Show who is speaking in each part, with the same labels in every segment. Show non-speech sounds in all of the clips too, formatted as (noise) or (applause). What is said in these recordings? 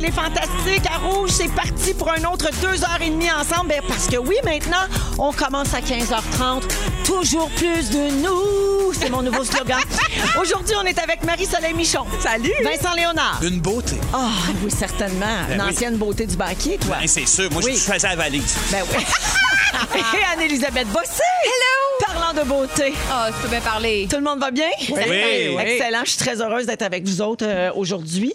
Speaker 1: les Fantastiques à Rouge. C'est parti pour un autre deux heures et demie ensemble. Ben, parce que oui, maintenant, on commence à 15h30. Toujours plus de nous. C'est mon nouveau (laughs) slogan. Aujourd'hui, on est avec Marie-Soleil Michon.
Speaker 2: Salut.
Speaker 1: Vincent Léonard.
Speaker 3: Une beauté.
Speaker 1: Ah, oui, certainement.
Speaker 3: Ben
Speaker 1: Une
Speaker 3: oui.
Speaker 1: ancienne beauté du banquier, toi.
Speaker 3: Hein, c'est sûr. Moi,
Speaker 1: Oui.
Speaker 3: je faisais la valise.
Speaker 1: Ben oui. (laughs) Et Anne-Elisabeth Bossé. Hello. Parlant de beauté.
Speaker 2: Ah, tu peux bien parler.
Speaker 1: Tout le monde va bien?
Speaker 3: Oui.
Speaker 1: Excellent. Je suis très heureuse d'être avec vous autres euh, aujourd'hui.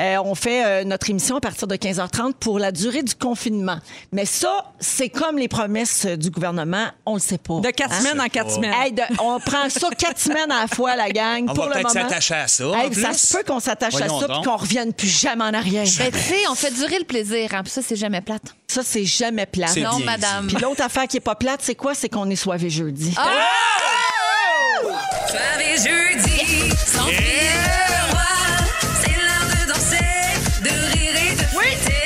Speaker 1: Euh, on fait euh, notre émission à partir de 15h30 pour la durée du confinement. Mais ça, c'est comme les promesses euh, du gouvernement. On le sait pas.
Speaker 4: De quatre
Speaker 1: Hein?
Speaker 4: semaines en quatre
Speaker 3: pas.
Speaker 4: semaines.
Speaker 1: Hey, de- on prend ça quatre semaines à la fois, la gang.
Speaker 3: On
Speaker 1: pour
Speaker 3: va
Speaker 1: le
Speaker 3: peut-être
Speaker 1: moment.
Speaker 3: s'attacher à ça, en
Speaker 1: Hey, ça
Speaker 3: plus.
Speaker 1: se peut qu'on s'attache à
Speaker 3: Voyons
Speaker 1: ça
Speaker 3: donc.
Speaker 1: et qu'on revienne plus jamais en arrière.
Speaker 2: Ben, tu sais, on fait durer le plaisir. hein, puis ça, c'est jamais plate.
Speaker 1: Ça, c'est jamais plat.
Speaker 3: C'est
Speaker 2: Non,
Speaker 3: bien
Speaker 2: madame.
Speaker 1: Puis l'autre affaire qui est pas plate, c'est quoi? C'est qu'on est soivé jeudi.
Speaker 4: Ah!
Speaker 2: Ah!
Speaker 5: Soirée jeudi, sans
Speaker 3: Yeah.
Speaker 5: roi, c'est l'heure de danser, de rire et de fêter.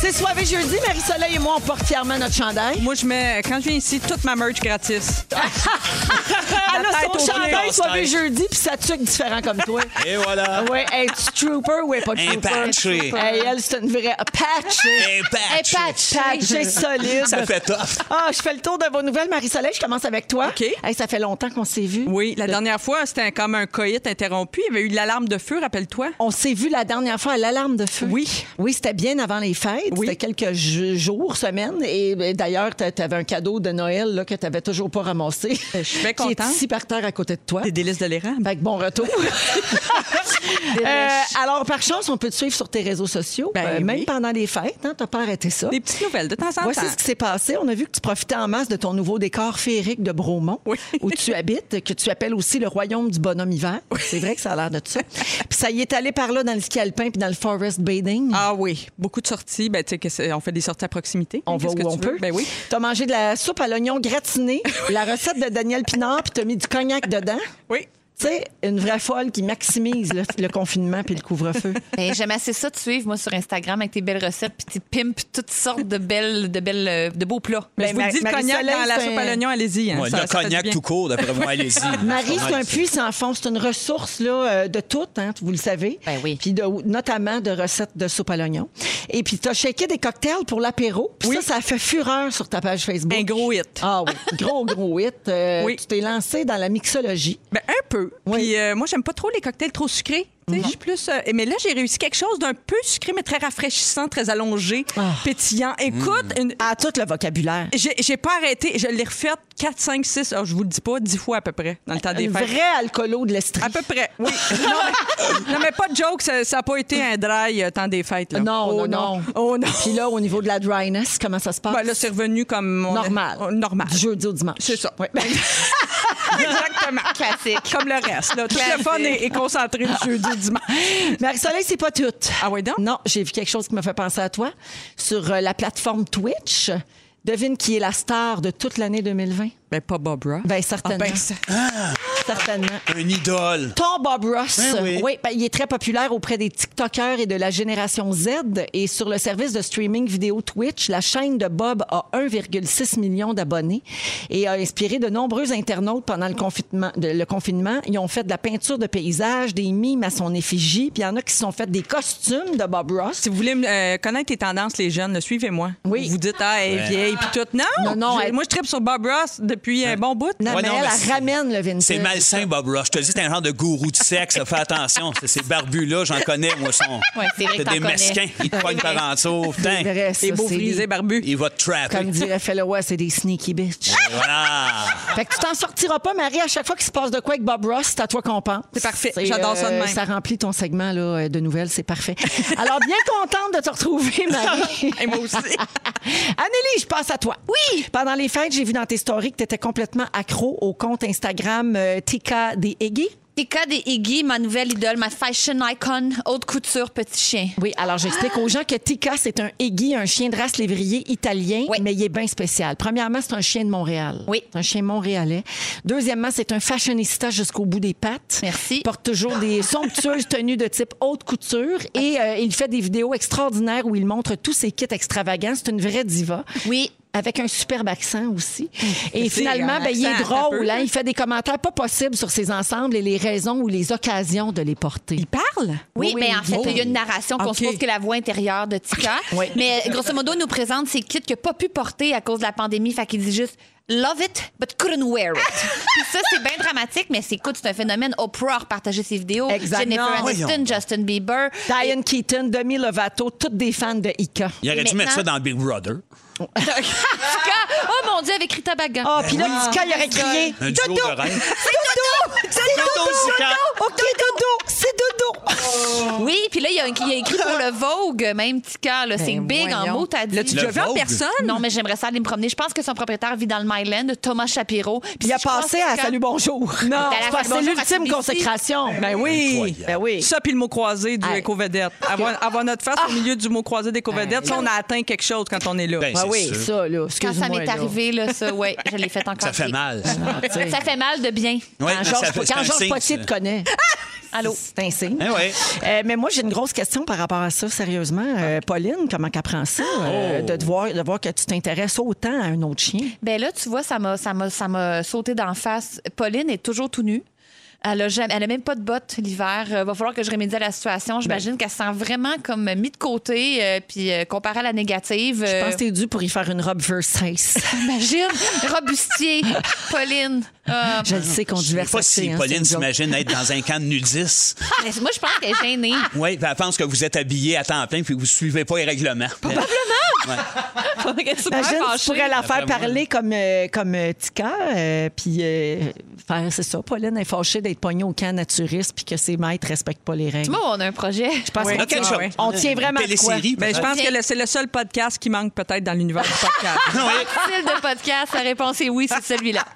Speaker 1: C'est soivé jeudi. Marie-Soleil et moi, on porte fièrement notre chandail.
Speaker 4: Moi, je mets, quand je viens ici, toute ma merch gratis.
Speaker 1: Elle
Speaker 4: La
Speaker 1: a
Speaker 4: tête
Speaker 1: Ah, son
Speaker 4: au
Speaker 1: chandail
Speaker 4: clair.
Speaker 1: soivé jeudi, puis ça tue différent comme toi.
Speaker 3: Et
Speaker 4: Ah.
Speaker 3: voilà.
Speaker 1: Ouais, hey, tu trooper ou est pas trooper?
Speaker 3: Impatché.
Speaker 1: Hey, elle, c'est une vraie patchée.
Speaker 3: Impatché.
Speaker 2: patch.
Speaker 1: Patchée solide.
Speaker 3: Ça fait tough.
Speaker 1: Ah, je fais le tour de vos nouvelles, Marie-Soleil. Je commence avec toi.
Speaker 4: OK.
Speaker 1: Hey, ça fait longtemps qu'on s'est vus.
Speaker 4: Oui, la dernière fois, c'était comme un coït interrompu. Il y avait eu de l'alarme de feu, rappelle-toi.
Speaker 1: On s'est vu la dernière fois à l'alarme de feu.
Speaker 4: Oui.
Speaker 1: Oui, c'était bien avant les fêtes.
Speaker 4: Oui.
Speaker 1: C'était quelques ju- jours, semaines. Et ben, d'ailleurs, tu avais un cadeau de Noël là, que tu n'avais toujours pas ramassé. Je
Speaker 4: Euh, suis bien
Speaker 1: (laughs) Qui est
Speaker 4: contente.
Speaker 1: ici par terre à côté de toi.
Speaker 4: Des délices de l'érable.
Speaker 1: Fait que bon
Speaker 4: (laughs)
Speaker 1: retour. Euh, alors, par chance, on peut te suivre sur tes réseaux sociaux,
Speaker 4: Ben
Speaker 1: euh, même
Speaker 4: oui.
Speaker 1: pendant les fêtes. Hein, T'as pas arrêté ça.
Speaker 4: Des petites nouvelles de temps en
Speaker 1: Voici
Speaker 4: temps.
Speaker 1: ce qui s'est passé. On a vu que tu profitais en masse de ton nouveau décor féerique de Bromont,
Speaker 4: Oui.
Speaker 1: où tu habites, que tu appelles aussi le royaume du bonhomme hiver. C'est vrai que ça a l'air de ça. Puis ça y est allé par là dans le ski alpin puis dans le forest bathing.
Speaker 4: Ah oui, beaucoup de sorties. Ben, tu sais que c'est- on fait des sorties à proximité.
Speaker 1: On va
Speaker 4: Qu'est-ce
Speaker 1: où
Speaker 4: que tu
Speaker 1: on
Speaker 4: veux?
Speaker 1: peut.
Speaker 4: Ben oui.
Speaker 1: T'as mangé de la soupe à l'oignon
Speaker 4: (laughs)
Speaker 1: gratinée, la recette de Daniel Pinard, puis t'as mis du cognac dedans.
Speaker 4: Oui.
Speaker 1: Tu sais, une vraie folle qui maximise le, le confinement puis le couvre-feu.
Speaker 2: Ben, j'aime assez ça te suivre, moi, sur Instagram, avec tes belles recettes, puis tes pimps, toutes sortes de belles, de belles, euh, de beaux plats.
Speaker 4: Mais
Speaker 1: Ben,
Speaker 4: je vous le dis, le
Speaker 1: Marie-
Speaker 4: cognac
Speaker 1: Marie-Soleil,
Speaker 4: dans la
Speaker 1: c'est
Speaker 4: soupe
Speaker 1: un-
Speaker 4: à l'oignon, allez-y. hein.
Speaker 3: Ouais,
Speaker 4: Ça-
Speaker 3: le
Speaker 4: ça fait du
Speaker 3: cognac
Speaker 4: bien.
Speaker 3: tout court, d'après moi,
Speaker 1: (laughs)
Speaker 3: allez-y.
Speaker 1: Marie, c'est
Speaker 3: Ouais,
Speaker 1: un puits sans fond. C'est une ressource là, euh, de tout, hein, vous le savez.
Speaker 2: Ben oui.
Speaker 1: Puis de- notamment de recettes de soupe à l'oignon. Et puis, tu as shaké des cocktails pour l'apéro. Puis
Speaker 4: Oui.
Speaker 1: ça, ça a fait fureur sur ta page Facebook.
Speaker 4: Un gros hit.
Speaker 1: Ah oui, gros, gros hit. Euh,
Speaker 4: Oui.
Speaker 1: Tu t'es lancé dans la mixologie.
Speaker 4: Ben, un peu.
Speaker 1: Oui. Mhm.
Speaker 4: Puis euh, moi, j'aime pas trop les cocktails trop sucrés. Tu sais, je suis plus, euh, mais là, j'ai réussi quelque chose d'un peu sucré, mais très rafraîchissant, très allongé,
Speaker 1: Ah.
Speaker 4: pétillant. Écoute, une-
Speaker 1: À tout le vocabulaire.
Speaker 4: j'ai j'ai pas arrêté. Je l'ai refaite 4, 5, 6, oh, je vous le dis pas, 10 fois à peu près dans le temps des
Speaker 1: Une
Speaker 4: fêtes.
Speaker 1: vraie alcoolo de l'estrie.
Speaker 4: À peu près, oui. (laughs) non, mais, non, mais pas de joke, ça n'a pas été un dry euh, temps des fêtes. Là.
Speaker 1: Non, non,
Speaker 4: Oh,
Speaker 1: non.
Speaker 4: Oh non.
Speaker 1: Puis là, au niveau de la dryness, comment ça se passe?
Speaker 4: Ben, là, c'est revenu comme. on-
Speaker 1: normal. (laughs)
Speaker 4: on- normal.
Speaker 1: Du jeudi au dimanche.
Speaker 4: C'est ça. Ben,
Speaker 1: Ouais.
Speaker 4: Exactement.
Speaker 2: Classique.
Speaker 4: Comme le reste. Là. Tout le fun est, est concentré le jeudi, dimanche.
Speaker 1: Marie-Soleil, c'est pas tout.
Speaker 4: Ah ouais, donc?
Speaker 1: Non, j'ai vu quelque chose qui me fait penser à toi. Sur euh, la plateforme Twitch, devine qui est la star de toute l'année 2020?
Speaker 4: Ben, pas Bob Ross.
Speaker 1: Ben, certainement.
Speaker 4: Ah, ben, ça-
Speaker 1: Certainement.
Speaker 3: Un idole.
Speaker 1: Tom Bob Ross.
Speaker 3: Ben oui.
Speaker 1: ben, il est très populaire auprès des TikTokers et de la génération Z. Et sur le service de streaming vidéo Twitch, la chaîne de Bob a 1,6 million d'abonnés et a inspiré de nombreux internautes pendant le confinement, de- le confinement. Ils ont fait de la peinture de paysage, des mimes à son effigie. Puis il y en a qui se sont fait des costumes de Bob Ross.
Speaker 4: Si vous voulez euh, connaître les tendances, les jeunes, là, suivez-moi.
Speaker 1: Oui.
Speaker 4: Vous dites, ah, elle est vieille, puis tout. Non,
Speaker 1: Non, non,
Speaker 4: Je-
Speaker 1: elle-
Speaker 4: moi, je tripe sur Bob Ross depuis un bon bout.
Speaker 1: Non,
Speaker 3: Ouais,
Speaker 1: mais
Speaker 3: non,
Speaker 1: elle,
Speaker 3: mais
Speaker 1: elle
Speaker 3: c'est-
Speaker 1: ramène le vintage.
Speaker 3: C'est malsain, Bob Ross. Je te le dis, c'est un genre de gourou de sexe. Fais attention. C'est- Ces barbus-là, j'en connais, moi. Sont...
Speaker 2: Ouais, c'est vrai que
Speaker 3: des
Speaker 2: t'en
Speaker 3: mesquins.
Speaker 2: connais.
Speaker 3: Ils te pognent par en dessous.
Speaker 1: C'est
Speaker 3: Putain,
Speaker 1: vrai, ça,
Speaker 4: C'est beau
Speaker 1: c'est
Speaker 4: frisé,
Speaker 1: des-
Speaker 4: barbu.
Speaker 3: il va te trapper.
Speaker 1: Comme dirait Felloway, c'est des sneaky bitch.
Speaker 3: Et Voilà.
Speaker 1: Fait que tu t'en sortiras pas, Marie. À chaque fois qu'il se passe de quoi avec Bob Ross, c'est à toi qu'on pense. euh,
Speaker 4: C'est parfait. J'adore ça de même.
Speaker 1: Ça remplit ton segment là, euh, de nouvelles. C'est parfait. Alors, bien contente de te retrouver, Marie.
Speaker 4: (laughs) Et Eh, moi aussi.
Speaker 1: (laughs) Anélie, je passe à toi. Oui. Pendant les fêtes, j'ai vu dans tes stories que tu étais complètement accro au compte Instagram euh, TK des Iggy.
Speaker 2: Tika des Iggy, ma nouvelle idole, ma fashion icon, haute couture, petit chien.
Speaker 1: Oui, alors j'explique aux gens que Tika, c'est un Iggy, un chien de race lévrier italien,
Speaker 2: Oui.
Speaker 1: mais il est bien spécial. Premièrement, c'est un chien de Montréal.
Speaker 2: Oui.
Speaker 1: C'est un chien montréalais. Deuxièmement, c'est un fashionista jusqu'au bout des pattes.
Speaker 2: Merci.
Speaker 1: Il porte toujours des
Speaker 4: (laughs)
Speaker 1: somptueuses tenues de type haute couture et euh, il fait des vidéos extraordinaires où il montre tous ses kits extravagants. C'est une vraie diva.
Speaker 2: Oui.
Speaker 1: avec un superbe accent aussi. Et
Speaker 4: C'est
Speaker 1: finalement,
Speaker 4: un
Speaker 1: ben, il est
Speaker 4: accent, un peu.
Speaker 1: drôle. hein. Il fait des commentaires pas possibles sur ses ensembles et les raisons ou les occasions de les porter.
Speaker 4: Il parle?
Speaker 2: Oui,
Speaker 1: Oui,
Speaker 2: mais
Speaker 1: oui,
Speaker 2: en fait,
Speaker 1: oui.
Speaker 2: il y a une narration qu'on
Speaker 4: OK.
Speaker 2: suppose que la voix intérieure de Tika.
Speaker 1: Oui.
Speaker 2: Mais grosso modo, il nous présente ses kits qu'il n'a pas pu porter à cause de la pandémie. Fait qu'il dit juste Love it, but couldn't wear it.
Speaker 1: (laughs)
Speaker 2: Puis ça, c'est bien dramatique, mais c'est écoute, c'est un phénomène. Oprah a repartagé ses vidéos.
Speaker 1: Exact.
Speaker 2: Jennifer
Speaker 1: Non,
Speaker 2: Aniston,
Speaker 3: voyons.
Speaker 2: Justin Bieber.
Speaker 1: Diane Keaton, Demi Lovato, toutes des fans de Ika.
Speaker 3: Il aurait dû
Speaker 2: Maintenant-
Speaker 3: mettre ça dans Big Brother.
Speaker 2: Tika, oh mon Dieu, avec Rita Baga.
Speaker 1: Ah, puis là, Tika, il aurait crié
Speaker 3: Un duo
Speaker 1: Dodo!
Speaker 3: de rêve.
Speaker 1: C'est Dodo! C'est Dodo!
Speaker 3: Zika.
Speaker 1: Dodo! OK, Dodo! C'est Dodo!
Speaker 2: Oui, puis là, il y a, un- il y a écrit pour le Vogue, même Tika. là, C'est
Speaker 4: Ben
Speaker 2: big en
Speaker 4: voyons.
Speaker 2: mots, t'as dit.
Speaker 4: L'as-tu
Speaker 3: Le
Speaker 4: déjà vu en
Speaker 3: Vogue?
Speaker 4: personne?
Speaker 2: Non, mais j'aimerais ça aller me promener. Je pense que son propriétaire vit dans le Myland, Thomas Shapiro. Puis
Speaker 1: Il
Speaker 2: si
Speaker 1: a
Speaker 2: je pense
Speaker 1: passé à
Speaker 2: que-
Speaker 1: Salut Bonjour. Non,
Speaker 2: à
Speaker 1: c'est
Speaker 2: la
Speaker 1: pas-
Speaker 2: Salut
Speaker 1: c'est
Speaker 2: Bonjour à
Speaker 1: l'ultime
Speaker 2: CBC.
Speaker 1: consécration. Ben oui.
Speaker 3: Incroyable.
Speaker 1: Ben oui.
Speaker 4: Ça, puis le mot croisé du
Speaker 1: Aïe.
Speaker 4: éco-vedette. Avoir, avoir notre face au milieu du mot croisé d'éco-vedette, ça, on a atteint quelque chose quand on est là.
Speaker 3: Ben,
Speaker 1: Ben
Speaker 3: c'est
Speaker 1: oui,
Speaker 3: sûr.
Speaker 1: ça, là.
Speaker 2: Quand ça
Speaker 1: excuse-moi,
Speaker 2: m'est
Speaker 1: là.
Speaker 2: arrivé, là, ça, ouais, je l'ai fait encore.
Speaker 3: Ça fait mal.
Speaker 1: Ah,
Speaker 2: Ça fait mal de bien.
Speaker 3: Ouais,
Speaker 1: Quand
Speaker 3: Ben, ça
Speaker 1: Georges-
Speaker 3: fait- c'est
Speaker 1: quand
Speaker 3: un
Speaker 1: Georges
Speaker 3: signe,
Speaker 1: Potier
Speaker 3: ça.
Speaker 1: te connaît.
Speaker 2: Allô?
Speaker 1: C'est un signe.
Speaker 3: Eh ouais.
Speaker 1: Euh, mais moi, j'ai une grosse question par rapport à ça, sérieusement. Euh,
Speaker 3: Ah.
Speaker 1: Pauline, comment qu'elle prend ça, euh,
Speaker 3: Oh.
Speaker 1: de, te voir, de voir que tu t'intéresses autant à un autre chien?
Speaker 2: Ben là, tu vois, ça m'a, ça m'a, ça m'a sauté d'en face. Pauline est toujours tout nue. Elle a, jamais- elle a même pas de bottes l'hiver. Euh, va falloir que je remédie à la situation. J'imagine
Speaker 3: Ben.
Speaker 2: qu'elle se sent vraiment comme mis de côté, euh, puis euh, comparée à la négative.
Speaker 1: Je
Speaker 2: euh,
Speaker 1: pense que t'es dû pour y faire une robe
Speaker 2: (laughs)
Speaker 1: Versace.
Speaker 2: Imagine, Robustier, Pauline. Euh,
Speaker 1: Je le sais qu'on hein,
Speaker 3: Je sais
Speaker 1: diverse.
Speaker 3: pas si Pauline s'imagine être dans un camp de nudistes.
Speaker 2: mais moi, je pense qu'elle est gênée.
Speaker 3: Oui, elle pense que vous êtes habillé à temps plein puis que vous suivez pas les règlements.
Speaker 2: (laughs) Qu'est-ce que
Speaker 1: Imagine,
Speaker 2: tu
Speaker 1: tu pourrais la faire
Speaker 3: Après moi.
Speaker 1: parler comme, euh, comme euh, Tika, euh, puis euh, faire, c'est ça, Pauline est fâchée d'être pognée au camp naturiste, puis que ses maîtres respectent pas les règles.
Speaker 2: Moi, on a un projet.
Speaker 1: pense
Speaker 4: Oui.
Speaker 1: qu'on
Speaker 4: Ok,
Speaker 1: tient-
Speaker 4: je sais.
Speaker 1: on tient vraiment à
Speaker 3: Une
Speaker 1: quoi.
Speaker 3: télésérie,
Speaker 4: Ben, je
Speaker 3: peut-être.
Speaker 4: pense que le- c'est le seul podcast qui manque peut-être dans l'univers du
Speaker 3: (laughs)
Speaker 4: podcast.
Speaker 3: Oui.
Speaker 2: Style de podcast, la réponse est oui, c'est celui-là.
Speaker 1: (laughs)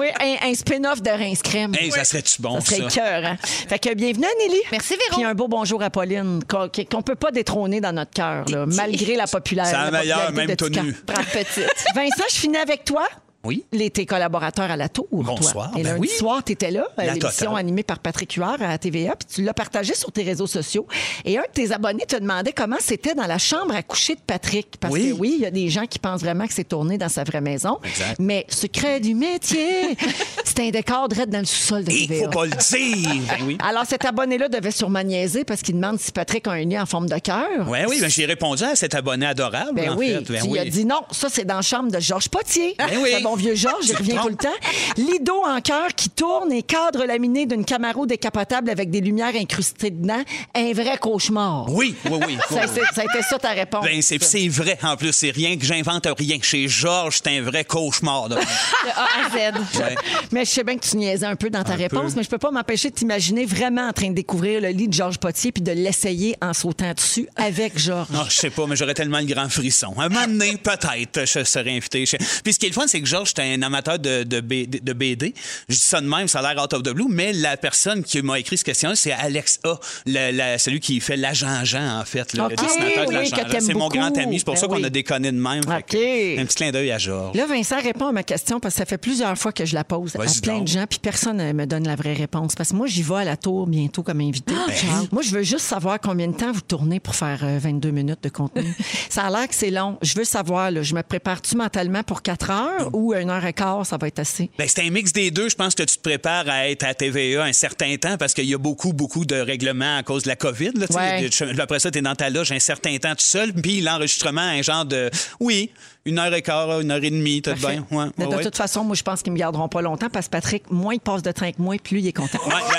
Speaker 1: Oui, un, un spin-off de Rince Crème.
Speaker 3: Hey, ça serait-tu bon,
Speaker 1: Ça
Speaker 3: ça?
Speaker 1: serait cœur. hein. Fait que bienvenue, Nelly.
Speaker 2: Merci, Véro.
Speaker 1: Puis un beau bonjour à Pauline, qu'on qu'on- qu'on peut pas détrôner dans notre cœur, là, malgré la popularité.
Speaker 3: C'est la meilleure,
Speaker 1: popularité
Speaker 3: même
Speaker 1: de Tika.
Speaker 3: tenue.
Speaker 2: Prends petite.
Speaker 1: Vincent, je finis avec toi.
Speaker 3: Oui.
Speaker 1: Les, tes collaborateurs à la tour. toi.
Speaker 3: Bonsoir,
Speaker 1: Et
Speaker 3: ben
Speaker 1: lundi
Speaker 3: oui.
Speaker 1: soir, tu étais là,
Speaker 3: La
Speaker 1: à l'émission
Speaker 3: totale.
Speaker 1: animée par Patrick Huard à TVA, puis tu l'as partagé sur tes réseaux sociaux. Et un de tes abonnés te demandait comment c'était dans la chambre à coucher de Patrick. Parce
Speaker 3: Oui.
Speaker 1: que oui, il y a des gens qui pensent vraiment que c'est tourné dans sa vraie maison.
Speaker 3: Exact.
Speaker 1: Mais secret du métier, (laughs) c'est un décor direct dans le sous-sol de
Speaker 3: Il
Speaker 1: TVA.
Speaker 3: faut
Speaker 1: (laughs)
Speaker 3: pas le dire. Ben oui.
Speaker 1: Alors, cet abonné-là devait sûrement niaiser parce qu'il demande si Patrick a un nez en forme de cœur.
Speaker 3: Ouais, oui, ben, j'ai répondu à cet abonné adorable.
Speaker 1: Ben
Speaker 3: en
Speaker 1: oui,
Speaker 3: fait. Ben
Speaker 1: tu lui
Speaker 3: oui.
Speaker 1: as dit non, ça c'est dans la chambre de Georges Potier.
Speaker 3: Ben oui.
Speaker 1: Le bon vieux Georges, il
Speaker 3: (laughs) Tu te
Speaker 1: revient tout le
Speaker 3: trompes.
Speaker 1: temps. Lido en cœur qui tourne et cadre laminé d'une Camaro décapotable avec des lumières incrustées dedans. Un vrai cauchemar.
Speaker 3: Oui, oui, oui.
Speaker 1: (laughs) Ça, c'est- ça a été ça ta réponse.
Speaker 3: Ben, c'est c'est vrai, en plus, c'est rien que j'invente rien. Chez Georges, c'est un vrai cauchemar. là.
Speaker 2: De A à Z.
Speaker 3: (laughs) Ouais.
Speaker 1: Mais je sais bien que tu niaisais un peu dans ta
Speaker 3: Un
Speaker 1: réponse,
Speaker 3: peu.
Speaker 1: mais je peux pas m'empêcher de t'imaginer vraiment en train de découvrir le lit de Georges Potier puis de l'essayer en sautant dessus avec Georges.
Speaker 3: Ah, je sais pas, mais j'aurais tellement le grand frisson. Un moment donné, peut-être, je serais invité. Je- Puis ce qui est le fun, c'est que Georges, j'étais un amateur de, de BD, de BD. Je dis ça de même, ça a l'air out of the blue, mais la personne qui m'a écrit cette question c'est Alex A, le- la- celui qui fait l'agent Jean, en fait, le
Speaker 1: Ok,
Speaker 3: dessinateur de
Speaker 1: Ah oui,
Speaker 3: l'agent
Speaker 1: que
Speaker 3: Jean.
Speaker 1: t'aimes
Speaker 3: C'est mon
Speaker 1: beaucoup.
Speaker 3: grand ami, c'est pour
Speaker 1: Ben
Speaker 3: ça qu'on
Speaker 1: oui.
Speaker 3: a déconné de même. Fait que,
Speaker 1: Ok.
Speaker 3: Un petit clin d'œil à Georges.
Speaker 1: Là, Vincent répond à ma question parce que ça fait plusieurs fois que je la pose à
Speaker 3: Vas-y
Speaker 1: plein
Speaker 3: donc.
Speaker 1: de gens, puis personne ne me donne la vraie réponse. Parce que moi, j'y vais à la tour bientôt comme invité.
Speaker 3: Ah,
Speaker 1: Moi, je veux juste savoir combien de temps vous tournez pour faire euh, 22 minutes de
Speaker 3: (laughs)
Speaker 1: contenu. ça a l'air que c'est long. Je veux savoir, là, je me prépare-tu mentalement pour 4 heures ou 1 heure et quart, ça va être assez?
Speaker 3: Ben, c'est un mix des deux. Je pense que tu te prépares à être à TVA un certain temps parce qu'il y a beaucoup, beaucoup de règlements à cause de la COVID. là, tu sais.
Speaker 1: Ouais.
Speaker 3: Il y a des- Après ça, tu es dans ta loge un certain temps tout seul. Puis l'enregistrement, un genre de oui, une heure et quart, une heure et demie, t'as de bien. Ben, Ouais,
Speaker 1: Mais de
Speaker 3: ouais, ouais.
Speaker 1: toute façon, moi, je pense qu'ils me garderont pas longtemps parce que Patrick, moins il passe de temps avec moi, plus il est
Speaker 3: (laughs)
Speaker 1: content.
Speaker 3: Ouais, ben,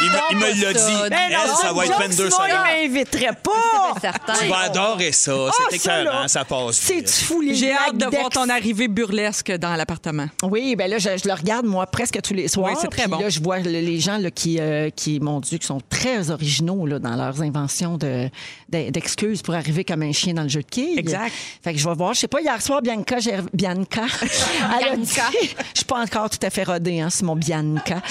Speaker 3: il me- il me l'a
Speaker 2: ça.
Speaker 3: dit.
Speaker 2: Ben
Speaker 3: Elle, ça va être 22 secondes.
Speaker 1: il m'inviterait pas!
Speaker 2: Certain.
Speaker 3: Tu vas adorer ça.
Speaker 1: Ah,
Speaker 3: c'est
Speaker 1: ça, là,
Speaker 3: écœurant, ça passe.
Speaker 1: C'est-tu
Speaker 3: vite.
Speaker 1: fou, les
Speaker 4: J'ai hâte de
Speaker 1: blagues
Speaker 4: voir
Speaker 1: d'ex.
Speaker 4: ton arrivée burlesque dans l'appartement.
Speaker 1: Oui, ben là, je, je le regarde, moi, presque tous les soirs.
Speaker 4: Oui, c'est très
Speaker 1: Puis
Speaker 4: bon.
Speaker 1: là, je vois le- les gens là, qui, euh, qui, mon Dieu, qui sont très originaux là, dans leurs inventions de- de- d'excuses pour arriver comme un chien dans le jeu de quilles.
Speaker 4: Exact.
Speaker 1: Fait que je vais voir. Je sais pas, hier soir, Bianca... j'ai- Bianca. elle a dit- Je suis pas encore tout à fait rodée, hein, c'est mon Bianca.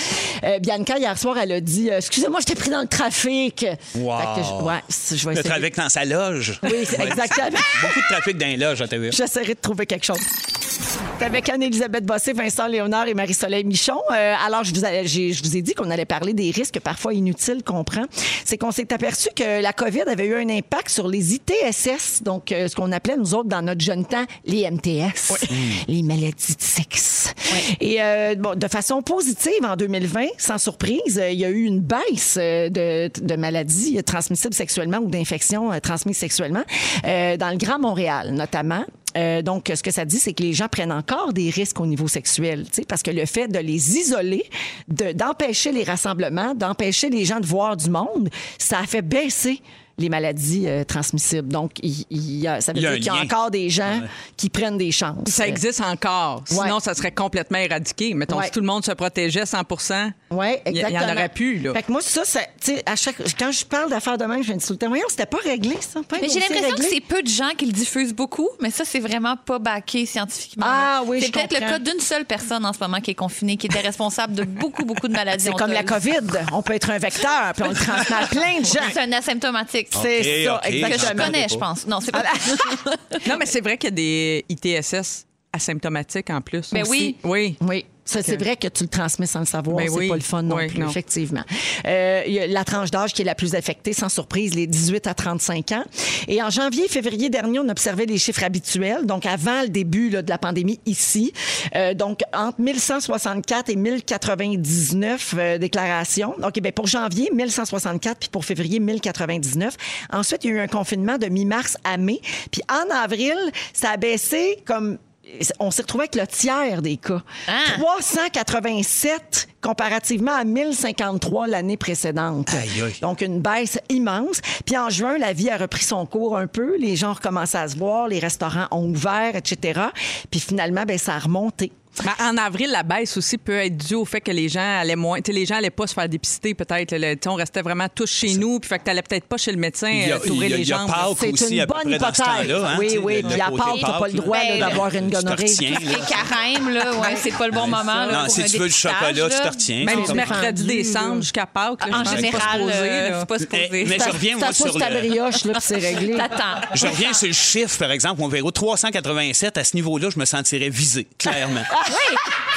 Speaker 1: Euh, Bianca, hier soir, elle a dit euh, « Excusez-moi, j'étais pris dans le trafic.
Speaker 3: Wow.
Speaker 1: Fait que je, ouais, c'est- je vais
Speaker 3: Le
Speaker 1: essayer.
Speaker 3: trafic dans sa loge.
Speaker 1: Oui, c'est-
Speaker 3: Ouais.
Speaker 1: exactement. (laughs)
Speaker 3: Beaucoup de trafic dans les loges à TVA.
Speaker 1: J'essaierai de trouver quelque chose. avec Anne-Élisabeth Bossé, Vincent Léonard et Marie-Soleil Michon. Euh, alors, je vous, ai, j'ai- je vous ai dit qu'on allait parler des risques parfois inutiles qu'on prend. C'est qu'on s'est aperçu que la COVID avait eu un impact sur les ITSS, donc euh, ce qu'on appelait, nous autres, dans notre jeune temps, les MTS, (laughs) les maladies de sexe. Et euh, bon, de façon positive, en 2020, sans surprise, euh, il y a eu une baisse euh, de, de maladies euh, transmissibles sexuellement ou d'infections euh, transmises sexuellement euh, dans le Grand Montréal, notamment. Euh, donc, ce que ça dit, c'est que les gens prennent encore des risques au niveau sexuel, tu sais, parce que le fait de les isoler, de- d'empêcher les rassemblements, d'empêcher les gens de voir du monde, ça a fait baisser les maladies euh, transmissibles. Donc, il, il y a- ça veut
Speaker 3: Il y
Speaker 1: dire
Speaker 3: a un
Speaker 1: qu'il y a
Speaker 3: lien.
Speaker 1: encore des gens qui prennent des chances.
Speaker 4: Ça existe encore. Sinon, ça serait complètement éradiqué. Mettons,
Speaker 1: Ouais.
Speaker 4: si tout le monde se protégeait 100
Speaker 1: Oui,
Speaker 4: il y
Speaker 1: Euh, exactement.
Speaker 4: en aurait plus, là.
Speaker 1: Fait que moi, ça, ça tu sais, à chaque, quand je parle d'affaires de même, je me dis tout le temps, voyons, c'était pas réglé, ça. pas un
Speaker 2: Mais j'ai
Speaker 1: dossier
Speaker 2: l'impression que
Speaker 1: réglé.
Speaker 2: c'est peu de gens qui le diffusent beaucoup, mais ça, c'est vraiment pas baqué scientifiquement.
Speaker 1: Ah oui,
Speaker 2: C'est
Speaker 1: je
Speaker 2: peut-être le
Speaker 1: comprends.
Speaker 2: cas d'une seule personne en ce moment qui est confinée, qui était responsable de beaucoup, beaucoup de
Speaker 1: (laughs)
Speaker 2: maladies.
Speaker 1: C'est comme la
Speaker 2: honteuses.
Speaker 1: COVID. On peut être un vecteur, puis on le transmet à plein de gens.
Speaker 2: C'est un asymptomatique.
Speaker 1: C'est
Speaker 3: Ok,
Speaker 1: ça,
Speaker 3: ok,
Speaker 2: Que je
Speaker 1: exactement. Ah,
Speaker 2: connais, je pense. Non, c'est pas.
Speaker 4: Non, mais c'est vrai qu'il y a des ITSS asymptomatiques en plus.
Speaker 2: Ben
Speaker 4: aussi.
Speaker 2: oui.
Speaker 4: Oui.
Speaker 1: Oui. Ça, c'est vrai que tu le transmets sans le savoir.
Speaker 4: Ben
Speaker 1: c'est
Speaker 4: oui.
Speaker 1: pas le fun non
Speaker 4: Oui,
Speaker 1: plus,
Speaker 4: non.
Speaker 1: effectivement. Euh, il y a la tranche d'âge qui est la plus affectée, sans surprise, les 18 à 35 ans. Et en janvier et février dernier, on observait les chiffres habituels, donc avant le début là, de la pandémie ici. Euh, donc, entre 1164 et 1099 euh, déclarations. OK, ben pour janvier, 1164, puis pour février, 1099. Ensuite, il y a eu un confinement de mi-mars à mai. Puis en avril, ça a baissé comme... On s'est retrouvé avec le tiers des cas.
Speaker 3: Hein?
Speaker 2: Ah!
Speaker 1: 387 comparativement à 1053 l'année précédente.
Speaker 3: Aïe, aïe.
Speaker 1: Donc, une baisse immense. Puis en juin, la vie a repris son cours un peu. Les gens recommencent à se voir, les restaurants ont ouvert, etc. Puis finalement, ben, ça a remonté.
Speaker 4: Ben, en avril, la baisse aussi peut être due au fait que les gens allaient moins. Tu sais, les gens allaient pas se faire dépister, peut-être. là. Le- tu sais, On restait vraiment tous chez nous, puis fait que t'allais peut-être pas chez le médecin
Speaker 3: Il y a-
Speaker 4: euh, t'ouvrir
Speaker 3: il y a-
Speaker 4: les
Speaker 3: il y a
Speaker 4: jambes.
Speaker 3: Pâques
Speaker 1: C'est
Speaker 3: aussi,
Speaker 1: une
Speaker 3: à peu
Speaker 1: bonne
Speaker 3: près dans ce
Speaker 1: hypothèse.
Speaker 3: temps-là. hein,
Speaker 1: Oui,
Speaker 3: tu sais,
Speaker 1: oui,
Speaker 3: le-
Speaker 1: puis
Speaker 3: le
Speaker 1: à
Speaker 3: côté
Speaker 1: Pâques, t'as pas le
Speaker 3: Pâques,
Speaker 1: droit,
Speaker 2: là,
Speaker 3: là.
Speaker 1: d'avoir une
Speaker 3: Tu Ben, te
Speaker 1: gonorrhée.
Speaker 3: retiens, là.
Speaker 2: Les carèmes, là, ouais, c'est pas le bon moment. là,
Speaker 3: Non,
Speaker 2: pour
Speaker 3: si
Speaker 2: un
Speaker 3: tu veux le
Speaker 2: dépistage,
Speaker 3: chocolat, tu
Speaker 2: là.
Speaker 3: te retiens.
Speaker 4: Même
Speaker 3: C'est
Speaker 4: du
Speaker 3: comme-
Speaker 4: mercredi
Speaker 1: rendu,
Speaker 4: décembre
Speaker 1: là.
Speaker 4: jusqu'à Pâques, là, je
Speaker 2: En
Speaker 4: pense que
Speaker 2: général,
Speaker 4: c'est pas supposé,
Speaker 2: euh,
Speaker 4: là.
Speaker 2: c'est pas
Speaker 3: Mais,
Speaker 2: supposé.
Speaker 3: Eh, mais je reviens, moi,
Speaker 1: T'assois
Speaker 3: sur
Speaker 1: ta
Speaker 3: le...
Speaker 1: brioche, là, puis
Speaker 3: (laughs)
Speaker 2: (laughs)
Speaker 1: c'est réglé. (laughs)
Speaker 2: T'attends.
Speaker 3: Je reviens sur le chiffre, par exemple, on verra 387. À ce niveau-là, je me sentirais visé, clairement.
Speaker 2: Oui,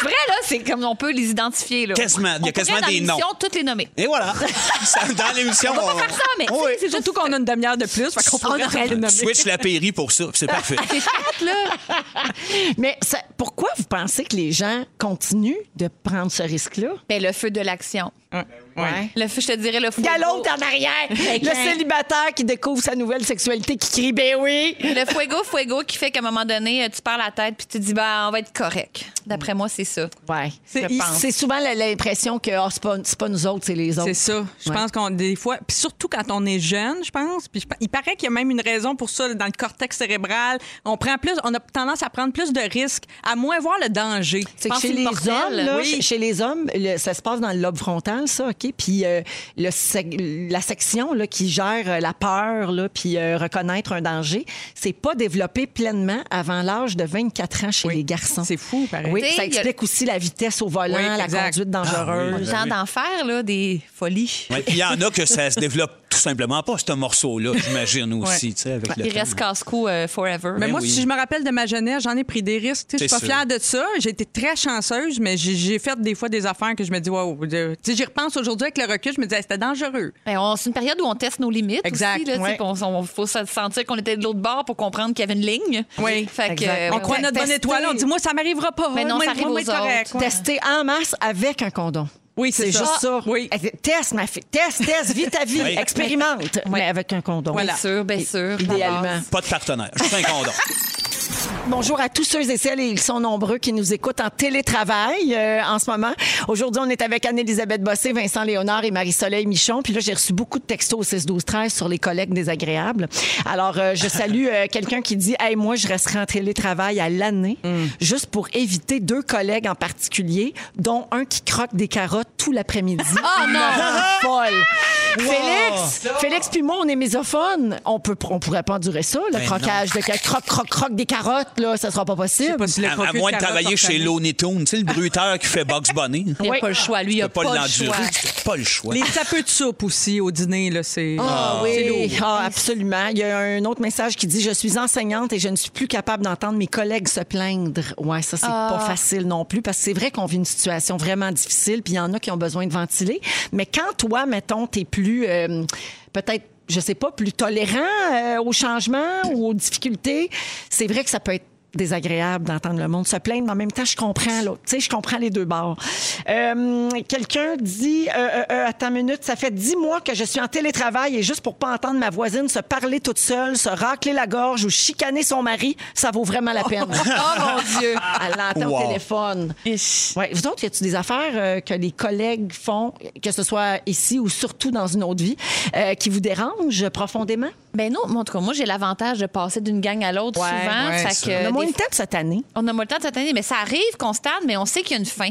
Speaker 2: vrai, là, c'est comme on peut les identifier. Là.
Speaker 3: Quasiment, il y a
Speaker 2: On pourrait,
Speaker 3: quasiment
Speaker 2: dans
Speaker 3: des noms. Oh.
Speaker 2: l'émission, toutes les nommer.
Speaker 3: Et voilà. (laughs) Ça, dans l'émission,
Speaker 2: On va pas faire ça,
Speaker 3: (laughs)
Speaker 2: mais
Speaker 3: Oui.
Speaker 4: C'est surtout qu'on a une demi-heure de plus, fait qu'on
Speaker 2: On
Speaker 4: pourrait
Speaker 2: aurait-
Speaker 4: se nommer.
Speaker 3: Switch la pairie pour ça, puis c'est parfait.
Speaker 2: (laughs) c'est fait, là.
Speaker 1: Mais ça- pourquoi vous pensez que les gens continuent de prendre ce risque-là?
Speaker 2: Ben, le feu de l'action.
Speaker 4: Ouais.
Speaker 1: Ouais.
Speaker 2: Le feu, je te dirais, le feu.
Speaker 1: Il y a l'autre en arrière, le célibataire qui découvre sa nouvelle sexualité, qui crie « Ben oui! »
Speaker 2: Le fuego, fuego qui fait qu'à un moment donné, euh, tu perds la tête puis tu dis, ben, on va être correct. D'après moi, c'est ça.
Speaker 1: Ouais.
Speaker 2: Je
Speaker 1: Il-
Speaker 2: pense.
Speaker 1: C'est souvent la- l'impression que oh, c'est pas, c'est pas nous autres, c'est les autres.
Speaker 4: C'est ça. Je
Speaker 1: Ouais.
Speaker 4: pense qu'on des fois, puis surtout quand on est jeune, je pense. Puis je pe- il paraît qu'il y a même une raison pour ça là, dans le cortex cérébral. On prend plus, on a tendance à prendre plus de risques, à moins voir le danger.
Speaker 1: C'est
Speaker 2: Je
Speaker 1: que
Speaker 2: pense
Speaker 1: chez
Speaker 2: que
Speaker 1: les,
Speaker 2: le
Speaker 1: hommes,
Speaker 2: mortel,
Speaker 1: là,
Speaker 2: oui.
Speaker 1: chez- chez les hommes, le- ça se passe dans le lobe frontal, ça, OK? Puis euh, le sec- la section là, qui gère euh, la peur, là, puis euh, reconnaître un danger, c'est pas développé pleinement avant l'âge de 24 ans chez
Speaker 4: Oui.
Speaker 1: les garçons.
Speaker 4: C'est fou, pareil.
Speaker 1: Oui,
Speaker 2: Tu sais,
Speaker 1: ça
Speaker 2: il y a-
Speaker 1: explique aussi la vitesse au volant,
Speaker 4: Oui,
Speaker 1: la
Speaker 4: exact.
Speaker 1: conduite dangereuse.
Speaker 3: Ben
Speaker 2: Genre d'en faire, là, des folies.
Speaker 3: Ouais, puis il y en a que ça se développe tout simplement pas, ce morceau-là, j'imagine aussi, tu sais, avec le
Speaker 2: Il
Speaker 3: temps.
Speaker 2: reste casse-cou euh, forever.
Speaker 4: Mais
Speaker 3: Ben
Speaker 4: moi,
Speaker 3: oui.
Speaker 4: si je me rappelle de ma jeunesse, j'en ai pris des risques. Tu sais, Je suis
Speaker 3: C'est
Speaker 4: pas fière de ça. J'ai été très chanceuse, mais j'ai- j'ai fait des fois des affaires que je me dis, wow, de- tu sais, j'y repense aujourd'hui avec le recul, je me dis, Ah, c'était dangereux.
Speaker 2: Ben, on- c'est une période où on teste nos limites.
Speaker 4: Exact,
Speaker 2: Aussi, là, tu sais,
Speaker 1: ouais.
Speaker 2: puis on, on- faut se sentir qu'on était de l'autre bord pour comprendre qu'il y avait une ligne.
Speaker 4: Oui,
Speaker 2: Fait que,
Speaker 1: exact.
Speaker 2: euh,
Speaker 4: on croit à notre bonne
Speaker 2: tester.
Speaker 4: étoile, on dit, moi, ça m'arrivera pas.
Speaker 2: Mais non,
Speaker 4: Moi,
Speaker 2: ça arrive
Speaker 4: moi, moi,
Speaker 2: aux
Speaker 4: c'est correct. Ouais.
Speaker 1: Tester en masse avec un condom.
Speaker 4: Oui, c'est
Speaker 1: C'est
Speaker 4: ça.
Speaker 1: juste ça.
Speaker 4: Oui.
Speaker 1: Elle dit, Teste, ma fille. Teste, teste, vis
Speaker 4: (laughs)
Speaker 1: ta vie.
Speaker 3: Oui.
Speaker 1: Expérimente. Mais avec un condom.
Speaker 2: Bien sûr, bien sûr.
Speaker 1: Idéalement.
Speaker 3: Pas de partenaire, juste un condom.
Speaker 1: Bonjour à tous ceux et celles, et ils sont nombreux, qui nous écoutent en télétravail euh, en ce moment. Aujourd'hui, on est avec Anne-Élisabeth Bossé, Vincent Léonard et Marie-Soleil Michon. Puis là, j'ai reçu beaucoup de textos au 6-12-13 sur les collègues désagréables. Alors, euh, je salue euh, quelqu'un qui dit « Hey, moi, je resterai en télétravail à l'année
Speaker 2: Mm.
Speaker 1: juste pour éviter deux collègues en particulier, dont un qui croque des carottes tout l'après-midi.
Speaker 2: (laughs) Oh non!
Speaker 1: Folle! Félix, Félix puis moi, on est misophones. On peut, on pourrait pas endurer ça, le
Speaker 3: Ben
Speaker 1: croquage de ca- croc, croc, croc des carottes. sorte, là, ça sera pas possible.
Speaker 4: pas si le
Speaker 3: À, à
Speaker 4: croquet
Speaker 3: moins de
Speaker 4: carotte
Speaker 3: travailler
Speaker 4: sorte
Speaker 3: chez
Speaker 4: année.
Speaker 3: Looney Tunes, tu sais, le bruiteur qui fait Bugs Bunny. Tu
Speaker 2: Il n'y a pas le choix. Lui, il
Speaker 3: peux
Speaker 2: a
Speaker 3: pas
Speaker 2: pas, le choix.
Speaker 3: l'endurer, tu n'as pas le choix.
Speaker 4: Les tapeux de soupe aussi au dîner, là, c'est.
Speaker 1: Ah oui, ah, absolument. Il y a un autre message qui dit Je suis enseignante et je ne suis plus capable d'entendre mes collègues se plaindre. Ouais, ça, c'est
Speaker 4: Ah.
Speaker 1: pas facile non plus parce que c'est vrai qu'on vit une situation vraiment difficile puis il y en a qui ont besoin de ventiler. Mais quand toi, mettons, t'es plus. euh, Peut-être. Je sais pas, plus tolérant euh, aux changements ou aux difficultés, c'est vrai que ça peut être désagréable d'entendre le monde se plaindre, mais en même temps, je comprends, là. Tu sais, je comprends les deux bords. Euh, Quelqu'un dit, euh, euh, euh, attends une minute, ça fait dix mois que je suis en télétravail et juste pour pas entendre ma voisine se parler toute seule, se racler la gorge ou chicaner son mari, ça vaut vraiment la peine.
Speaker 2: (laughs) Oh mon Dieu!
Speaker 1: Elle l'entend
Speaker 3: Wow.
Speaker 1: au téléphone.
Speaker 2: Ish.
Speaker 1: Ouais. Vous autres, y a-tu des affaires euh, que les collègues font, que ce soit ici ou surtout dans une autre vie, euh, qui vous dérangent profondément?
Speaker 2: Ben non, mais en tout cas, moi, j'ai l'avantage de passer d'une gang à l'autre
Speaker 1: Ouais,
Speaker 2: souvent.
Speaker 4: ouais,
Speaker 2: fait
Speaker 3: ça.
Speaker 2: que
Speaker 1: Euh, On a
Speaker 2: Euh, des
Speaker 1: moins le temps de cette année.
Speaker 2: On a moins le temps de s'atteindre, mais ça arrive constant, mais on sait qu'il y a une fin.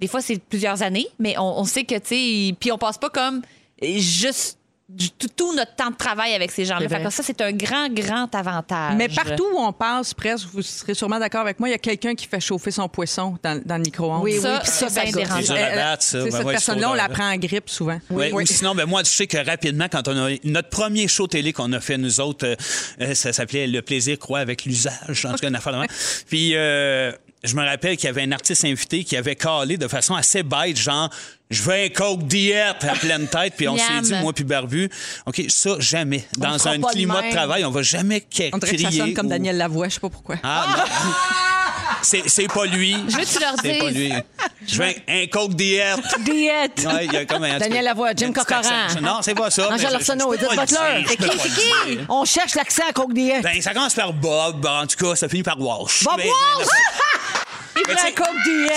Speaker 2: Des fois, c'est plusieurs années, mais on, on sait que, tu sais, puis on passe pas comme euh, juste du- tout, tout notre temps de travail avec ces gens-là.
Speaker 1: C'est
Speaker 2: Fait que
Speaker 1: vrai.
Speaker 2: ça, c'est un grand, grand avantage.
Speaker 4: Mais partout où on passe, presque, vous serez sûrement d'accord avec moi, il y a quelqu'un qui fait chauffer son poisson dans, dans le micro-ondes.
Speaker 1: Oui,
Speaker 2: Ça,
Speaker 1: oui, puis ça,
Speaker 2: euh,
Speaker 1: ça
Speaker 2: ben,
Speaker 1: gosse.
Speaker 2: dérangeant.
Speaker 3: Les gens la battent, ça.
Speaker 4: C'est
Speaker 3: Ben
Speaker 4: cette
Speaker 3: ouais,
Speaker 4: personne-là, on
Speaker 3: c'est
Speaker 4: la
Speaker 3: trop
Speaker 4: prend en grippe souvent.
Speaker 3: Ouais, Ou sinon, ben moi, je sais que rapidement, quand on a notre premier show télé qu'on a fait, nous autres, euh, euh, ça s'appelait Le plaisir croît avec l'usage, en tout cas, une affaire de même. Puis, euh, je me rappelle qu'il y avait un artiste invité qui avait calé de façon assez bête, genre, je veux un coke diète à pleine tête. Puis on s'est
Speaker 2: Miam.
Speaker 3: dit, moi puis Barbu, OK, ça, jamais.
Speaker 1: le
Speaker 3: Dans
Speaker 1: fera
Speaker 3: un
Speaker 1: pas de
Speaker 3: climat de
Speaker 1: même.
Speaker 3: travail, on va jamais que-
Speaker 4: On dirait que
Speaker 3: crier.
Speaker 4: ça sonne comme
Speaker 3: ou-
Speaker 4: Daniel Lavoie, je sais pas pourquoi.
Speaker 3: Ah, non. C'est c'est pas lui.
Speaker 2: Je veux que tu leur
Speaker 3: C'est pas
Speaker 2: dises.
Speaker 3: lui. Je veux un, un coke diète.
Speaker 2: Diète!
Speaker 3: Ouais, il y a comme un-
Speaker 1: Daniel Lavoie, Jim
Speaker 3: un petit
Speaker 1: Corcoran.
Speaker 3: accent. Non, c'est pas ça.
Speaker 1: Angèle
Speaker 3: mais je-
Speaker 1: Arsenault,
Speaker 3: je peux
Speaker 1: Edith
Speaker 3: pas le
Speaker 1: Butler.
Speaker 3: dire, je peux
Speaker 1: C'est qui,
Speaker 3: pas
Speaker 1: c'est
Speaker 3: le
Speaker 1: qui?
Speaker 3: dire.
Speaker 1: On cherche l'accent à Coke Diet.
Speaker 3: Ben, ça commence par Bob. ben, En tout cas, ça finit par Walsh.
Speaker 1: Bob
Speaker 3: Mais-
Speaker 1: Walsh!
Speaker 3: mais- mais tu sais,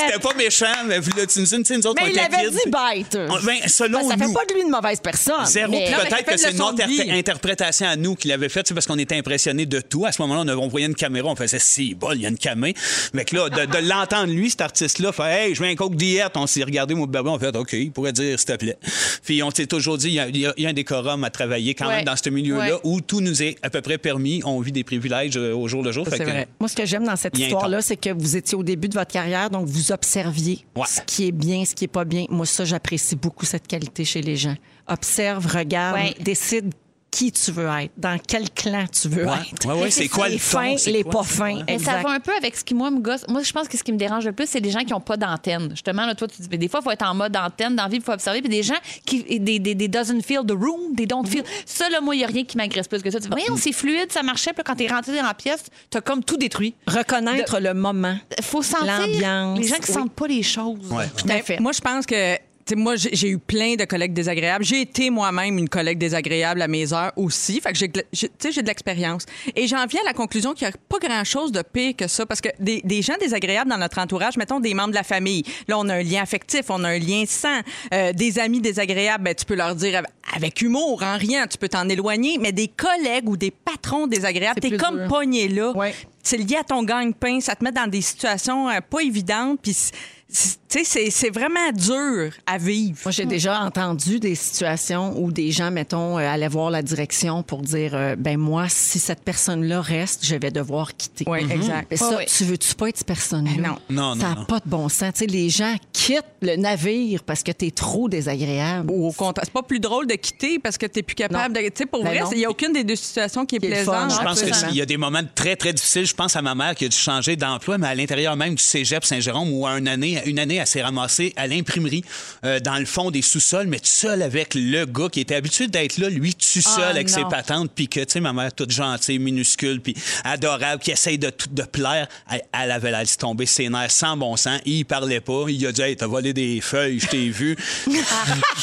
Speaker 3: C'était pas méchant, mais là, tu nous dis, tu sais, nous autres, on
Speaker 1: Mais il
Speaker 3: était
Speaker 1: avait
Speaker 3: kids.
Speaker 1: dit bête.
Speaker 3: On- ben, selon
Speaker 1: ça
Speaker 3: nous.
Speaker 1: fait pas de lui une mauvaise personne.
Speaker 3: Zéro.
Speaker 1: mais-
Speaker 3: Puis
Speaker 4: Non, mais
Speaker 3: Peut-être
Speaker 4: faites
Speaker 3: que c'est
Speaker 4: le
Speaker 3: une
Speaker 4: son de
Speaker 3: inter-
Speaker 4: vie.
Speaker 3: interprétation à nous qu'il avait faite, c'est parce qu'on était impressionnés de tout. À ce moment-là, on, a- on voyait une caméra, on faisait si bol, il y a une camé. Mais que là, de, de l'entendre, lui, cet artiste-là, fait Hey, je veux un coke diète. On s'est regardé, mon bébé, on fait OK, il pourrait dire, s'il te plaît. Puis on s'est toujours dit, il y a- il y, a- il y a un décorum à travailler quand
Speaker 2: Ouais.
Speaker 3: même dans ce milieu-là
Speaker 2: Ouais.
Speaker 3: où tout nous est à peu près permis. On vit des privilèges euh, au jour le jour.
Speaker 4: Ça,
Speaker 3: Fait
Speaker 4: c'est
Speaker 3: que-
Speaker 4: vrai.
Speaker 1: Moi, ce que j'aime dans cette
Speaker 3: Il y a un
Speaker 1: histoire-là,
Speaker 3: temps.
Speaker 1: c'est que vous étiez au début de votre carrière, donc vous observiez
Speaker 3: Ouais.
Speaker 1: ce qui est bien, ce qui est pas bien. Moi, ça, j'apprécie beaucoup cette qualité chez les gens. Observe, regarde,
Speaker 2: Ouais.
Speaker 1: décide qui tu veux être, dans quel clan tu veux
Speaker 3: Ouais.
Speaker 1: être.
Speaker 3: Ouais, ouais, c'est quoi
Speaker 1: les
Speaker 3: le ton, hein?
Speaker 1: fins,
Speaker 3: c'est
Speaker 1: les
Speaker 3: quoi?
Speaker 1: pas fins.
Speaker 2: Mais ça
Speaker 1: Exact.
Speaker 2: va un peu avec ce qui, moi, me gosse. Moi, je pense que ce qui me dérange le plus, c'est les gens qui n'ont pas d'antenne. Justement, là, toi, tu dis, mais des fois, il faut être en mode antenne, dans la vie, il faut observer. Puis des gens qui, et des, des, des doesn't feel the room, des don't feel. Ça, là, moi, il n'y a rien qui m'agresse plus que ça. Tu
Speaker 1: Bah,
Speaker 2: dis,
Speaker 1: mm.
Speaker 2: voyons, c'est fluide, ça marchait. Puis là, quand t'es rentré dans la pièce, t'as comme tout détruit.
Speaker 1: Reconnaître le moment.
Speaker 2: faut sentir
Speaker 1: L'ambiance,
Speaker 2: les gens qui
Speaker 1: oui.
Speaker 2: sentent pas les choses.
Speaker 3: Ouais.
Speaker 1: Tout à
Speaker 4: Ben,
Speaker 1: fait.
Speaker 4: Moi, je pense que. tu sais, Moi, j'ai j'ai eu plein de collègues désagréables. J'ai été moi-même une collègue désagréable à mes heures aussi. Fait que j'ai de la- j'ai- tu sais, j'ai de l'expérience. Et j'en viens à la conclusion qu'il n'y a pas grand-chose de pire que ça. Parce que des, des gens désagréables dans notre entourage, mettons des membres de la famille. Là, on a un lien affectif, on a un lien sang. Euh, des amis désagréables, ben, tu peux leur dire av- avec humour, en rien, tu peux t'en éloigner. Mais des collègues ou des patrons désagréables,
Speaker 1: C'est
Speaker 4: t'es
Speaker 1: plus
Speaker 4: comme
Speaker 1: dur.
Speaker 4: pogné là.
Speaker 1: Ouais.
Speaker 4: C'est lié à ton gagne-pain, ça te met dans des situations euh, pas évidentes, puis c- c- tu sais, c'est- c'est vraiment dur à vivre.
Speaker 1: Moi, j'ai déjà entendu des situations où des gens, mettons, euh, allaient voir la direction pour dire euh, ben moi, si cette personne-là reste, je vais devoir quitter. Mhm.
Speaker 4: Oui, exact.
Speaker 1: Mais ça,
Speaker 2: Ouais, ouais.
Speaker 1: tu veux-tu pas être cette personne-là?
Speaker 4: Ben non.
Speaker 3: Non, non,
Speaker 1: Ça
Speaker 3: non.
Speaker 1: n'a pas de bon sens. Tu sais, les gens quittent le navire parce que t'es trop désagréable.
Speaker 4: Ou au contraire, c'est pas plus drôle de quitter parce que t'es plus capable
Speaker 1: Non.
Speaker 4: de. Tu sais, pour
Speaker 1: Ben
Speaker 4: vrai,
Speaker 1: non.
Speaker 4: il n'y a aucune des deux situations qui est,
Speaker 1: Qui est le fun,
Speaker 4: plaisante.
Speaker 1: je
Speaker 3: Je pense
Speaker 1: Absolument.
Speaker 3: qu'il y a des moments très, très difficiles. Je pense à ma mère qui a dû changer d'emploi, mais à l'intérieur même du cégep Saint-Jérôme, où à une année, une année elle s'est ramassée à l'imprimerie, euh, dans le fond des sous-sols, mais toute seule avec le gars qui était habitué d'être là, lui, tout seul avec
Speaker 2: non.
Speaker 3: ses patentes, puis que, tu sais, ma mère, toute gentille, minuscule, puis adorable, euh, qui essaye de, tout- de plaire, elle, elle avait la laissé tomber ses nerfs sans bon sens. Il parlait pas. Il a dit, hey, t'as volé des feuilles, je
Speaker 1: (laughs)
Speaker 3: t'ai vu.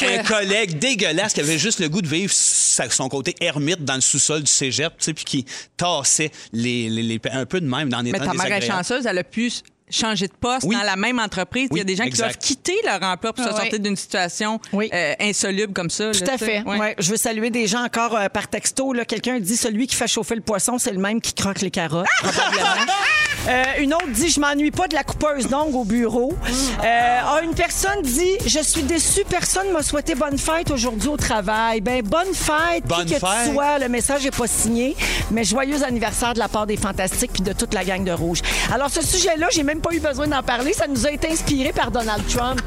Speaker 3: Un collègue dégueulasse qui avait juste le goût de vivre sa- son côté hermite dans le sous-sol du cégep, tu sais, puis qui tassait les, les- les- un peu de même dans les
Speaker 4: Mais
Speaker 3: temps
Speaker 4: ta mère est
Speaker 3: désagréables.
Speaker 4: chanceuse, elle a pu s- changer de poste
Speaker 3: Oui.
Speaker 4: dans la même entreprise. Il y a
Speaker 3: Oui,
Speaker 4: des gens qui
Speaker 3: exact.
Speaker 4: doivent quitter leur emploi pour se
Speaker 2: Ah ouais.
Speaker 4: sortir d'une situation
Speaker 1: Oui.
Speaker 4: euh, insoluble comme ça.
Speaker 1: Tout à fait. Ouais. Je veux saluer des gens encore euh, par texto. là. Quelqu'un dit celui qui fait chauffer le poisson, c'est le même qui croque les carottes. probablement. Euh, une autre dit Je m'ennuie pas de la coupeuse d'ongles au bureau. Euh, ah, une personne dit Je suis déçue, personne m'a souhaité bonne fête aujourd'hui au travail. Ben, bonne fête,
Speaker 3: Bonne
Speaker 1: qui que
Speaker 3: fête.
Speaker 1: tu sois. Le message n'est pas signé, mais joyeux anniversaire de la part des Fantastiques puis de toute la gang de Rouge. Alors, ce sujet-là, j'ai même pas eu besoin d'en parler. Ça nous a été inspiré par Donald Trump.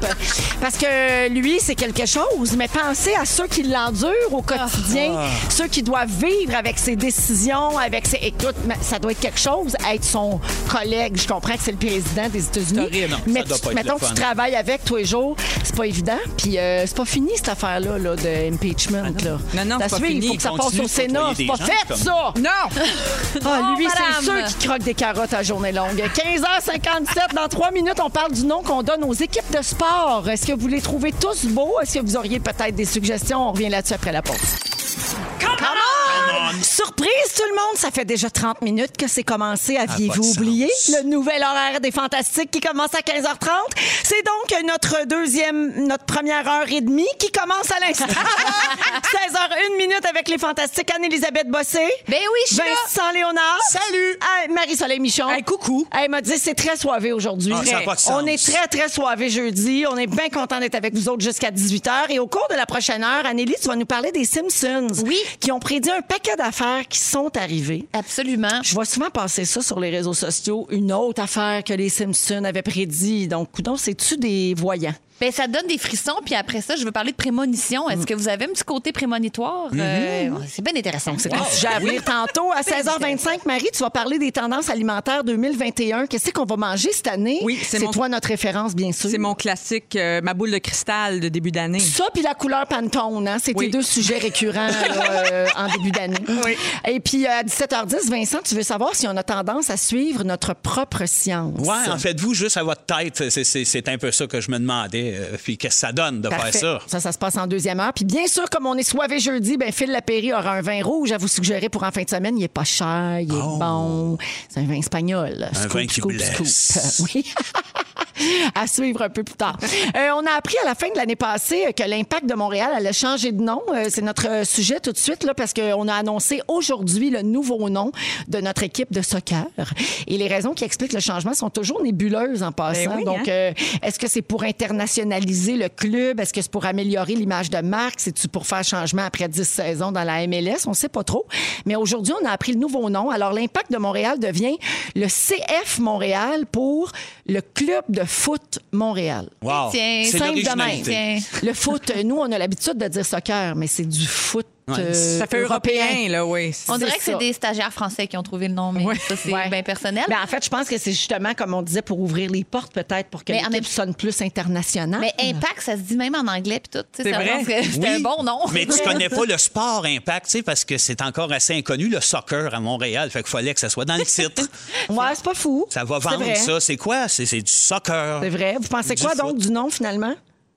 Speaker 1: Parce que lui, c'est quelque chose, mais pensez à ceux qui l'endurent au quotidien,
Speaker 3: Ah.
Speaker 1: ceux qui doivent vivre avec ses décisions, avec ses. Écoute, mais ça doit être quelque chose, être son collègue. Je comprends que c'est le président des États-Unis.
Speaker 3: C'est horrible. Non,
Speaker 1: Mais
Speaker 3: ça doit
Speaker 1: tu-
Speaker 3: pas être
Speaker 1: mettons
Speaker 3: le
Speaker 1: que tu
Speaker 3: fun.
Speaker 1: travailles avec tous les jours, c'est pas évident. Puis euh, c'est pas fini, cette affaire-là, là, de impeachment. là.
Speaker 4: Non, non,
Speaker 1: Ça
Speaker 4: c'est
Speaker 1: se
Speaker 4: pas
Speaker 1: fait, Il
Speaker 4: fini.
Speaker 1: faut que ça
Speaker 3: Ils
Speaker 1: passe
Speaker 3: continuent
Speaker 1: au
Speaker 3: de
Speaker 1: Sénat.
Speaker 3: côtoyer
Speaker 1: C'est
Speaker 3: des
Speaker 1: pas
Speaker 3: gens,
Speaker 1: fait,
Speaker 3: comme-
Speaker 1: ça! (laughs)
Speaker 4: Non!
Speaker 1: Ah, lui, c'est
Speaker 2: madame.
Speaker 1: sûr qui croque des carottes à journée longue. 15h57, dans trois minutes, on parle du nom qu'on donne aux équipes de sport. Est-ce que vous les trouvez tous beaux? Est-ce que vous auriez peut-être des suggestions? On revient là-dessus après la pause. Come on! Surprise tout le monde, ça fait déjà 30 minutes que c'est commencé.
Speaker 3: Ah, pas de
Speaker 1: Aviez-vous
Speaker 3: sens.
Speaker 1: oublié le nouvel horaire des fantastiques qui commence à 15h30? C'est donc notre deuxième, notre première heure et demie qui commence à
Speaker 3: (laughs)
Speaker 1: l'instant. 16h01 minute avec les fantastiques Anne-Elisabeth Bossé.
Speaker 2: Ben oui, je suis là.
Speaker 1: Vincent Léonard. Salut. Marie-Soleil Michon.
Speaker 4: Hey, coucou.
Speaker 1: Elle m'a dit c'est très soivé aujourd'hui.
Speaker 3: Ah, ça a pas de sens.
Speaker 1: On est très, très soivé jeudi. On est bien content d'être avec vous autres jusqu'à 18h. Et au cours de la prochaine heure, Anneli, tu vas nous parler des Simpsons.
Speaker 2: Oui.
Speaker 1: Qui ont prédit un paquet d'affaires qui sont arrivées.
Speaker 2: Absolument.
Speaker 1: Je vois souvent passer ça sur les réseaux sociaux, une autre affaire que les Simpsons avaient prédit. Donc, coudon, c'est-tu des voyants?
Speaker 2: Ben, ça donne des frissons, puis après ça, je veux parler de prémonition. Est-ce que vous avez un petit côté prémonitoire? Euh, ouais, c'est bien intéressant.
Speaker 1: C'est
Speaker 4: Oh,
Speaker 1: un sujet à venir tantôt.
Speaker 4: (laughs)
Speaker 1: À 16h25, Marie, tu vas parler des tendances alimentaires 2021. Qu'est-ce qu'on va manger cette année?
Speaker 4: Oui, c'est mon-
Speaker 1: toi notre référence, bien sûr.
Speaker 4: C'est mon classique, euh, ma boule de cristal de début d'année.
Speaker 1: Ça puis la couleur Pantone, hein, c'est
Speaker 4: Oui.
Speaker 1: tes deux sujets récurrents (laughs) là, euh, en début d'année. Et puis euh, à 17h10, Vincent, tu veux savoir si on a tendance à suivre notre propre science.
Speaker 3: Ouais, en faites-vous juste à votre tête. C'est- C'est c'est un peu ça que je me demandais. Euh, Puis qu'est-ce que ça donne de
Speaker 1: Parfait.
Speaker 3: faire ça?
Speaker 1: ça, se passe en deuxième heure. Puis bien sûr, comme on est soivé jeudi, ben Phil Lapéry aura un vin rouge à vous suggérer pour en fin de semaine. Il est pas cher, il est bon. C'est un vin espagnol.
Speaker 3: Oh. Un vin qui blesse.
Speaker 1: Euh, Oui. (laughs) à suivre un peu plus tard. Euh, on a appris à la fin de l'année passée euh, que l'impact de Montréal allait changer de nom. Euh, c'est notre euh, sujet tout de suite là, parce qu'on a annoncé aujourd'hui le nouveau nom de notre équipe de soccer. Et les raisons qui expliquent le changement sont toujours nébuleuses en passant.
Speaker 4: oui,
Speaker 1: Donc,
Speaker 4: hein?
Speaker 1: euh, est-ce (laughs) que c'est pour internationaliser le club? Est-ce que c'est pour améliorer l'image de marque? C'est-tu pour faire changement après 10 saisons dans la MLS? On ne sait pas trop. Mais aujourd'hui, on a appris le nouveau nom. Alors, l'impact de Montréal devient le CF Montréal pour le Club de foot Montréal.
Speaker 3: Wow.
Speaker 2: Tiens,
Speaker 3: C'est
Speaker 1: simple de même.
Speaker 3: l'originalité.
Speaker 2: Tiens.
Speaker 1: Le
Speaker 4: (laughs)
Speaker 1: foot, euh, nous, on a l'habitude de dire soccer, mais c'est du foot.
Speaker 3: Ouais.
Speaker 1: euh,
Speaker 4: Ça fait européen, là, oui.
Speaker 2: On
Speaker 1: C'est
Speaker 2: dirait que
Speaker 1: ça.
Speaker 2: c'est des stagiaires français qui ont trouvé le nom, mais ça, c'est
Speaker 1: Ouais.
Speaker 2: bien personnel.
Speaker 1: Ben, en fait, je pense que c'est justement, comme on disait, pour ouvrir les portes, peut-être, pour que
Speaker 2: Mais en
Speaker 1: l'équipe
Speaker 2: même-
Speaker 1: sonne plus internationale.
Speaker 2: mais Impact, ça se dit même en anglais, puis tout. tu sais,
Speaker 4: C'est
Speaker 2: ça
Speaker 4: vrai.
Speaker 2: rend- C'est un
Speaker 3: Oui,
Speaker 2: bon nom.
Speaker 3: Mais tu connais pas le sport impact, tu sais, parce que c'est encore assez inconnu, le soccer à Montréal. Fait qu'il fallait que ça soit dans le titre.
Speaker 1: Ouais, c'est pas fou.
Speaker 3: Ça va
Speaker 1: C'est
Speaker 3: vendre,
Speaker 1: vrai.
Speaker 3: ça. C'est quoi? C'est c'est du soccer.
Speaker 1: C'est vrai. Vous pensez
Speaker 3: Du
Speaker 1: quoi
Speaker 3: foot.
Speaker 1: donc du nom finalement?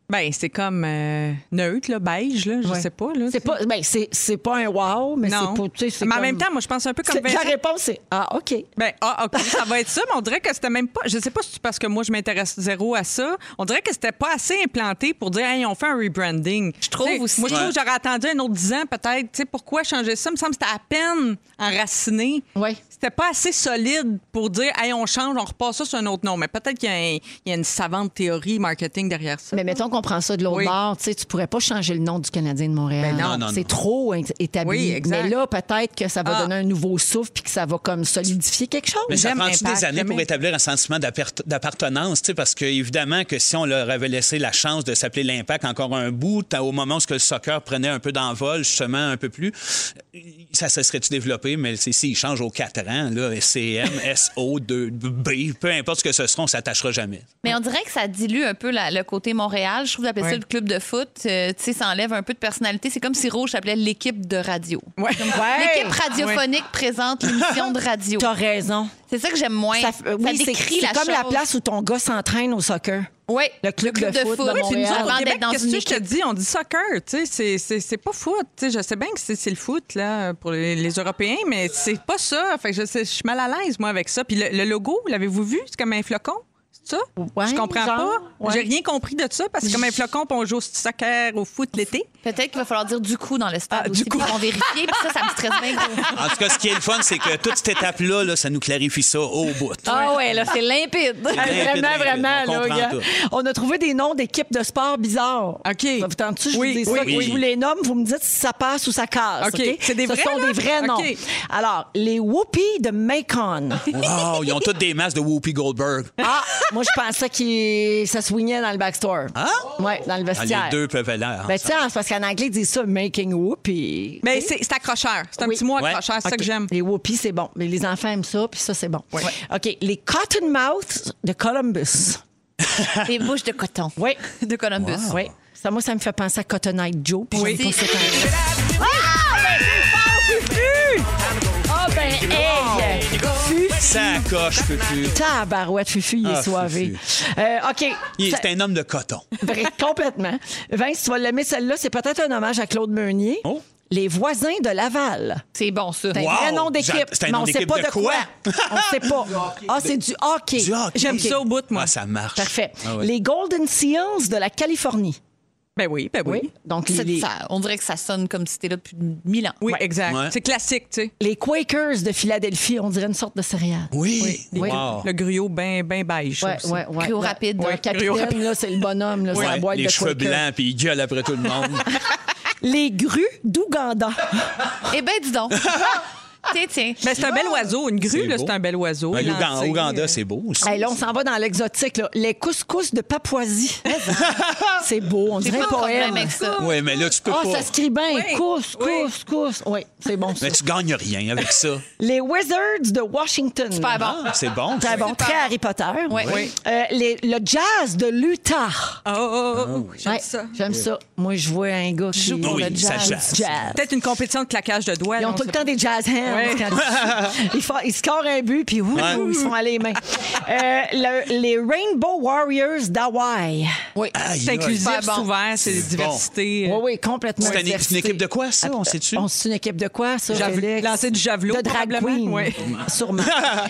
Speaker 4: Ben, c'est comme euh, neutre, là, beige, là, je sais pas. Là,
Speaker 1: C'est pas, ben, c'est, c'est pas un wow, mais
Speaker 4: Non.
Speaker 1: c'est pas. tu sais, c'est
Speaker 4: mais en
Speaker 1: comme-
Speaker 4: même temps, moi, je pense un peu comme
Speaker 1: C'est- La
Speaker 4: Vincent.
Speaker 1: réponse c'est Ah, OK.
Speaker 4: Ben, ah, OK, ça va être ça, mais on dirait que c'était même pas. Je sais pas si c'est parce que moi, je m'intéresse zéro à ça. On dirait que c'était pas assez implanté pour dire, hey, on fait un rebranding. Je
Speaker 2: trouve aussi.
Speaker 4: Moi, je trouve
Speaker 3: Ouais.
Speaker 4: que j'aurais attendu un autre 10 ans, peut-être. Tu sais, pourquoi changer ça? Il me semble que c'était à peine enraciné.
Speaker 1: Ouais.
Speaker 4: C'était pas assez solide pour dire, hey, on change, on repasse ça sur un autre nom. Mais peut-être qu'il y, a un- il y a une savante théorie marketing derrière ça.
Speaker 1: Mais mettons qu'on prend ça de l'autre
Speaker 4: Oui.
Speaker 1: bord, tu sais, tu pourrais pas changer le nom du Canadien de Montréal.
Speaker 4: Ben non.
Speaker 3: Non, non,
Speaker 1: c'est
Speaker 3: non.
Speaker 1: trop int- établi.
Speaker 4: Oui, exact.
Speaker 1: Mais là, peut-être que ça va
Speaker 4: Ah.
Speaker 1: donner un nouveau souffle puis que ça va comme solidifier quelque chose.
Speaker 3: Mais ça
Speaker 4: J'aime
Speaker 3: prend
Speaker 4: Impact,
Speaker 3: des années
Speaker 4: jamais.
Speaker 3: pour établir un sentiment d'appart- d'appartenance, tu sais, parce que évidemment que si on leur avait laissé la chance de s'appeler l'Impact encore un bout, t'as- au moment où ce que le soccer prenait un peu d'envol, justement un peu plus, ça se serait-tu développé, mais c'est- s'ils changent aux 4 ans, là, CM, SO, 2, B, peu importe ce que ce sera, on s'attachera jamais.
Speaker 2: Mais on dirait que ça dilue un peu la- le côté Montréal. Je trouve d'appeler ça
Speaker 4: Ouais.
Speaker 2: le club de foot, euh, tu sais, ça enlève un peu de personnalité. C'est comme si Rouge s'appelait l'équipe de radio.
Speaker 4: Ouais.
Speaker 2: Comme-
Speaker 1: Ouais.
Speaker 2: L'équipe radiophonique présente l'émission de
Speaker 1: (laughs)
Speaker 2: radio.
Speaker 1: T'as raison.
Speaker 2: C'est ça que j'aime moins. Ben, Ça,
Speaker 1: Ça, euh, oui, c'est,
Speaker 2: décrit
Speaker 1: c'est
Speaker 2: la
Speaker 1: comme la
Speaker 2: chose.
Speaker 1: place où ton gars s'entraîne au soccer.
Speaker 2: Ouais.
Speaker 1: Le club de foot de
Speaker 4: Ah Oui, puis nous
Speaker 1: Montréal.
Speaker 4: autres,
Speaker 2: Avant
Speaker 4: au Québec,
Speaker 2: d'être dans
Speaker 4: qu'est-ce
Speaker 2: une
Speaker 4: que je te
Speaker 2: équipe.
Speaker 4: dis? On dit soccer, tu sais, c'est- c'est c'est pas foot. tu sais, Je sais bien que c'est c'est le foot là, pour les, les Européens, mais c'est pas ça. Fait que je, sais- je suis mal à l'aise, moi, avec ça. Puis le, le logo, l'avez-vous vu? C'est comme un flocon. C'est ça?
Speaker 2: Ouais,
Speaker 4: je comprends
Speaker 2: genre,
Speaker 4: pas.
Speaker 2: ouais.
Speaker 4: J'ai rien compris de ça parce que comme un flocon, puis on joue au soccer, au foot l'été.
Speaker 2: Peut-être qu'il va falloir dire du coup dans le stade
Speaker 4: Ah,
Speaker 2: aussi,
Speaker 4: du coup.
Speaker 2: puis on vérifier, puis ça, ça me stresse bien gros.
Speaker 3: (laughs) En tout cas, ce qui est le fun, c'est que toute cette étape-là, là, ça nous clarifie ça au bout.
Speaker 2: Ah ouais, là, c'est limpide.
Speaker 3: C'est
Speaker 1: Vraiment,
Speaker 3: limpide, limpide.
Speaker 1: vraiment.
Speaker 3: On
Speaker 1: là,
Speaker 3: comprend
Speaker 1: regarde.
Speaker 3: tout.
Speaker 1: on a trouvé des noms d'équipes de sport bizarres.
Speaker 4: OK.
Speaker 1: Vous tentez, Ah je
Speaker 4: Oui,
Speaker 1: vous dis
Speaker 4: oui,
Speaker 1: ça.
Speaker 3: oui.
Speaker 1: Je vous les nomme, vous me dites si ça passe ou ça casse.
Speaker 4: OK.
Speaker 1: OK?
Speaker 4: C'est des
Speaker 1: Ce
Speaker 4: vrais,
Speaker 1: sont
Speaker 4: là?
Speaker 1: des vrais noms.
Speaker 4: OK.
Speaker 1: Alors, les Whoopies de Macon.
Speaker 3: Wow, ils ont toutes des masses de Whoopi Goldberg.
Speaker 1: Ah, moi, je pensais que ça swingait dans le backstore.
Speaker 3: Ah?
Speaker 1: Oui, dans le
Speaker 3: Ah,
Speaker 1: vestiaire.
Speaker 3: les deux peuvent aller.
Speaker 1: Ben, tu sais, c'est parce qu'en anglais, ils disent ça, making whoopie.
Speaker 4: Mais Ben, c'est c'est accrocheur. C'est un
Speaker 1: Oui.
Speaker 4: petit mot
Speaker 3: Ouais.
Speaker 4: accrocheur, c'est ça que j'aime.
Speaker 1: Les whoopies, c'est bon. Mais les enfants aiment ça, puis ça, c'est bon. OK. Les cottonmouths de Columbus.
Speaker 2: Des bouches de coton.
Speaker 1: Oui.
Speaker 2: De Columbus.
Speaker 1: Oui. Ça, moi, ça me fait penser à Cotton Eye Joe. Puis
Speaker 4: Oui.
Speaker 1: j'aime pas cette année.
Speaker 3: Ça coche, Fufu.
Speaker 1: Tabarouette, Fufu, il est
Speaker 3: Ah,
Speaker 1: soivé.
Speaker 3: Fufu.
Speaker 1: Euh, OK.
Speaker 3: Il-
Speaker 1: Ça-
Speaker 3: C'est un homme de coton. (laughs)
Speaker 1: Vrai, complètement. Vince, tu vas l'aimer, celle-là. C'est peut-être un hommage à Claude Meunier.
Speaker 3: Oh.
Speaker 1: Les voisins de Laval.
Speaker 2: C'est bon, ça.
Speaker 1: C'est un
Speaker 3: Wow!
Speaker 1: vrai nom d'équipe.
Speaker 3: C'est un
Speaker 1: mais
Speaker 3: nom
Speaker 1: on sait
Speaker 3: d'équipe
Speaker 1: pas
Speaker 3: de
Speaker 1: de quoi.
Speaker 3: quoi?
Speaker 1: on sait
Speaker 3: (laughs)
Speaker 1: pas. Ah, c'est du hockey.
Speaker 3: Du hockey.
Speaker 4: J'aime
Speaker 3: OK.
Speaker 4: ça au bout, de moi.
Speaker 3: Ah, ça marche.
Speaker 1: Parfait.
Speaker 3: Ah ouais.
Speaker 1: Les Golden Seals de la Californie.
Speaker 4: Ben oui, ben oui.
Speaker 1: Oui. Donc,
Speaker 2: C'est-
Speaker 1: les,
Speaker 2: ça- on dirait que ça sonne comme si t'es là depuis mille ans.
Speaker 4: Oui, exact.
Speaker 3: Ouais.
Speaker 4: C'est classique, tu sais.
Speaker 1: les Quakers de Philadelphie, on dirait une sorte de céréale.
Speaker 3: Oui.
Speaker 1: Oui.
Speaker 3: Wow.
Speaker 4: Le griot ben, ben beige. ça aussi.
Speaker 2: Crio rapide.
Speaker 1: Ouais,
Speaker 2: Ouais,
Speaker 4: crio
Speaker 1: hein, capitaine,
Speaker 4: rapide.
Speaker 1: là, c'est le bonhomme, là, c'est la
Speaker 3: Ouais,
Speaker 1: boîte
Speaker 3: les
Speaker 1: de
Speaker 3: cheveux
Speaker 1: Quakers.
Speaker 3: blancs, puis il gueule après tout le monde.
Speaker 1: Les grues d'Ouganda.
Speaker 2: Eh ben, dis donc. tiens, tiens.
Speaker 4: Ben, c'est un bel oiseau. Une grue,
Speaker 3: Ah, C'est
Speaker 4: là,
Speaker 3: beau.
Speaker 4: c'est un bel oiseau.
Speaker 3: Ouais, l'Ougan-
Speaker 4: lancé,
Speaker 3: Ouganda,
Speaker 4: euh,
Speaker 3: c'est beau aussi.
Speaker 1: Hey, là, on s'en va dans l'exotique. là. Les couscous de Papouasie.
Speaker 3: Ah!
Speaker 1: c'est beau, on
Speaker 2: J'ai
Speaker 1: dirait
Speaker 2: pas
Speaker 1: un
Speaker 2: de problème
Speaker 1: poème.
Speaker 2: avec ça.
Speaker 3: Oui, mais là, tu peux
Speaker 1: Ah,
Speaker 3: pas.
Speaker 1: ça se crie bien.
Speaker 4: Oui.
Speaker 1: Cousse,
Speaker 4: Oui.
Speaker 1: cousse, cousse. Oui, c'est bon. ça.
Speaker 3: Mais tu gagnes rien avec ça.
Speaker 1: Les Wizards de Washington.
Speaker 2: Super bon.
Speaker 3: Ah, c'est bon.
Speaker 1: Très
Speaker 3: ça.
Speaker 1: bon, très Harry Potter.
Speaker 2: Ouais. Oui.
Speaker 1: Euh, les- le jazz de l'Utah.
Speaker 4: Oh, oh,
Speaker 3: Ah,
Speaker 4: oh, oh, j'aime
Speaker 1: Ouais,
Speaker 4: ça.
Speaker 1: J'aime ça. Moi, je vois un gars qui
Speaker 2: Joue
Speaker 3: pour
Speaker 1: le
Speaker 3: le
Speaker 1: jazz.
Speaker 3: jazz.
Speaker 1: Jazz.
Speaker 4: Peut-être une compétition de claquage de doigts.
Speaker 1: Ils
Speaker 4: là,
Speaker 1: ont
Speaker 4: on
Speaker 1: tout
Speaker 4: sait
Speaker 1: le temps des jazz hands.
Speaker 4: Ouais.
Speaker 1: quand ils, ils font- ils scorent un but, puis ouh,
Speaker 3: Ouais.
Speaker 1: ils se font aller les mains. Euh, le- les Rainbow Warriors d'Hawaï.
Speaker 2: Oui.
Speaker 3: Aïe,
Speaker 4: C'est
Speaker 3: aïe.
Speaker 4: inclusif,
Speaker 2: Super bon.
Speaker 4: c'est ouvert, c'est
Speaker 3: bon.
Speaker 4: diversité.
Speaker 1: Oui, oui, complètement.
Speaker 3: C'est une- c'est une équipe de quoi, ça? On sait-tu?
Speaker 1: On c'est une équipe de quoi, ça?
Speaker 4: Javel-
Speaker 1: Félix?
Speaker 4: lancer du javelot,
Speaker 1: De drag
Speaker 4: probablement,
Speaker 1: queen.
Speaker 4: ouais.
Speaker 1: (laughs) Sûrement.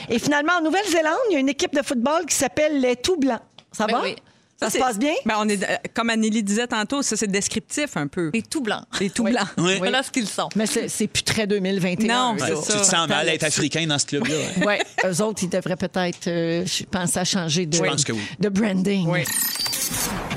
Speaker 1: Et finalement, en Nouvelle-Zélande, il y a une équipe de football qui s'appelle les Tout Blancs. Ça
Speaker 2: Ben
Speaker 1: va?
Speaker 2: oui.
Speaker 1: Ça, se
Speaker 4: c'est-
Speaker 1: passe bien?
Speaker 4: Ben, on est, euh, comme Anneli disait tantôt, ça, c'est descriptif un peu.
Speaker 2: Les tout blancs.
Speaker 4: Les tout blancs.
Speaker 3: Oui.
Speaker 2: Voilà ce qu'ils sont.
Speaker 1: Mais c'est c'est plus très 2021.
Speaker 4: Non,
Speaker 1: là.
Speaker 3: Ouais,
Speaker 4: c'est
Speaker 3: tu
Speaker 4: ça.
Speaker 3: te sens mal à être africain dans ce club-là. hein.
Speaker 1: Oui, (laughs) eux autres, ils devraient peut-être euh, je pense à changer de,
Speaker 3: Je pense que oui.
Speaker 1: de branding.
Speaker 4: Oui.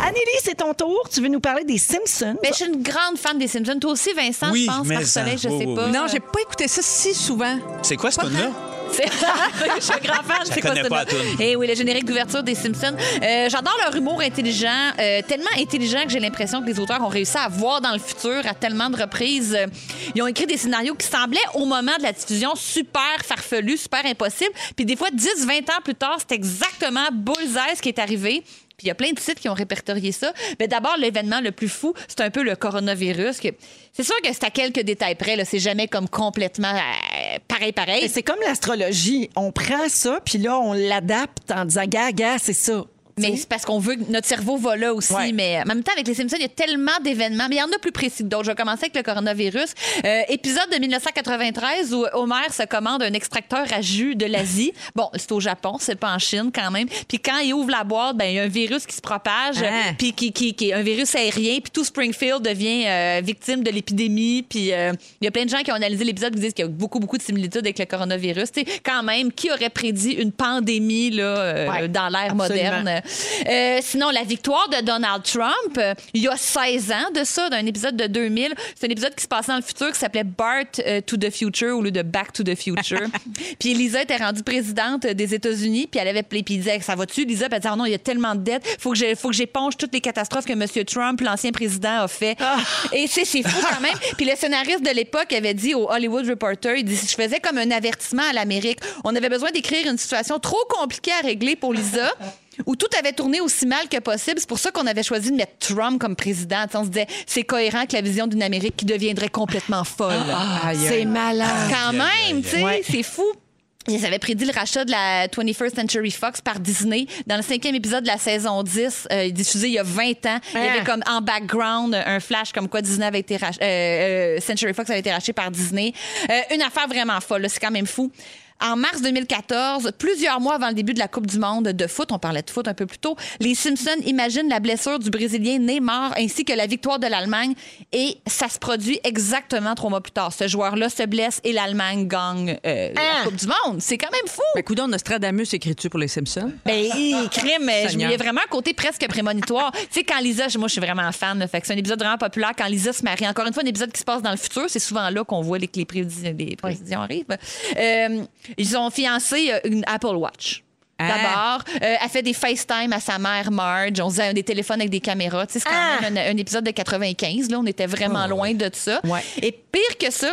Speaker 1: Anneli, c'est ton tour. Tu veux nous parler des Simpsons?
Speaker 2: Mais Ben, je suis une grande fan des Simpsons. Toi aussi, Vincent,
Speaker 3: Oui,
Speaker 2: je pense,
Speaker 3: mais
Speaker 2: Marcelin, je
Speaker 3: ça. Oui,
Speaker 2: sais
Speaker 3: oui,
Speaker 2: pas.
Speaker 3: oui.
Speaker 4: Non, j'ai pas écouté ça si souvent.
Speaker 3: C'est quoi ce
Speaker 2: Pas
Speaker 3: tune-là?
Speaker 2: C'est- (laughs) je suis un grand fan.
Speaker 3: Je la
Speaker 2: c'est quoi
Speaker 3: connais
Speaker 2: ce
Speaker 3: pas, la
Speaker 2: nom?
Speaker 3: toune.
Speaker 2: Eh oui, le générique d'ouverture des Simpsons. Euh, J'adore leur humour intelligent, euh, tellement intelligent que j'ai l'impression que les auteurs ont réussi à voir dans le futur à tellement de reprises. Euh, Ils ont écrit des scénarios qui semblaient au moment de la diffusion super farfelus, super impossible. Puis des fois, 10, 20 ans plus tard, c'est exactement bullseye ce qui est arrivé. Puis il y a plein de sites qui ont répertorié ça. Mais d'abord, l'événement le plus fou, c'est un peu le coronavirus. que- C'est sûr que c'est à quelques détails près. là. C'est jamais comme complètement euh, pareil,
Speaker 1: Et
Speaker 2: pareil.
Speaker 1: C'est comme l'astrologie. On prend ça, puis là, on l'adapte en disant, gars, gars, c'est ça.
Speaker 2: Mais c'est parce qu'on veut que notre cerveau va là aussi.
Speaker 1: Ouais.
Speaker 2: Mais euh, en même temps, avec les Simpsons, il y a tellement d'événements. Mais il y en a plus précis que d'autres. Je vais commencer avec le coronavirus. Euh, épisode de 1993 où Homer se commande un extracteur à jus de l'Asie. Bon, c'est au Japon, c'est pas en Chine quand même. Puis quand il ouvre la boîte, ben, il y a un virus qui se propage,
Speaker 1: Hein?
Speaker 4: Ah.
Speaker 2: puis qui, qui, qui est un virus aérien. Puis tout Springfield devient euh, victime de l'épidémie. Puis euh, il y a plein de gens qui ont analysé l'épisode qui disent qu'il y a beaucoup, beaucoup de similitudes avec le coronavirus. Tu sais, quand même, qui aurait prédit une pandémie là, euh,
Speaker 1: Ouais.
Speaker 2: dans l'ère
Speaker 1: Absolument.
Speaker 2: moderne? Euh, sinon, la victoire de Donald Trump, euh, il y a 16 ans de ça, d'un épisode de 2000. C'est un épisode qui se passait dans le futur qui s'appelait Bart euh, to the Future au lieu de Back to the
Speaker 1: (laughs)
Speaker 2: Future. puis Elisa était rendue présidente euh, des États-Unis, puis elle avait puis il disait ça va-tu Elisa, puis elle disait Ah non, il y a tellement de dettes, faut que j'ai faut que j'éponge toutes les catastrophes que M. Trump, l'ancien président a fait. Et c'est c'est fou quand même. Puis le scénariste de l'époque avait dit au Hollywood Reporter, il dit je faisais comme un avertissement à l'Amérique. On avait besoin d'écrire une situation trop compliquée à régler pour Lisa où tout avait tourné aussi mal que possible. C'est pour ça qu'on avait choisi de mettre Trump comme président. Tu sais, on se disait, c'est cohérent avec la vision d'une Amérique qui deviendrait complètement folle.
Speaker 1: C'est malade.
Speaker 2: Quand
Speaker 3: Aïe, aïe,
Speaker 2: même, tu sais,
Speaker 1: Ouais.
Speaker 2: c'est fou. Ils avaient prédit le rachat de la 21st Century Fox par Disney. Dans le cinquième épisode de la saison 10, euh, diffusé il y a 20 ans, il y
Speaker 1: Hein?
Speaker 2: avait comme en background un flash comme quoi Disney avait été rach- euh, euh, Century Fox avait été racheté par Disney. Euh, une affaire vraiment folle, là, c'est quand même fou. En mars 2014, plusieurs mois avant le début de la Coupe du monde de foot, on parlait de foot un peu plus tôt, les Simpsons imaginent la blessure du Brésilien Neymar ainsi que la victoire de l'Allemagne et ça se produit exactement trois mois plus tard. Ce joueur-là se blesse et l'Allemagne gagne euh, la Coupe du monde. C'est quand même fou!
Speaker 4: Ben, coudonc, Nostradamus écris-tu pour les Simpsons?
Speaker 2: Ben, il crime. euh, je- Il
Speaker 4: Seigneur.
Speaker 2: y a vraiment un côté presque prémonitoire. tu sais, quand Lisa, je- moi, je suis vraiment fan. là, fait que c'est un épisode vraiment populaire. Quand Lisa se marie, encore une fois, un épisode qui se passe dans le futur, c'est souvent là qu'on voit les, que les prédis- les prévisions arrivent. Euh, ils ont fiancé euh, une Apple Watch.
Speaker 4: Ah.
Speaker 2: D'abord, Euh, elle fait des FaceTime à sa mère Marge. On faisait des téléphones avec des caméras. Tu sais, C'est quand même un, un épisode de 95. Là, on était vraiment loin de ça.
Speaker 4: Ah! Oh, Ouais.
Speaker 2: Et pire que ça,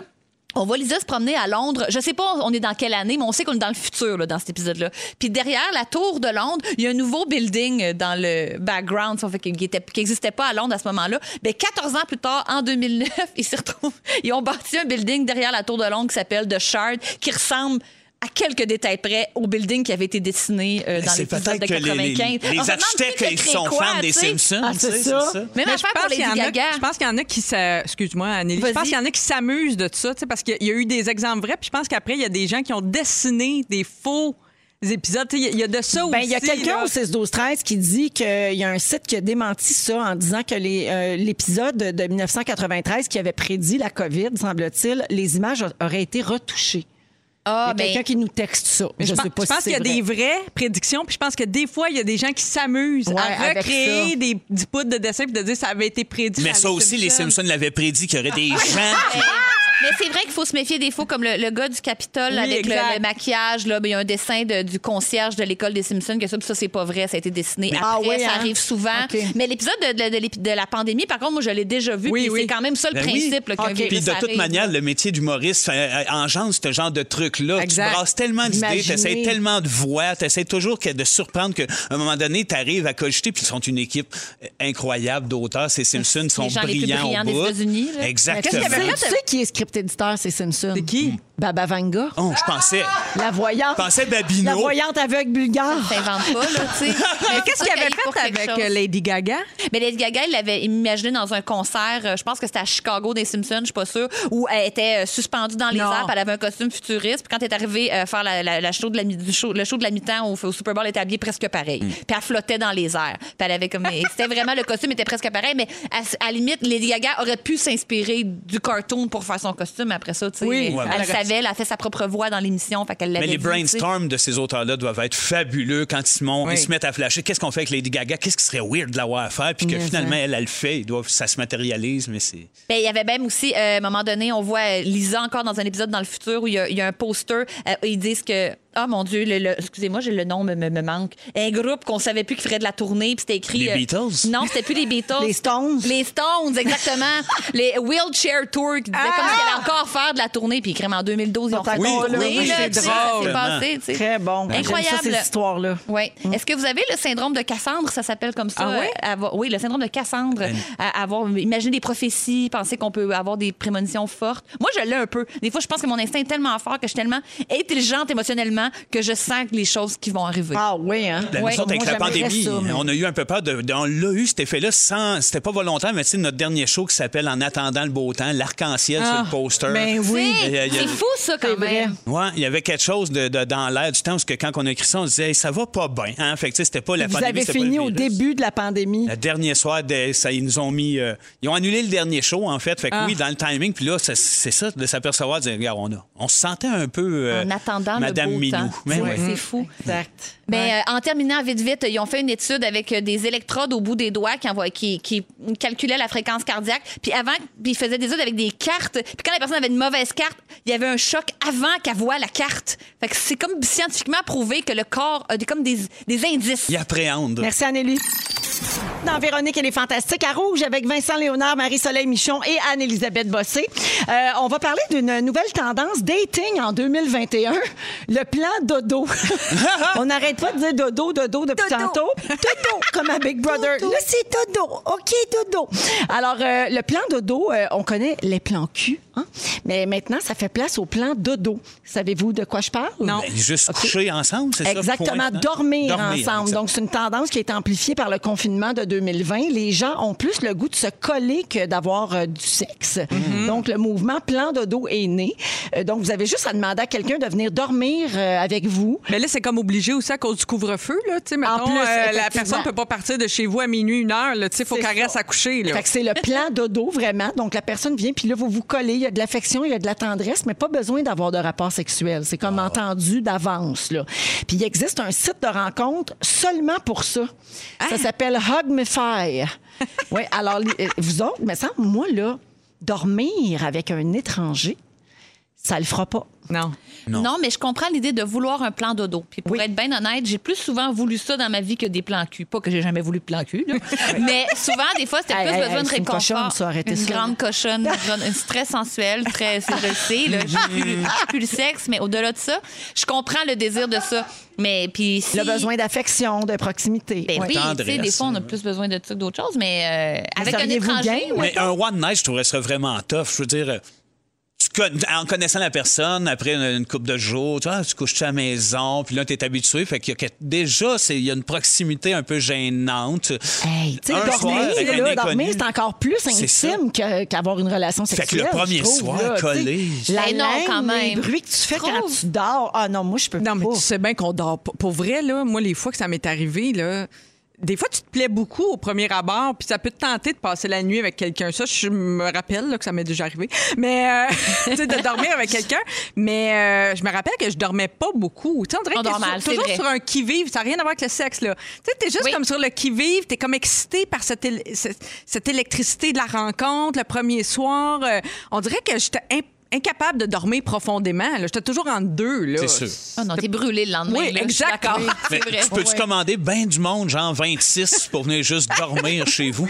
Speaker 2: on voit Lisa se promener à Londres. Je sais pas on est dans quelle année, mais on sait qu'on est dans le futur là, dans cet épisode-là. Puis derrière la tour de Londres, il y a un nouveau building euh, dans le background ça fait, qu'il était- qui n'existait pas à Londres à ce moment-là. Mais 14 ans plus tard, en 2009, (laughs) ils s'y retrouvent. Ils ont bâti un building derrière la tour de Londres qui s'appelle The Shard, qui ressemble à quelques détails près au building qui avait été dessiné euh, dans
Speaker 3: C'est
Speaker 2: l'épisode de
Speaker 3: peut-être que les,
Speaker 2: 95.
Speaker 3: les, les
Speaker 2: On se demande
Speaker 3: architectes
Speaker 2: qui a
Speaker 3: ils
Speaker 2: créé
Speaker 3: sont
Speaker 2: quoi,
Speaker 3: fans des
Speaker 2: tu sais.
Speaker 3: Simpsons.
Speaker 1: Ah,
Speaker 3: tu
Speaker 1: c'est
Speaker 3: sais,
Speaker 1: ça.
Speaker 2: Même
Speaker 4: Mais
Speaker 2: affaire
Speaker 4: je
Speaker 2: pour
Speaker 4: pense
Speaker 2: Lady
Speaker 4: qu'il y en a-
Speaker 2: Gaga.
Speaker 4: Je pense qu'il y en a qui s'a- excuse-moi, Anneli, je
Speaker 2: Vas-y.
Speaker 4: pense qu'il y en a qui s'amusent de ça, tu sais, parce qu'il y a eu des exemples vrais, puis je pense qu'après, il y a des gens qui ont dessiné des faux épisodes. Tu sais, Il y a- il y a de ça
Speaker 1: Ben,
Speaker 4: aussi.
Speaker 1: il y a quelqu'un
Speaker 4: là.
Speaker 1: au 6 12 13 qui dit qu'il y a un site qui a démenti ça en disant que les, euh, l'épisode de 1993 qui avait prédit la COVID, semble-t-il, les images a- auraient été retouchées. Il y
Speaker 2: Ah,
Speaker 1: a
Speaker 2: mais-
Speaker 1: quelqu'un qui nous texte ça.
Speaker 4: Mais
Speaker 1: je ne
Speaker 4: je, pense-
Speaker 1: sais pas
Speaker 4: je pense
Speaker 1: si c'est
Speaker 4: qu'il y a
Speaker 1: vrai.
Speaker 4: des vraies prédictions, puis je pense que des fois, il y a des gens qui s'amusent
Speaker 1: Ouais,
Speaker 4: à
Speaker 1: avec
Speaker 4: recréer
Speaker 1: ça.
Speaker 4: des, du poudre de dessin puis de dire ça avait été prédit.
Speaker 3: Mais
Speaker 4: par
Speaker 3: ça aussi, les Simpsons l'avaient prédit qu'il y aurait des
Speaker 2: Ah,
Speaker 3: gens qui
Speaker 2: Mais c'est vrai qu'il faut se méfier des faux, comme le, le gars du Capitole
Speaker 4: Oui,
Speaker 2: avec le,
Speaker 4: exact.
Speaker 2: le maquillage. Là, ben, il y a un dessin de- du concierge de l'école des Simpsons, que ça, puis ça c'est pas vrai, ça a été dessiné après,
Speaker 1: Ah oui,
Speaker 2: ça
Speaker 1: hein?
Speaker 2: arrive souvent.
Speaker 1: OK.
Speaker 2: Mais l'épisode de, de- de l'ép- de la pandémie, par contre, moi, je l'ai déjà vu,
Speaker 4: Oui,
Speaker 2: puis
Speaker 4: oui.
Speaker 2: c'est quand même ça le
Speaker 3: Ben oui.
Speaker 2: principe. là, qu'un
Speaker 1: OK.
Speaker 2: virus
Speaker 3: Puis de toute
Speaker 2: arrive.
Speaker 3: manière, le métier d'humoriste euh, euh, engendre ce genre de truc-là. Tu
Speaker 4: Exact.
Speaker 3: brasses tellement d'idées,
Speaker 1: Imaginez.
Speaker 3: t'essayes tellement de voix, t'essayes toujours que- de surprendre qu'à un moment donné, t'arrives à cogiter, puis ils sont une équipe euh, incroyable d'auteurs. Ces Simpsons sont
Speaker 2: gens Ah, les plus
Speaker 3: brillants,
Speaker 2: brillants
Speaker 3: au
Speaker 2: des
Speaker 3: bout.
Speaker 2: États-Unis, là.
Speaker 1: Tu
Speaker 3: Exactement.
Speaker 2: Qu'est-ce qu'il y avait
Speaker 1: sais,
Speaker 2: fait?
Speaker 1: tu sais qui est script éditeur, c'est Simpson? Mm.
Speaker 4: C'est qui?
Speaker 1: Baba Vanga.
Speaker 3: Oh, je pensais,
Speaker 1: La voyante.
Speaker 3: je pensais
Speaker 1: La
Speaker 3: Babino.
Speaker 1: voyante aveugle bulgare.
Speaker 2: T'inventes pas, là, tu sais. Mais
Speaker 1: Ah,
Speaker 4: Qu'est-ce qu'il
Speaker 2: ça,
Speaker 4: avait
Speaker 2: il est pour
Speaker 4: fait
Speaker 2: quelque
Speaker 4: avec
Speaker 2: chose.
Speaker 4: euh, Lady Gaga?
Speaker 2: Mais Lady Gaga, il l'avait imaginé dans un concert, euh, je pense que c'était à Chicago des Simpsons, je suis pas sûre, où elle était euh, suspendue dans les
Speaker 4: Non.
Speaker 2: airs, puis elle avait un costume futuriste. Puis quand elle est arrivée euh, faire la, la- la show de la, mi- du show- le show de la mi-temps au, au Super Bowl, elle était habillée presque pareil.
Speaker 3: Mm.
Speaker 2: Puis elle flottait dans les airs. Puis elle
Speaker 3: (laughs)
Speaker 2: avait comme. et C'était vraiment le costume était presque pareil, mais à, à la limite, Lady Gaga aurait pu s'inspirer du cartoon pour faire son costume après ça, tu sais.
Speaker 4: Oui.
Speaker 2: elle
Speaker 3: Ouais,
Speaker 2: le savait, elle a fait sa propre voix dans l'émission, fait qu'elle l'avait
Speaker 3: Mais les
Speaker 2: dit, tu sais.
Speaker 3: brainstorms de ces auteurs-là doivent être fabuleux quand ils se, montent,
Speaker 4: Oui.
Speaker 3: ils se mettent à flasher. Qu'est-ce qu'on fait avec Lady Gaga? Qu'est-ce qui serait weird de l'avoir à faire? Puis que
Speaker 1: Mais
Speaker 3: finalement,
Speaker 1: ça.
Speaker 3: elle, elle le fait. Ils doivent- ça se matérialise, mais c'est.
Speaker 2: Ben, il y avait même aussi, euh, à un moment donné, on voit euh, Lisa encore dans un épisode dans le futur où il y a, il y a un poster. euh, où ils disent que, ah mon Dieu, le- le- excusez-moi, j'ai le nom me, me, me manque. Un groupe qu'on savait plus qui ferait de la tournée, puis c'était écrit. euh,
Speaker 3: Les Beatles?
Speaker 2: Non, c'était plus les Beatles.
Speaker 1: Les Stones?
Speaker 2: Les
Speaker 1: (laughs)
Speaker 2: Stones, exactement. les Wheelchair Tour qui disaient comme
Speaker 1: Ah!
Speaker 2: si elle allait encore faire de la tournée, puis crème en 2012, ils ont fait
Speaker 1: Oui, oui,
Speaker 2: là,
Speaker 1: c'est
Speaker 2: tu sais,
Speaker 3: drôle.
Speaker 2: Ça s'est passé, tu sais.
Speaker 1: Très bon. J'aime
Speaker 2: Incroyable.
Speaker 1: Ça, ces histoires-là.
Speaker 2: Oui.
Speaker 1: Hum.
Speaker 2: Est-ce que vous avez le syndrome de Cassandre, ça s'appelle comme ça?
Speaker 4: Ah oui?
Speaker 2: euh, avoir- oui, le syndrome de Cassandre.
Speaker 1: Ben,
Speaker 2: à- avoir, imaginer des prophéties, penser qu'on peut avoir des prémonitions fortes. Moi, je l'ai un peu. Des fois, je pense que mon instinct est tellement fort que je suis tellement intelligente émotionnellement que je sens les choses qui vont arriver.
Speaker 1: Ah oui, hein?
Speaker 3: La
Speaker 2: Ouais.
Speaker 3: même sorte Ben, avec
Speaker 1: Moi,
Speaker 3: la
Speaker 1: j'aimerais
Speaker 3: pandémie,
Speaker 1: ça, mais-
Speaker 3: on a eu un peu peur. De, de- on l'a eu, cet effet-là, sans. C'était pas volontaire, mais tu sais, notre dernier show qui s'appelle En attendant le beau temps, l'arc-en-ciel sur
Speaker 4: Ah,
Speaker 3: le poster.
Speaker 4: ben
Speaker 2: Tu
Speaker 4: oui.
Speaker 2: sais,
Speaker 3: Il y a- il y a-
Speaker 2: C'est fou, ça, quand
Speaker 1: C'est vrai.
Speaker 2: même.
Speaker 3: Ouais, il y avait quelque chose de, de- dans l'air du temps, parce que quand on a écrit ça, on se disait, Hey, ça va pas bien. Hein? Fait que, tu sais, c'était pas la
Speaker 1: Vous
Speaker 3: pandémie.
Speaker 1: avez
Speaker 3: c'était pas
Speaker 1: fini
Speaker 3: le
Speaker 1: au
Speaker 3: virus.
Speaker 1: début de la pandémie.
Speaker 3: Le dernier soir, de- ça, ils nous ont mis. euh, ils ont annulé le dernier show, en fait. Fait que
Speaker 4: Ah.
Speaker 3: oui, dans le timing. Puis là, c'est c'est ça, de s'apercevoir, de dire, regarde, on, a- on se sentait un peu. euh,
Speaker 2: En attendant
Speaker 3: Madame
Speaker 2: le beau
Speaker 3: Minou. Ben
Speaker 2: temps.
Speaker 3: Mais
Speaker 2: Ouais,
Speaker 3: ouais.
Speaker 2: C'est fou.
Speaker 1: Exact.
Speaker 2: Mais euh, en terminant vite, vite, ils ont fait une étude avec euh, des électrodes au bout des doigts qui, envoient- qui, qui calculaient la fréquence cardiaque. Puis avant, puis ils faisaient des études avec des cartes. Puis quand la personne avait une mauvaise carte, il y avait un choc avant qu'elle voie la carte. Fait que c'est comme scientifiquement prouvé que le corps a des, comme des, des indices.
Speaker 3: Ils appréhendent.
Speaker 1: Merci, Anneli. Dans Véronique, elle est fantastique. À Rouge, avec Vincent Léonard, Marie-Soleil Michon et Anne-Élisabeth Bossé. Euh, on va parler d'une nouvelle tendance dating en 2021, le plan
Speaker 3: (laughs)
Speaker 1: dodo. on n'arrête pas de dire dodo, dodo depuis tantôt. Dodo, comme à Big Brother. Là, c'est dodo. OK, dodo. Alors, euh, le plan dodo, euh, on connaît les plans cul. hein? Mais maintenant, ça fait place au plan dodo. Savez-vous de quoi je parle?
Speaker 4: Non.
Speaker 3: Ben, Juste
Speaker 1: OK.
Speaker 3: coucher ensemble, c'est ça?
Speaker 1: Exactement,
Speaker 3: point, hein?
Speaker 1: dormir, ensemble.
Speaker 3: exactement.
Speaker 1: Donc, c'est une tendance qui est amplifiée par le confinement de 2020. Les gens ont plus le goût de se coller que d'avoir euh, du sexe. Donc, le mouvement plan dodo est né. Euh, donc, vous avez juste à demander à quelqu'un de venir dormir euh, avec vous.
Speaker 4: Mais là, c'est comme obligé aussi à cause du couvre-feu. Là, tu sais, mettons,
Speaker 1: plus,
Speaker 4: euh,
Speaker 1: effectivement.
Speaker 4: la personne ne peut pas partir de chez vous à minuit, une heure. Il faut
Speaker 1: C'est
Speaker 4: qu'elle
Speaker 1: ça.
Speaker 4: reste à coucher. Là.
Speaker 1: Fait que c'est le plan dodo, vraiment. Donc, la personne vient, puis là, vous vous collez. Il y a de l'affection, il y a de la tendresse, mais pas besoin d'avoir de rapport sexuel. C'est comme entendu d'avance, là. Puis il existe un site de rencontre seulement pour ça. Ça s'appelle Hugmify. oui, alors, les- euh, vous autres, mais ça, moi, là, dormir avec un étranger, ça le fera pas.
Speaker 4: Non.
Speaker 3: Non.
Speaker 2: Non. mais je comprends l'idée de vouloir un plan dodo. Puis pour
Speaker 1: Oui.
Speaker 2: être bien honnête, j'ai plus souvent voulu ça dans ma vie que des plans cul. Pas que j'ai jamais voulu de plan cul,
Speaker 1: (laughs)
Speaker 2: là. mais souvent, des fois, c'était
Speaker 1: Hey,
Speaker 2: plus
Speaker 1: hey,
Speaker 2: besoin
Speaker 1: hey,
Speaker 2: de
Speaker 1: c'est une
Speaker 2: réconfort.
Speaker 1: cochonne, ça, arrêtez
Speaker 2: Une
Speaker 1: ça, là.
Speaker 2: grande cochonne, une grande- une très sensuelle, très, c'est- je le sais, là, j'ai
Speaker 1: Mm.
Speaker 2: plus, j'ai plus le sexe, mais au-delà de ça, je comprends le désir de ça. Mais puis si-
Speaker 1: Le besoin d'affection, de proximité.
Speaker 2: Ben
Speaker 1: Ouais.
Speaker 2: oui, tu sais,
Speaker 3: Tendresse.
Speaker 2: des fois, on a plus besoin de ça que d'autres choses, mais euh, avec un
Speaker 1: seriez-vous
Speaker 2: étranger,
Speaker 1: game?
Speaker 3: Mais un one night, je trouverais ça vraiment tough. Je veux dire, euh, tu con- en connaissant la personne, après une, une couple de jours, tu, vois, tu couches à la maison, puis là, tu es habitué. Fait qu'il y a que- déjà, c'est- il y a une proximité un peu gênante.
Speaker 1: Hey, tu sais,
Speaker 3: Un soir
Speaker 1: dormir,
Speaker 3: avec un
Speaker 1: là,
Speaker 3: inconnu.
Speaker 1: dormir, c'est encore plus
Speaker 3: C'est ça.
Speaker 1: intime que- qu'avoir une relation
Speaker 3: Fait
Speaker 1: sexuelle.
Speaker 3: que le premier
Speaker 1: je trouve,
Speaker 3: soir,
Speaker 1: là, tu sais.
Speaker 3: collé.
Speaker 1: La
Speaker 2: Mais non,
Speaker 1: laine,
Speaker 2: quand
Speaker 1: les
Speaker 2: même.
Speaker 1: bruits que tu fais
Speaker 2: Trouve.
Speaker 1: quand tu dors. Ah non, moi, je peux
Speaker 4: Non, mais
Speaker 1: pas.
Speaker 4: tu sais bien qu'on dort pas. Pour vrai, là, moi, les fois que ça m'est arrivé, là, des fois, tu te plais beaucoup au premier abord, puis ça peut te tenter de passer la nuit avec quelqu'un. Ça, je me rappelle là, que ça m'est déjà arrivé. Mais, euh, (laughs) tu sais, de dormir avec quelqu'un. Mais euh, je me rappelle que je dormais pas beaucoup. Tu sais, on dirait
Speaker 2: On
Speaker 4: que t'es
Speaker 2: dort
Speaker 4: sur-
Speaker 2: mal, c'est
Speaker 4: toujours
Speaker 2: vrai.
Speaker 4: sur un qui-vive. Ça n'a rien à voir avec le sexe, là. Tu sais, t'es juste
Speaker 2: Oui.
Speaker 4: comme sur le qui-vive. T'es comme excité par cette, éle- cette, cette électricité de la rencontre, le premier soir. Euh, on dirait que j'étais imp- incapable de dormir profondément. là. J'étais toujours entre deux, là.
Speaker 3: C'est sûr.
Speaker 2: Ah non, t'es brûlé le lendemain.
Speaker 4: Oui,
Speaker 2: là, je suis
Speaker 4: exact.
Speaker 2: d'accord.
Speaker 3: Mais
Speaker 2: C'est vrai.
Speaker 3: tu peux-tu
Speaker 2: Ouais.
Speaker 3: commander ben du monde, genre 26, pour venir juste dormir chez vous?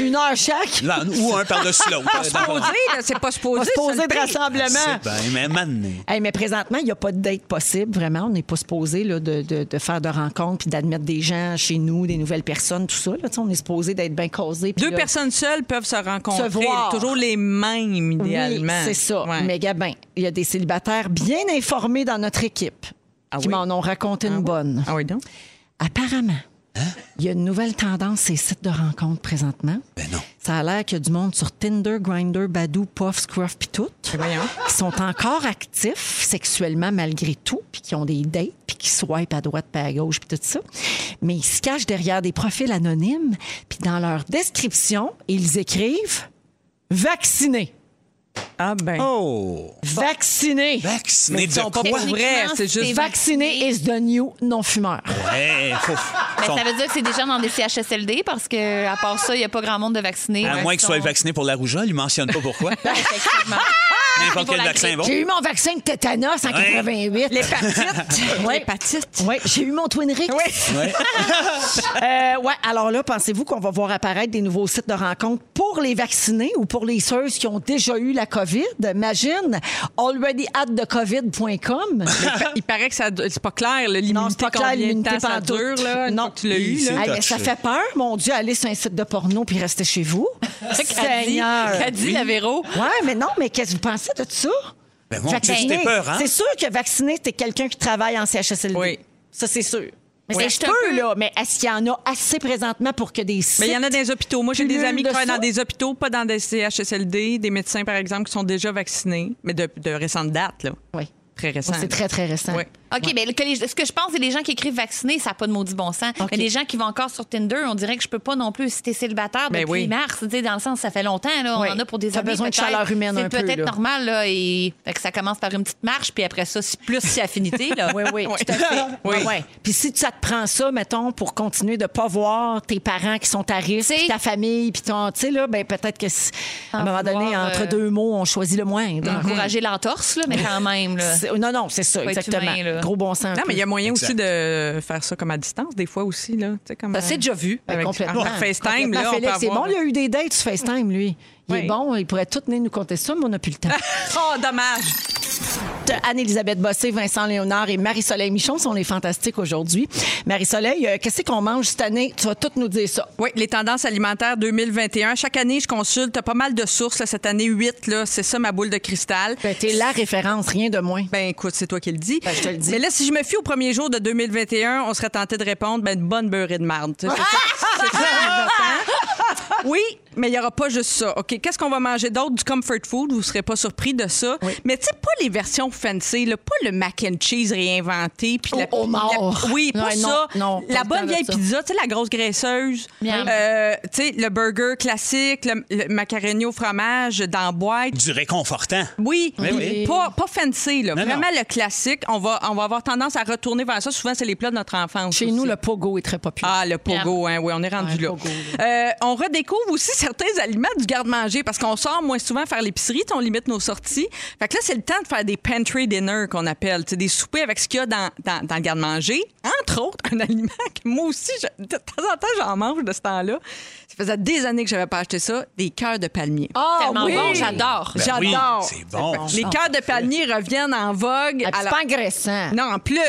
Speaker 1: Une heure chaque,
Speaker 3: Là, ou un par-dessus l'autre. euh,
Speaker 1: Ah,
Speaker 4: supposé, là, c'est
Speaker 1: on
Speaker 4: pas
Speaker 1: va
Speaker 4: supposé.
Speaker 1: se poser
Speaker 4: ça,
Speaker 1: de
Speaker 4: le pire.
Speaker 1: rassemblement.
Speaker 3: C'est bien, mais mané.
Speaker 1: Hey, mais présentement, il n'y a pas de date possible, vraiment. On n'est pas supposé là, de, de- de faire de rencontres puis d'admettre des gens chez nous, des nouvelles personnes, tout ça. Là, Tu sais, on est supposé d'être bien causé. puis
Speaker 4: Deux
Speaker 1: là-
Speaker 4: personnes seules peuvent se rencontrer.
Speaker 1: Se voir.
Speaker 4: Toujours les mêmes,
Speaker 1: Oui,
Speaker 4: idéalement.
Speaker 1: c'est ça.
Speaker 4: Ouais.
Speaker 1: Mais Gabin, il y a des célibataires bien informés dans notre équipe
Speaker 4: Ah
Speaker 1: qui
Speaker 4: oui?
Speaker 1: m'en ont raconté une bonne.
Speaker 4: Ah Hein? oui, donc?
Speaker 1: Apparemment, il y a une nouvelle tendance ces sites de rencontres présentement.
Speaker 3: Ben non.
Speaker 1: Ça a l'air qu'il y a du monde sur Tinder, Grindr, Badoo, Puff, Scruff puis tout
Speaker 4: voyons.
Speaker 1: qui sont encore actifs sexuellement malgré tout puis qui ont des dates puis qui swipent à droite puis à gauche puis tout ça. Mais ils se cachent derrière des profils anonymes puis dans leur description, ils écrivent vaccinés.
Speaker 4: Ah ben.
Speaker 3: Oh!
Speaker 1: Vaccinés.
Speaker 3: Vacciné
Speaker 4: Ils
Speaker 3: de
Speaker 4: sont pas
Speaker 3: quoi?
Speaker 4: pour vrai, c'est juste...
Speaker 2: Techniquement,
Speaker 1: Vacciné is the new non-fumeur.
Speaker 3: Hey, Eh, faut-
Speaker 2: Mais
Speaker 3: sont-
Speaker 2: Ben, ça veut dire que c'est des gens dans des CHSLD parce que à part ça, il n'y a pas grand monde de vaccinés.
Speaker 3: À
Speaker 2: Ouais,
Speaker 3: moins qu'ils
Speaker 2: sont-
Speaker 3: soient vaccinés pour la rougeole, ils mentionnent pas pourquoi.
Speaker 2: Effectivement.
Speaker 3: N'importe
Speaker 2: Pour
Speaker 3: quel
Speaker 2: la
Speaker 3: vaccin est
Speaker 2: grippe.
Speaker 3: bon.
Speaker 1: J'ai eu mon vaccin de tétanos en 88.
Speaker 4: (laughs) L'hépatite.
Speaker 1: Ouais.
Speaker 4: L'hépatite.
Speaker 1: Oui, j'ai eu mon Twinrix. Oui.
Speaker 3: Ouais.
Speaker 1: ouais, alors là, pensez-vous qu'on va voir apparaître des nouveaux sites de rencontres pour les vaccinés ou pour les ceux qui ont déjà eu la COVID? Imagine, alreadyatthecovid.com.
Speaker 4: Il paraît que ça, c'est pas clair, là, l'immunité,
Speaker 1: Non, c'est pas clair,
Speaker 4: combien de
Speaker 1: l'immunité
Speaker 4: temps ça
Speaker 1: pantoute.
Speaker 4: dure, là, une
Speaker 1: Non.
Speaker 4: fois que tu l'as eu, là.
Speaker 1: Hey, mais ça
Speaker 3: touché.
Speaker 1: fait peur, mon Dieu, aller sur un site de porno puis rester chez vous.
Speaker 2: Qu'a dit-
Speaker 1: Seigneur.
Speaker 2: qu'a dit la Véro?
Speaker 1: Ouais, mais non, mais qu'est-ce que vous pensez de ça?
Speaker 3: Ben, mon Dieu,
Speaker 1: Vacciné.
Speaker 3: c'était peur, hein?
Speaker 1: C'est sûr que vacciner, t'es quelqu'un qui travaille en CHSLD.
Speaker 4: Oui.
Speaker 1: Ça, c'est sûr. Mais
Speaker 2: Oui.
Speaker 1: c'est
Speaker 2: Mais je suis un
Speaker 1: peu,
Speaker 2: peu-
Speaker 1: là. Mais est-ce qu'il y en a assez présentement pour que des sites...
Speaker 4: Mais il y en a dans les hôpitaux. Moi, j'ai des
Speaker 1: Pilule
Speaker 4: amis
Speaker 1: de
Speaker 4: qui travaillent
Speaker 1: ça.
Speaker 4: dans des hôpitaux, pas dans des CHSLD, des médecins, par exemple, qui sont déjà vaccinés, mais de, de récente date, là.
Speaker 1: Oui.
Speaker 4: Très récent.
Speaker 1: Ouais, C'est très, très
Speaker 4: (laughs)
Speaker 1: récent.
Speaker 4: Oui.
Speaker 2: OK, mais le- que les- ce que je pense, c'est les gens qui écrivent vaccinés, ça n'a pas de maudit bon sens.
Speaker 1: OK.
Speaker 2: Mais les gens qui vont encore sur Tinder, on dirait que je peux pas non plus si t'es célibataire
Speaker 4: Ben
Speaker 2: depuis
Speaker 4: oui.
Speaker 2: mars, tu sais, dans le sens ça fait longtemps là,
Speaker 1: Oui.
Speaker 2: on en a pour des
Speaker 1: T'as
Speaker 2: années,
Speaker 1: besoin de
Speaker 2: peut-être.
Speaker 1: chaleur humaine
Speaker 2: C'est
Speaker 1: un peu, là.
Speaker 2: peut-être normal là et fait que ça commence par une petite marche puis après ça c'est plus si affinité là.
Speaker 1: (laughs) Oui, oui, tout à fait. Ouais, Ah ouais. Puis si ça te prend ça, mettons, pour continuer de pas voir tes parents qui sont à risque,
Speaker 2: C'est-
Speaker 1: puis ta famille, puis ton... Tu sais, là, ben, peut-être que, si- à un
Speaker 2: Sans
Speaker 1: moment donné,
Speaker 2: vouloir,
Speaker 1: entre
Speaker 2: euh,
Speaker 1: deux mots, on choisit le moindre.
Speaker 2: Encourager l'entorse là, mais quand même là.
Speaker 1: C'est- Non, non, c'est ça,
Speaker 2: Faut être
Speaker 1: exactement.
Speaker 2: humain, là.
Speaker 1: Gros bon sens. un
Speaker 4: Non, mais il y a
Speaker 1: peu.
Speaker 4: moyen
Speaker 3: Exact.
Speaker 4: aussi de faire ça comme à distance, des fois aussi. Là. Tu sais, Comme, euh,
Speaker 2: Ça s'est déjà vu.
Speaker 1: Ben,
Speaker 4: Avec-
Speaker 1: complètement.
Speaker 4: par FaceTime, là,
Speaker 1: Complètement,
Speaker 4: on peut
Speaker 1: Félix, c'est
Speaker 4: avoir-
Speaker 1: bon, il a eu des dates sur FaceTime, lui. Il est
Speaker 4: Oui.
Speaker 1: bon, il pourrait tout venir nous compter ça, mais on n'a plus le temps.
Speaker 4: Oh, dommage!
Speaker 1: Anne-Elisabeth Bossé, Vincent Léonard et Marie-Soleil Michon sont les fantastiques aujourd'hui. Marie-Soleil, euh, qu'est-ce qu'on mange cette année? Tu vas toutes nous dire ça.
Speaker 4: Oui, les tendances alimentaires 2021. Chaque année, je consulte pas mal de sources. là. cette année, 8, là, c'est ça ma boule de cristal.
Speaker 1: Ben, t'es la référence, rien de moins.
Speaker 4: Ben écoute, c'est toi qui le dis.
Speaker 1: Ben, je te le dis.
Speaker 4: Mais là, si je me fie au premier jour de 2021, on serait tenté de répondre ben, une bonne beurrée de marde. tu sais, c'est ça- c'est ça
Speaker 1: (laughs)
Speaker 4: l'important. Oui, mais il n'y aura pas juste ça. OK, qu'est-ce qu'on va manger d'autre? Du comfort food, vous ne serez pas surpris de ça. Mais tu sais, pas les versions fancy, là, pas le mac and cheese réinventé. puis la-
Speaker 1: Au- au mort.
Speaker 4: la- oui, pas
Speaker 1: Ouais, non,
Speaker 4: ça.
Speaker 1: non, pas
Speaker 4: la
Speaker 1: le temps
Speaker 4: bonne
Speaker 1: de
Speaker 4: vieille
Speaker 1: ça.
Speaker 4: pizza, tu sais, la grosse graisseuse.
Speaker 2: Miam.
Speaker 4: Euh, tu sais, le burger classique, le, le macaroni au fromage dans la boîte.
Speaker 3: Du réconfortant.
Speaker 4: Oui,
Speaker 3: Mais oui.
Speaker 4: puis pas, pas fancy, là.
Speaker 3: Non,
Speaker 4: vraiment
Speaker 3: non.
Speaker 4: le classique. On va, on va avoir tendance à retourner vers ça. Souvent, c'est les plats de notre enfance.
Speaker 1: Chez
Speaker 4: aussi.
Speaker 1: nous, le pogo est très populaire.
Speaker 4: Ah, le pogo, hein, oui, on est rendu
Speaker 1: Ouais,
Speaker 4: là.
Speaker 1: pogo,
Speaker 4: Euh, on redécouvre aussi (laughs) certains aliments du garde-manger parce qu'on sort moins souvent faire l'épicerie, tu sais, on limite nos sorties. Fait que là, c'est le temps de faire des pantry dinner qu'on appelle, tu sais, des soupers avec ce qu'il y a dans, dans, dans le garde-manger. Entre autres, un (laughs) aliment que moi aussi, je- de temps en temps, j'en mange de ce temps-là. Ça faisait des années que j'avais pas acheté ça, des cœurs de palmier.
Speaker 1: Ah,
Speaker 2: Tellement bon, j'adore.
Speaker 3: Ben oui,
Speaker 4: J'adore.
Speaker 3: c'est bon,
Speaker 4: Les
Speaker 3: ça.
Speaker 4: cœurs de palmier reviennent en vogue.
Speaker 1: Ah, puis C'est
Speaker 4: Alors-
Speaker 1: pas engraissant.
Speaker 4: non, en plus,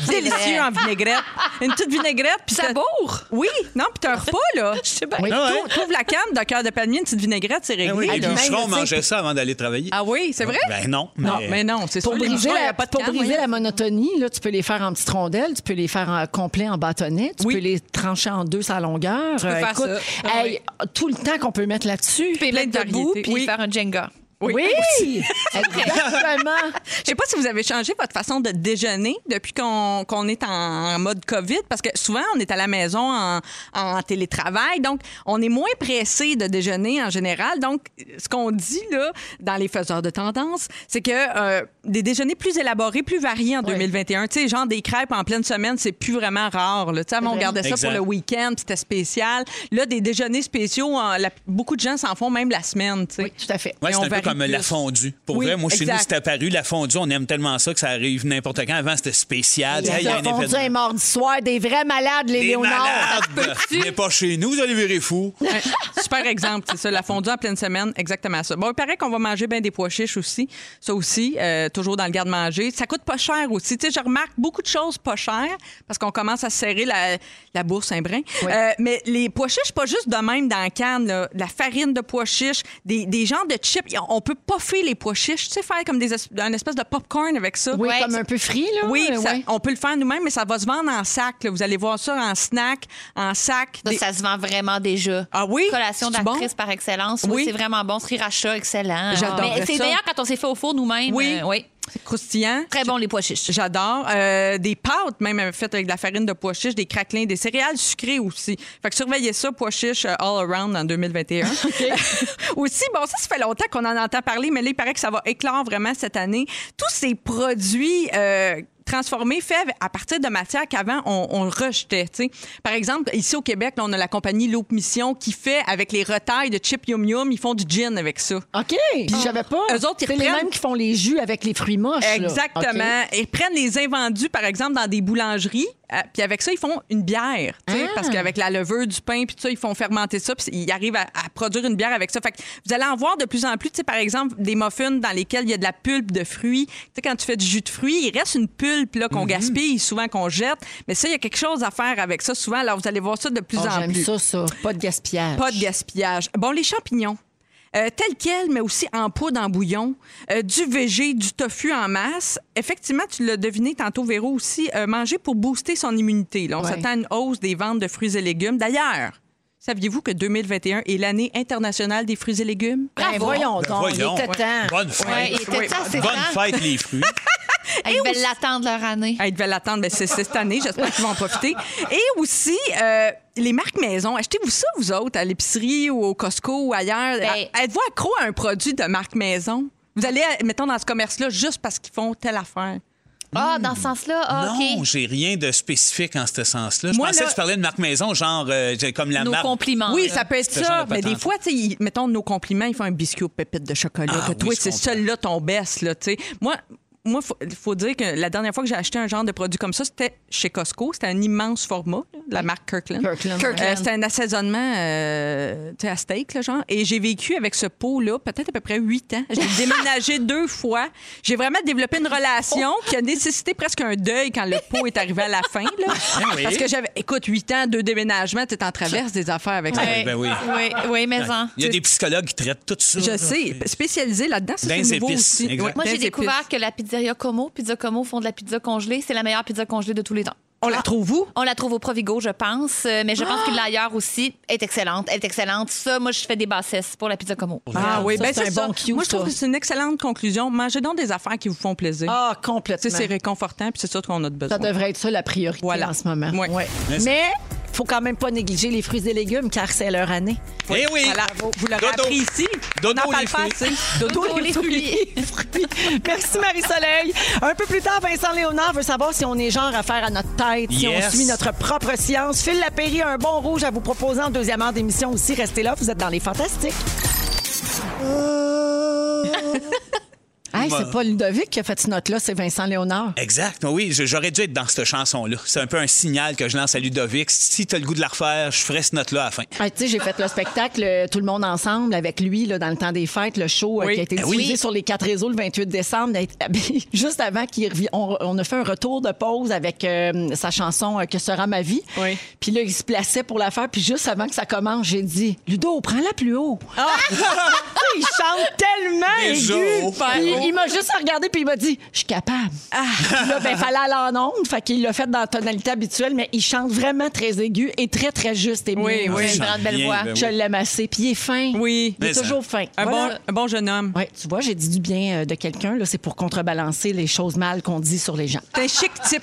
Speaker 4: c'est délicieux en vinaigrette. Une petite vinaigrette. puis
Speaker 2: Ça
Speaker 4: t'as-
Speaker 2: bourre.
Speaker 4: Oui, non, puis t'as un repas, là. (laughs) Je sais pas.
Speaker 1: Oui.
Speaker 3: Ah ouais.
Speaker 4: Trouve la canne de cœur de palmier, une petite vinaigrette, c'est réglé.
Speaker 3: Ben oui,
Speaker 4: là.
Speaker 3: les bûcherons
Speaker 4: Même, tu sais,
Speaker 3: mangeaient ça avant d'aller travailler.
Speaker 4: Ah oui, c'est vrai?
Speaker 3: Ben non.
Speaker 4: Non,
Speaker 3: mais-
Speaker 4: mais non, c'est sûr.
Speaker 1: Pour
Speaker 4: les
Speaker 1: briser,
Speaker 4: bûcherons, il y
Speaker 1: la,
Speaker 4: a pas de
Speaker 1: pour
Speaker 4: canne,
Speaker 1: briser
Speaker 4: voyons.
Speaker 1: la monotonie, là, tu peux les faire en petites rondelles, tu peux les faire en complet en bâtonnet, tu
Speaker 4: Oui.
Speaker 1: peux les trancher en deux à longueur. Tu
Speaker 4: peux faire
Speaker 1: écoute,
Speaker 4: ça. Ah
Speaker 1: hey, tout le temps qu'on peut mettre là-dessus.
Speaker 2: Puis
Speaker 4: Plein de
Speaker 2: mettre debout,
Speaker 4: variétés.
Speaker 2: puis
Speaker 4: Oui.
Speaker 2: faire un Jenga.
Speaker 1: (laughs) Oui, exactement.
Speaker 4: Je sais pas si vous avez changé votre façon de déjeuner depuis qu'on qu'on est en, en mode COVID, parce que souvent, on est à la maison en, en télétravail, donc on est moins pressé de déjeuner en général. Donc, ce qu'on dit là, dans les faiseurs de tendance, c'est que euh, des déjeuners plus élaborés, plus variés en 2021. Tu sais, genre des crêpes en pleine semaine, c'est plus vraiment rare. là. Tu sais, avant, on gardait ça
Speaker 3: Exact.
Speaker 4: pour le week-end, puis c'était spécial. Là, des déjeuners spéciaux, en- la- beaucoup de gens s'en font même la semaine. tu sais.
Speaker 1: Oui, tout à fait.
Speaker 3: Ouais,
Speaker 4: Mais
Speaker 3: c'est
Speaker 4: on
Speaker 3: un peu
Speaker 4: varie
Speaker 3: comme
Speaker 4: plus.
Speaker 3: la fondue. Pour
Speaker 4: Oui,
Speaker 3: vrai, moi, chez nous,
Speaker 4: exact.
Speaker 3: c'est apparu. La fondue, on aime tellement ça que ça arrive n'importe quand. Avant, c'était spécial.
Speaker 1: Ils
Speaker 3: Hey, il y a un
Speaker 1: se font
Speaker 3: effet de-
Speaker 1: dire un mardi soir, des vrais malades, les
Speaker 3: Des
Speaker 1: Léonards.
Speaker 3: malades! Mais pas chez nous, vous allez virer fou.
Speaker 4: Ouais, Super exemple, c'est ça. La fondue en pleine semaine, exactement ça. Bon, il paraît qu'on va manger bien des pois chiches aussi. Ça aussi, euh, toujours dans le garde-manger. Ça coûte pas cher aussi. Tu sais, je remarque beaucoup de choses pas chères parce qu'on commence à serrer la, la bourse un brin. Euh, mais les pois chiches, pas juste de même dans la canne. là. La farine de pois chiches, des, des genres de chips. On peut puffer les pois chiches. Tu sais, faire comme des, es- un espèce de popcorn avec ça.
Speaker 1: Oui,
Speaker 2: Ouais.
Speaker 1: comme un peu frit, là.
Speaker 4: Oui,
Speaker 6: Ah,
Speaker 1: euh,
Speaker 4: ça-
Speaker 1: ouais.
Speaker 4: on peut le faire nous-mêmes, mais ça va se vendre en sac. là. Vous allez voir ça en snack, en sac.
Speaker 2: Ça,
Speaker 4: des-
Speaker 2: ça se vend vraiment déjà.
Speaker 4: Ah oui?
Speaker 2: Collation
Speaker 4: C'est-tu
Speaker 2: d'actrice
Speaker 4: bon?
Speaker 2: par excellence. Oui,
Speaker 4: Oui.
Speaker 2: c'est vraiment bon. Ce Sriracha, excellent.
Speaker 4: J'adorerais
Speaker 2: Mais c'est
Speaker 4: ça.
Speaker 2: d'ailleurs quand on s'est fait au four nous-mêmes.
Speaker 4: Oui.
Speaker 2: euh, oui.
Speaker 4: C'est croustillant.
Speaker 2: Très bon, les pois chiches.
Speaker 4: J'adore. Euh, des pâtes, même euh, faites avec de la farine de pois chiche, des craquelins, des céréales sucrées aussi. Fait que surveillez ça, pois chiche euh, all around en 2021. (laughs) aussi, bon, ça, ça fait longtemps qu'on en entend parler, mais là, il paraît que ça va éclore vraiment cette année. Tous ces produits. euh, transformés, faits à partir de matières qu'avant on, on rejetait. tu sais. Par exemple, ici au Québec, là, on a la compagnie Loup Mission qui fait avec les retailles de Chip Yum Yum, ils font du gin avec ça.
Speaker 1: OK, je savais pas.
Speaker 4: Eux autres, ils
Speaker 1: C'est les
Speaker 4: reprennent-
Speaker 1: mêmes qui font les jus avec les fruits moches. là.
Speaker 4: Exactement. Ils prennent les invendus, par exemple, dans des boulangeries, euh, puis avec ça, ils font une bière. tu sais,
Speaker 1: Ah.
Speaker 4: Parce qu'avec la levure du pain, puis tout ça, ils font fermenter ça, puis ils arrivent à, à produire une bière avec ça. Fait que vous allez en voir de plus en plus, tu sais, par exemple, des muffins dans lesquels il y a de la pulpe de fruits. Tu sais, quand tu fais du jus de fruits, il reste une pulpe là,
Speaker 1: Mhm.
Speaker 4: qu'on gaspille, souvent qu'on jette. Mais ça, il y a quelque chose à faire avec ça souvent. Alors, vous allez voir ça de plus
Speaker 1: OK. Oh,
Speaker 4: en
Speaker 1: J'aime
Speaker 4: plus.
Speaker 1: ça, ça. Pas de gaspillage.
Speaker 4: Pas de gaspillage. Bon, les champignons. Euh, tels quels, mais aussi en poudre, en bouillon, euh, du végé, du tofu en masse. Effectivement, tu l'as deviné tantôt, Véro, aussi, euh, manger pour booster son immunité. Là, on
Speaker 1: Ouais.
Speaker 4: s'attend à une hausse des ventes de fruits et légumes. D'ailleurs, saviez-vous que 2021 est l'année internationale des fruits et légumes?
Speaker 1: Ben, voyons donc,
Speaker 3: Voyons.
Speaker 1: il était temps.
Speaker 3: Bonne
Speaker 2: Ouais, il
Speaker 3: fête.
Speaker 2: était temps, c'est
Speaker 3: Bonne
Speaker 2: temps.
Speaker 3: fête, les
Speaker 4: (laughs)
Speaker 3: fruits.
Speaker 2: Ils veulent l'attendre leur année.
Speaker 4: Ah, ils devaient l'attendre, mais c'est c'est cette année. J'espère qu'ils vont en profiter. Et aussi, euh, les marques maison. Achetez-vous ça, vous autres, à l'épicerie ou au Costco ou ailleurs.
Speaker 2: Ben-
Speaker 4: À- Êtes-vous accro à un produit de marque maison? Vous allez, mettons, dans ce commerce-là juste parce qu'ils font telle affaire.
Speaker 2: Ah,
Speaker 4: mm.
Speaker 2: dans ce sens-là, ah,
Speaker 3: Non,
Speaker 2: OK.
Speaker 3: j'ai rien de spécifique en ce sens-là. Je
Speaker 4: Moi,
Speaker 3: pensais
Speaker 4: là-
Speaker 3: que tu parlais de marque maison, genre euh, comme la
Speaker 2: Nos
Speaker 3: marque.
Speaker 2: compliments.
Speaker 4: Oui,
Speaker 2: là.
Speaker 4: ça peut être
Speaker 3: ce genre
Speaker 4: ça.
Speaker 3: de
Speaker 4: Mais des
Speaker 3: patente.
Speaker 4: fois, tu sais, ils- mettons nos compliments, ils font un biscuit aux pépites de chocolat.
Speaker 3: Ah
Speaker 4: que
Speaker 3: oui,
Speaker 4: toi,
Speaker 3: je
Speaker 4: c'est
Speaker 3: comprends.
Speaker 4: celui-là ton best, là, tu sais. Moi, moi, faut, faut dire que la dernière fois que j'ai acheté un genre de produit comme ça, c'était chez Costco. C'était un immense format, là, de la marque Kirkland.
Speaker 6: Kirkland,
Speaker 2: Kirkland.
Speaker 4: Euh, c'était un assaisonnement euh, tu sais, à steak, là, genre. Et j'ai vécu avec ce pot-là peut-être à peu près huit ans. J'ai
Speaker 2: (laughs)
Speaker 4: déménagé deux fois. J'ai vraiment développé une relation qui a nécessité presque un deuil quand le pot est arrivé à la fin. là.
Speaker 3: Ah oui.
Speaker 4: Parce que j'avais, écoute, huit ans, deux déménagements, tu es en traverse des affaires avec ça.
Speaker 2: Ouais.
Speaker 3: ben oui.
Speaker 2: Oui, oui, mais en.
Speaker 3: Il y a des psychologues qui traitent tout ça.
Speaker 4: Je
Speaker 3: là.
Speaker 4: sais, spécialisé là-dedans, ça,
Speaker 3: Dans
Speaker 4: c'est
Speaker 3: les
Speaker 4: nouveau
Speaker 3: épices,
Speaker 4: aussi.
Speaker 3: exact.
Speaker 4: Ouais,
Speaker 2: Moi,
Speaker 4: dans
Speaker 2: j'ai
Speaker 4: les
Speaker 2: découvert
Speaker 4: épices.
Speaker 2: que la pizzeria Como, Pizza Como font de la pizza congelée. C'est la meilleure pizza congelée de tous les temps.
Speaker 4: On la trouve où?
Speaker 2: On la trouve au Provigo, je pense, euh, mais je pense qu'il l'a ailleurs aussi. Elle est excellente, elle est excellente. Ça, moi, je fais des bassesses pour la pizza Como.
Speaker 4: Ah oui,
Speaker 6: Ça,
Speaker 4: ben
Speaker 6: c'est
Speaker 4: c'est
Speaker 6: un
Speaker 4: ça.
Speaker 6: bon cue,
Speaker 4: Moi, je trouve
Speaker 6: ça.
Speaker 4: que c'est une excellente conclusion. Mangez donc des affaires qui vous font plaisir.
Speaker 6: Ah,
Speaker 4: Tu
Speaker 6: complètement.
Speaker 4: sais, c'est réconfortant, puis c'est ça qu'on a de besoin.
Speaker 6: Ça devrait être ça la priorité
Speaker 4: Voilà.
Speaker 6: en ce moment.
Speaker 4: Ouais.
Speaker 6: Mais faut quand même pas négliger les fruits et légumes car c'est leur année. (laughs)
Speaker 3: Eh oui.
Speaker 4: Voilà. Vous l'aurez
Speaker 3: Dodo.
Speaker 4: appris ici.
Speaker 3: Dodo,
Speaker 4: On n'en
Speaker 3: les
Speaker 4: parle pas
Speaker 3: fruits.
Speaker 4: assez. Dodo,
Speaker 6: Tous les fruits. Merci Marie-Soleil. Un peu plus tard, Vincent Léonard veut savoir si on est genre à faire à notre tête, si on
Speaker 3: Yes.
Speaker 6: suit notre propre science. Phil Lapéry a un bon rouge à vous proposer en deuxième heure d'émission aussi. Restez là, vous êtes dans les fantastiques. Hey,
Speaker 3: Bah.
Speaker 6: c'est pas Ludovic qui a fait cette note-là, c'est Vincent Léonard.
Speaker 3: Exact. Oui, je- j'aurais dû être dans cette chanson-là. C'est un peu un signal que je lance à Ludovic. Si t'as le goût de la refaire, je ferai cette note-là à la fin.
Speaker 6: Ah, tu sais, j'ai fait le spectacle euh, Tout le monde ensemble avec lui là, dans le temps des fêtes, le show euh,
Speaker 4: Oui.
Speaker 6: qui a été
Speaker 3: Ah oui.
Speaker 6: diffusé sur les quatre réseaux le 28 décembre. Il a été- ben, (laughs) Juste avant qu'il revienne, on, on a fait un retour de pause avec euh, sa chanson euh, Que sera ma vie.
Speaker 4: Oui.
Speaker 6: Puis là, il se plaçait pour la faire. Puis juste avant que ça commence, j'ai dit Ludo, prends-la plus haut. il chante tellement
Speaker 3: Déjà,
Speaker 6: aigu.
Speaker 4: Oh,
Speaker 3: au
Speaker 6: Puis
Speaker 3: fer.
Speaker 6: il m'a juste regardé puis il m'a dit Je suis capable.
Speaker 4: Ah.
Speaker 6: Puis là, ben, fallait aller en onde. Fait qu'il l'a fait dans la tonalité habituelle, mais il chante vraiment très aigu et très, très juste et
Speaker 4: Oui,
Speaker 6: bien.
Speaker 4: oui.
Speaker 2: une grande belle
Speaker 3: Bien,
Speaker 2: voix.
Speaker 3: ben
Speaker 6: Je l'aime assez. Puis il est fin.
Speaker 4: Oui.
Speaker 6: Il est
Speaker 3: Mais ça-
Speaker 6: toujours fin.
Speaker 4: Un,
Speaker 6: Voilà.
Speaker 4: bon, un bon jeune homme.
Speaker 6: Ouais, tu vois, j'ai dit du bien euh, de quelqu'un. là, C'est pour contrebalancer les choses mal qu'on dit sur les gens.
Speaker 4: C'est un chic type.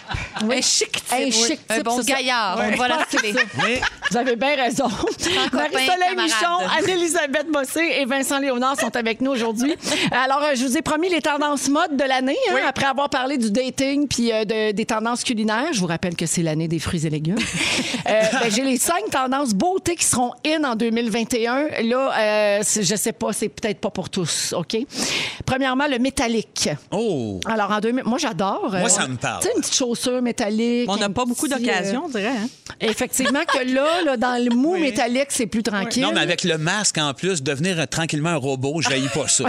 Speaker 2: Un chic type.
Speaker 6: Un chic
Speaker 2: Un
Speaker 6: type,
Speaker 2: bon
Speaker 6: c'est ça.
Speaker 2: gaillard. On va
Speaker 6: (laughs)
Speaker 2: la tuer.
Speaker 3: Mais
Speaker 6: Vous avez bien raison.
Speaker 2: copain,
Speaker 6: Marie-Soleil
Speaker 2: camarade.
Speaker 6: Michon, Anne-Elisabeth Bossé et Vincent Léonard sont avec nous aujourd'hui. Alors, euh, je vous ai promis les tendances mode de l'année. hein, Après avoir parlé du dating puis euh, de- des tendances culinaires, je vous rappelle que c'est l'année des fruits
Speaker 2: (laughs)
Speaker 6: et légumes. Euh, ben, J'ai les cinq tendances beauté qui seront in en 2021. Là, euh, c'est- je sais pas, c'est peut-être pas pour tous, OK? Premièrement, le métallique.
Speaker 3: oh,
Speaker 6: Alors, en 2000, moi, j'adore.
Speaker 3: Moi,
Speaker 6: euh,
Speaker 3: ça me parle.
Speaker 6: Tu sais, une petite chaussure métallique.
Speaker 4: On n'a
Speaker 6: un
Speaker 4: pas beaucoup
Speaker 6: petit, euh,
Speaker 4: d'occasions, on dirait. hein?
Speaker 6: Effectivement que là, là, dans le mou métallique, c'est plus tranquille.
Speaker 3: non, mais avec le masque en plus, devenir euh, tranquillement un robot, je haïs pas
Speaker 6: (laughs)
Speaker 3: ça.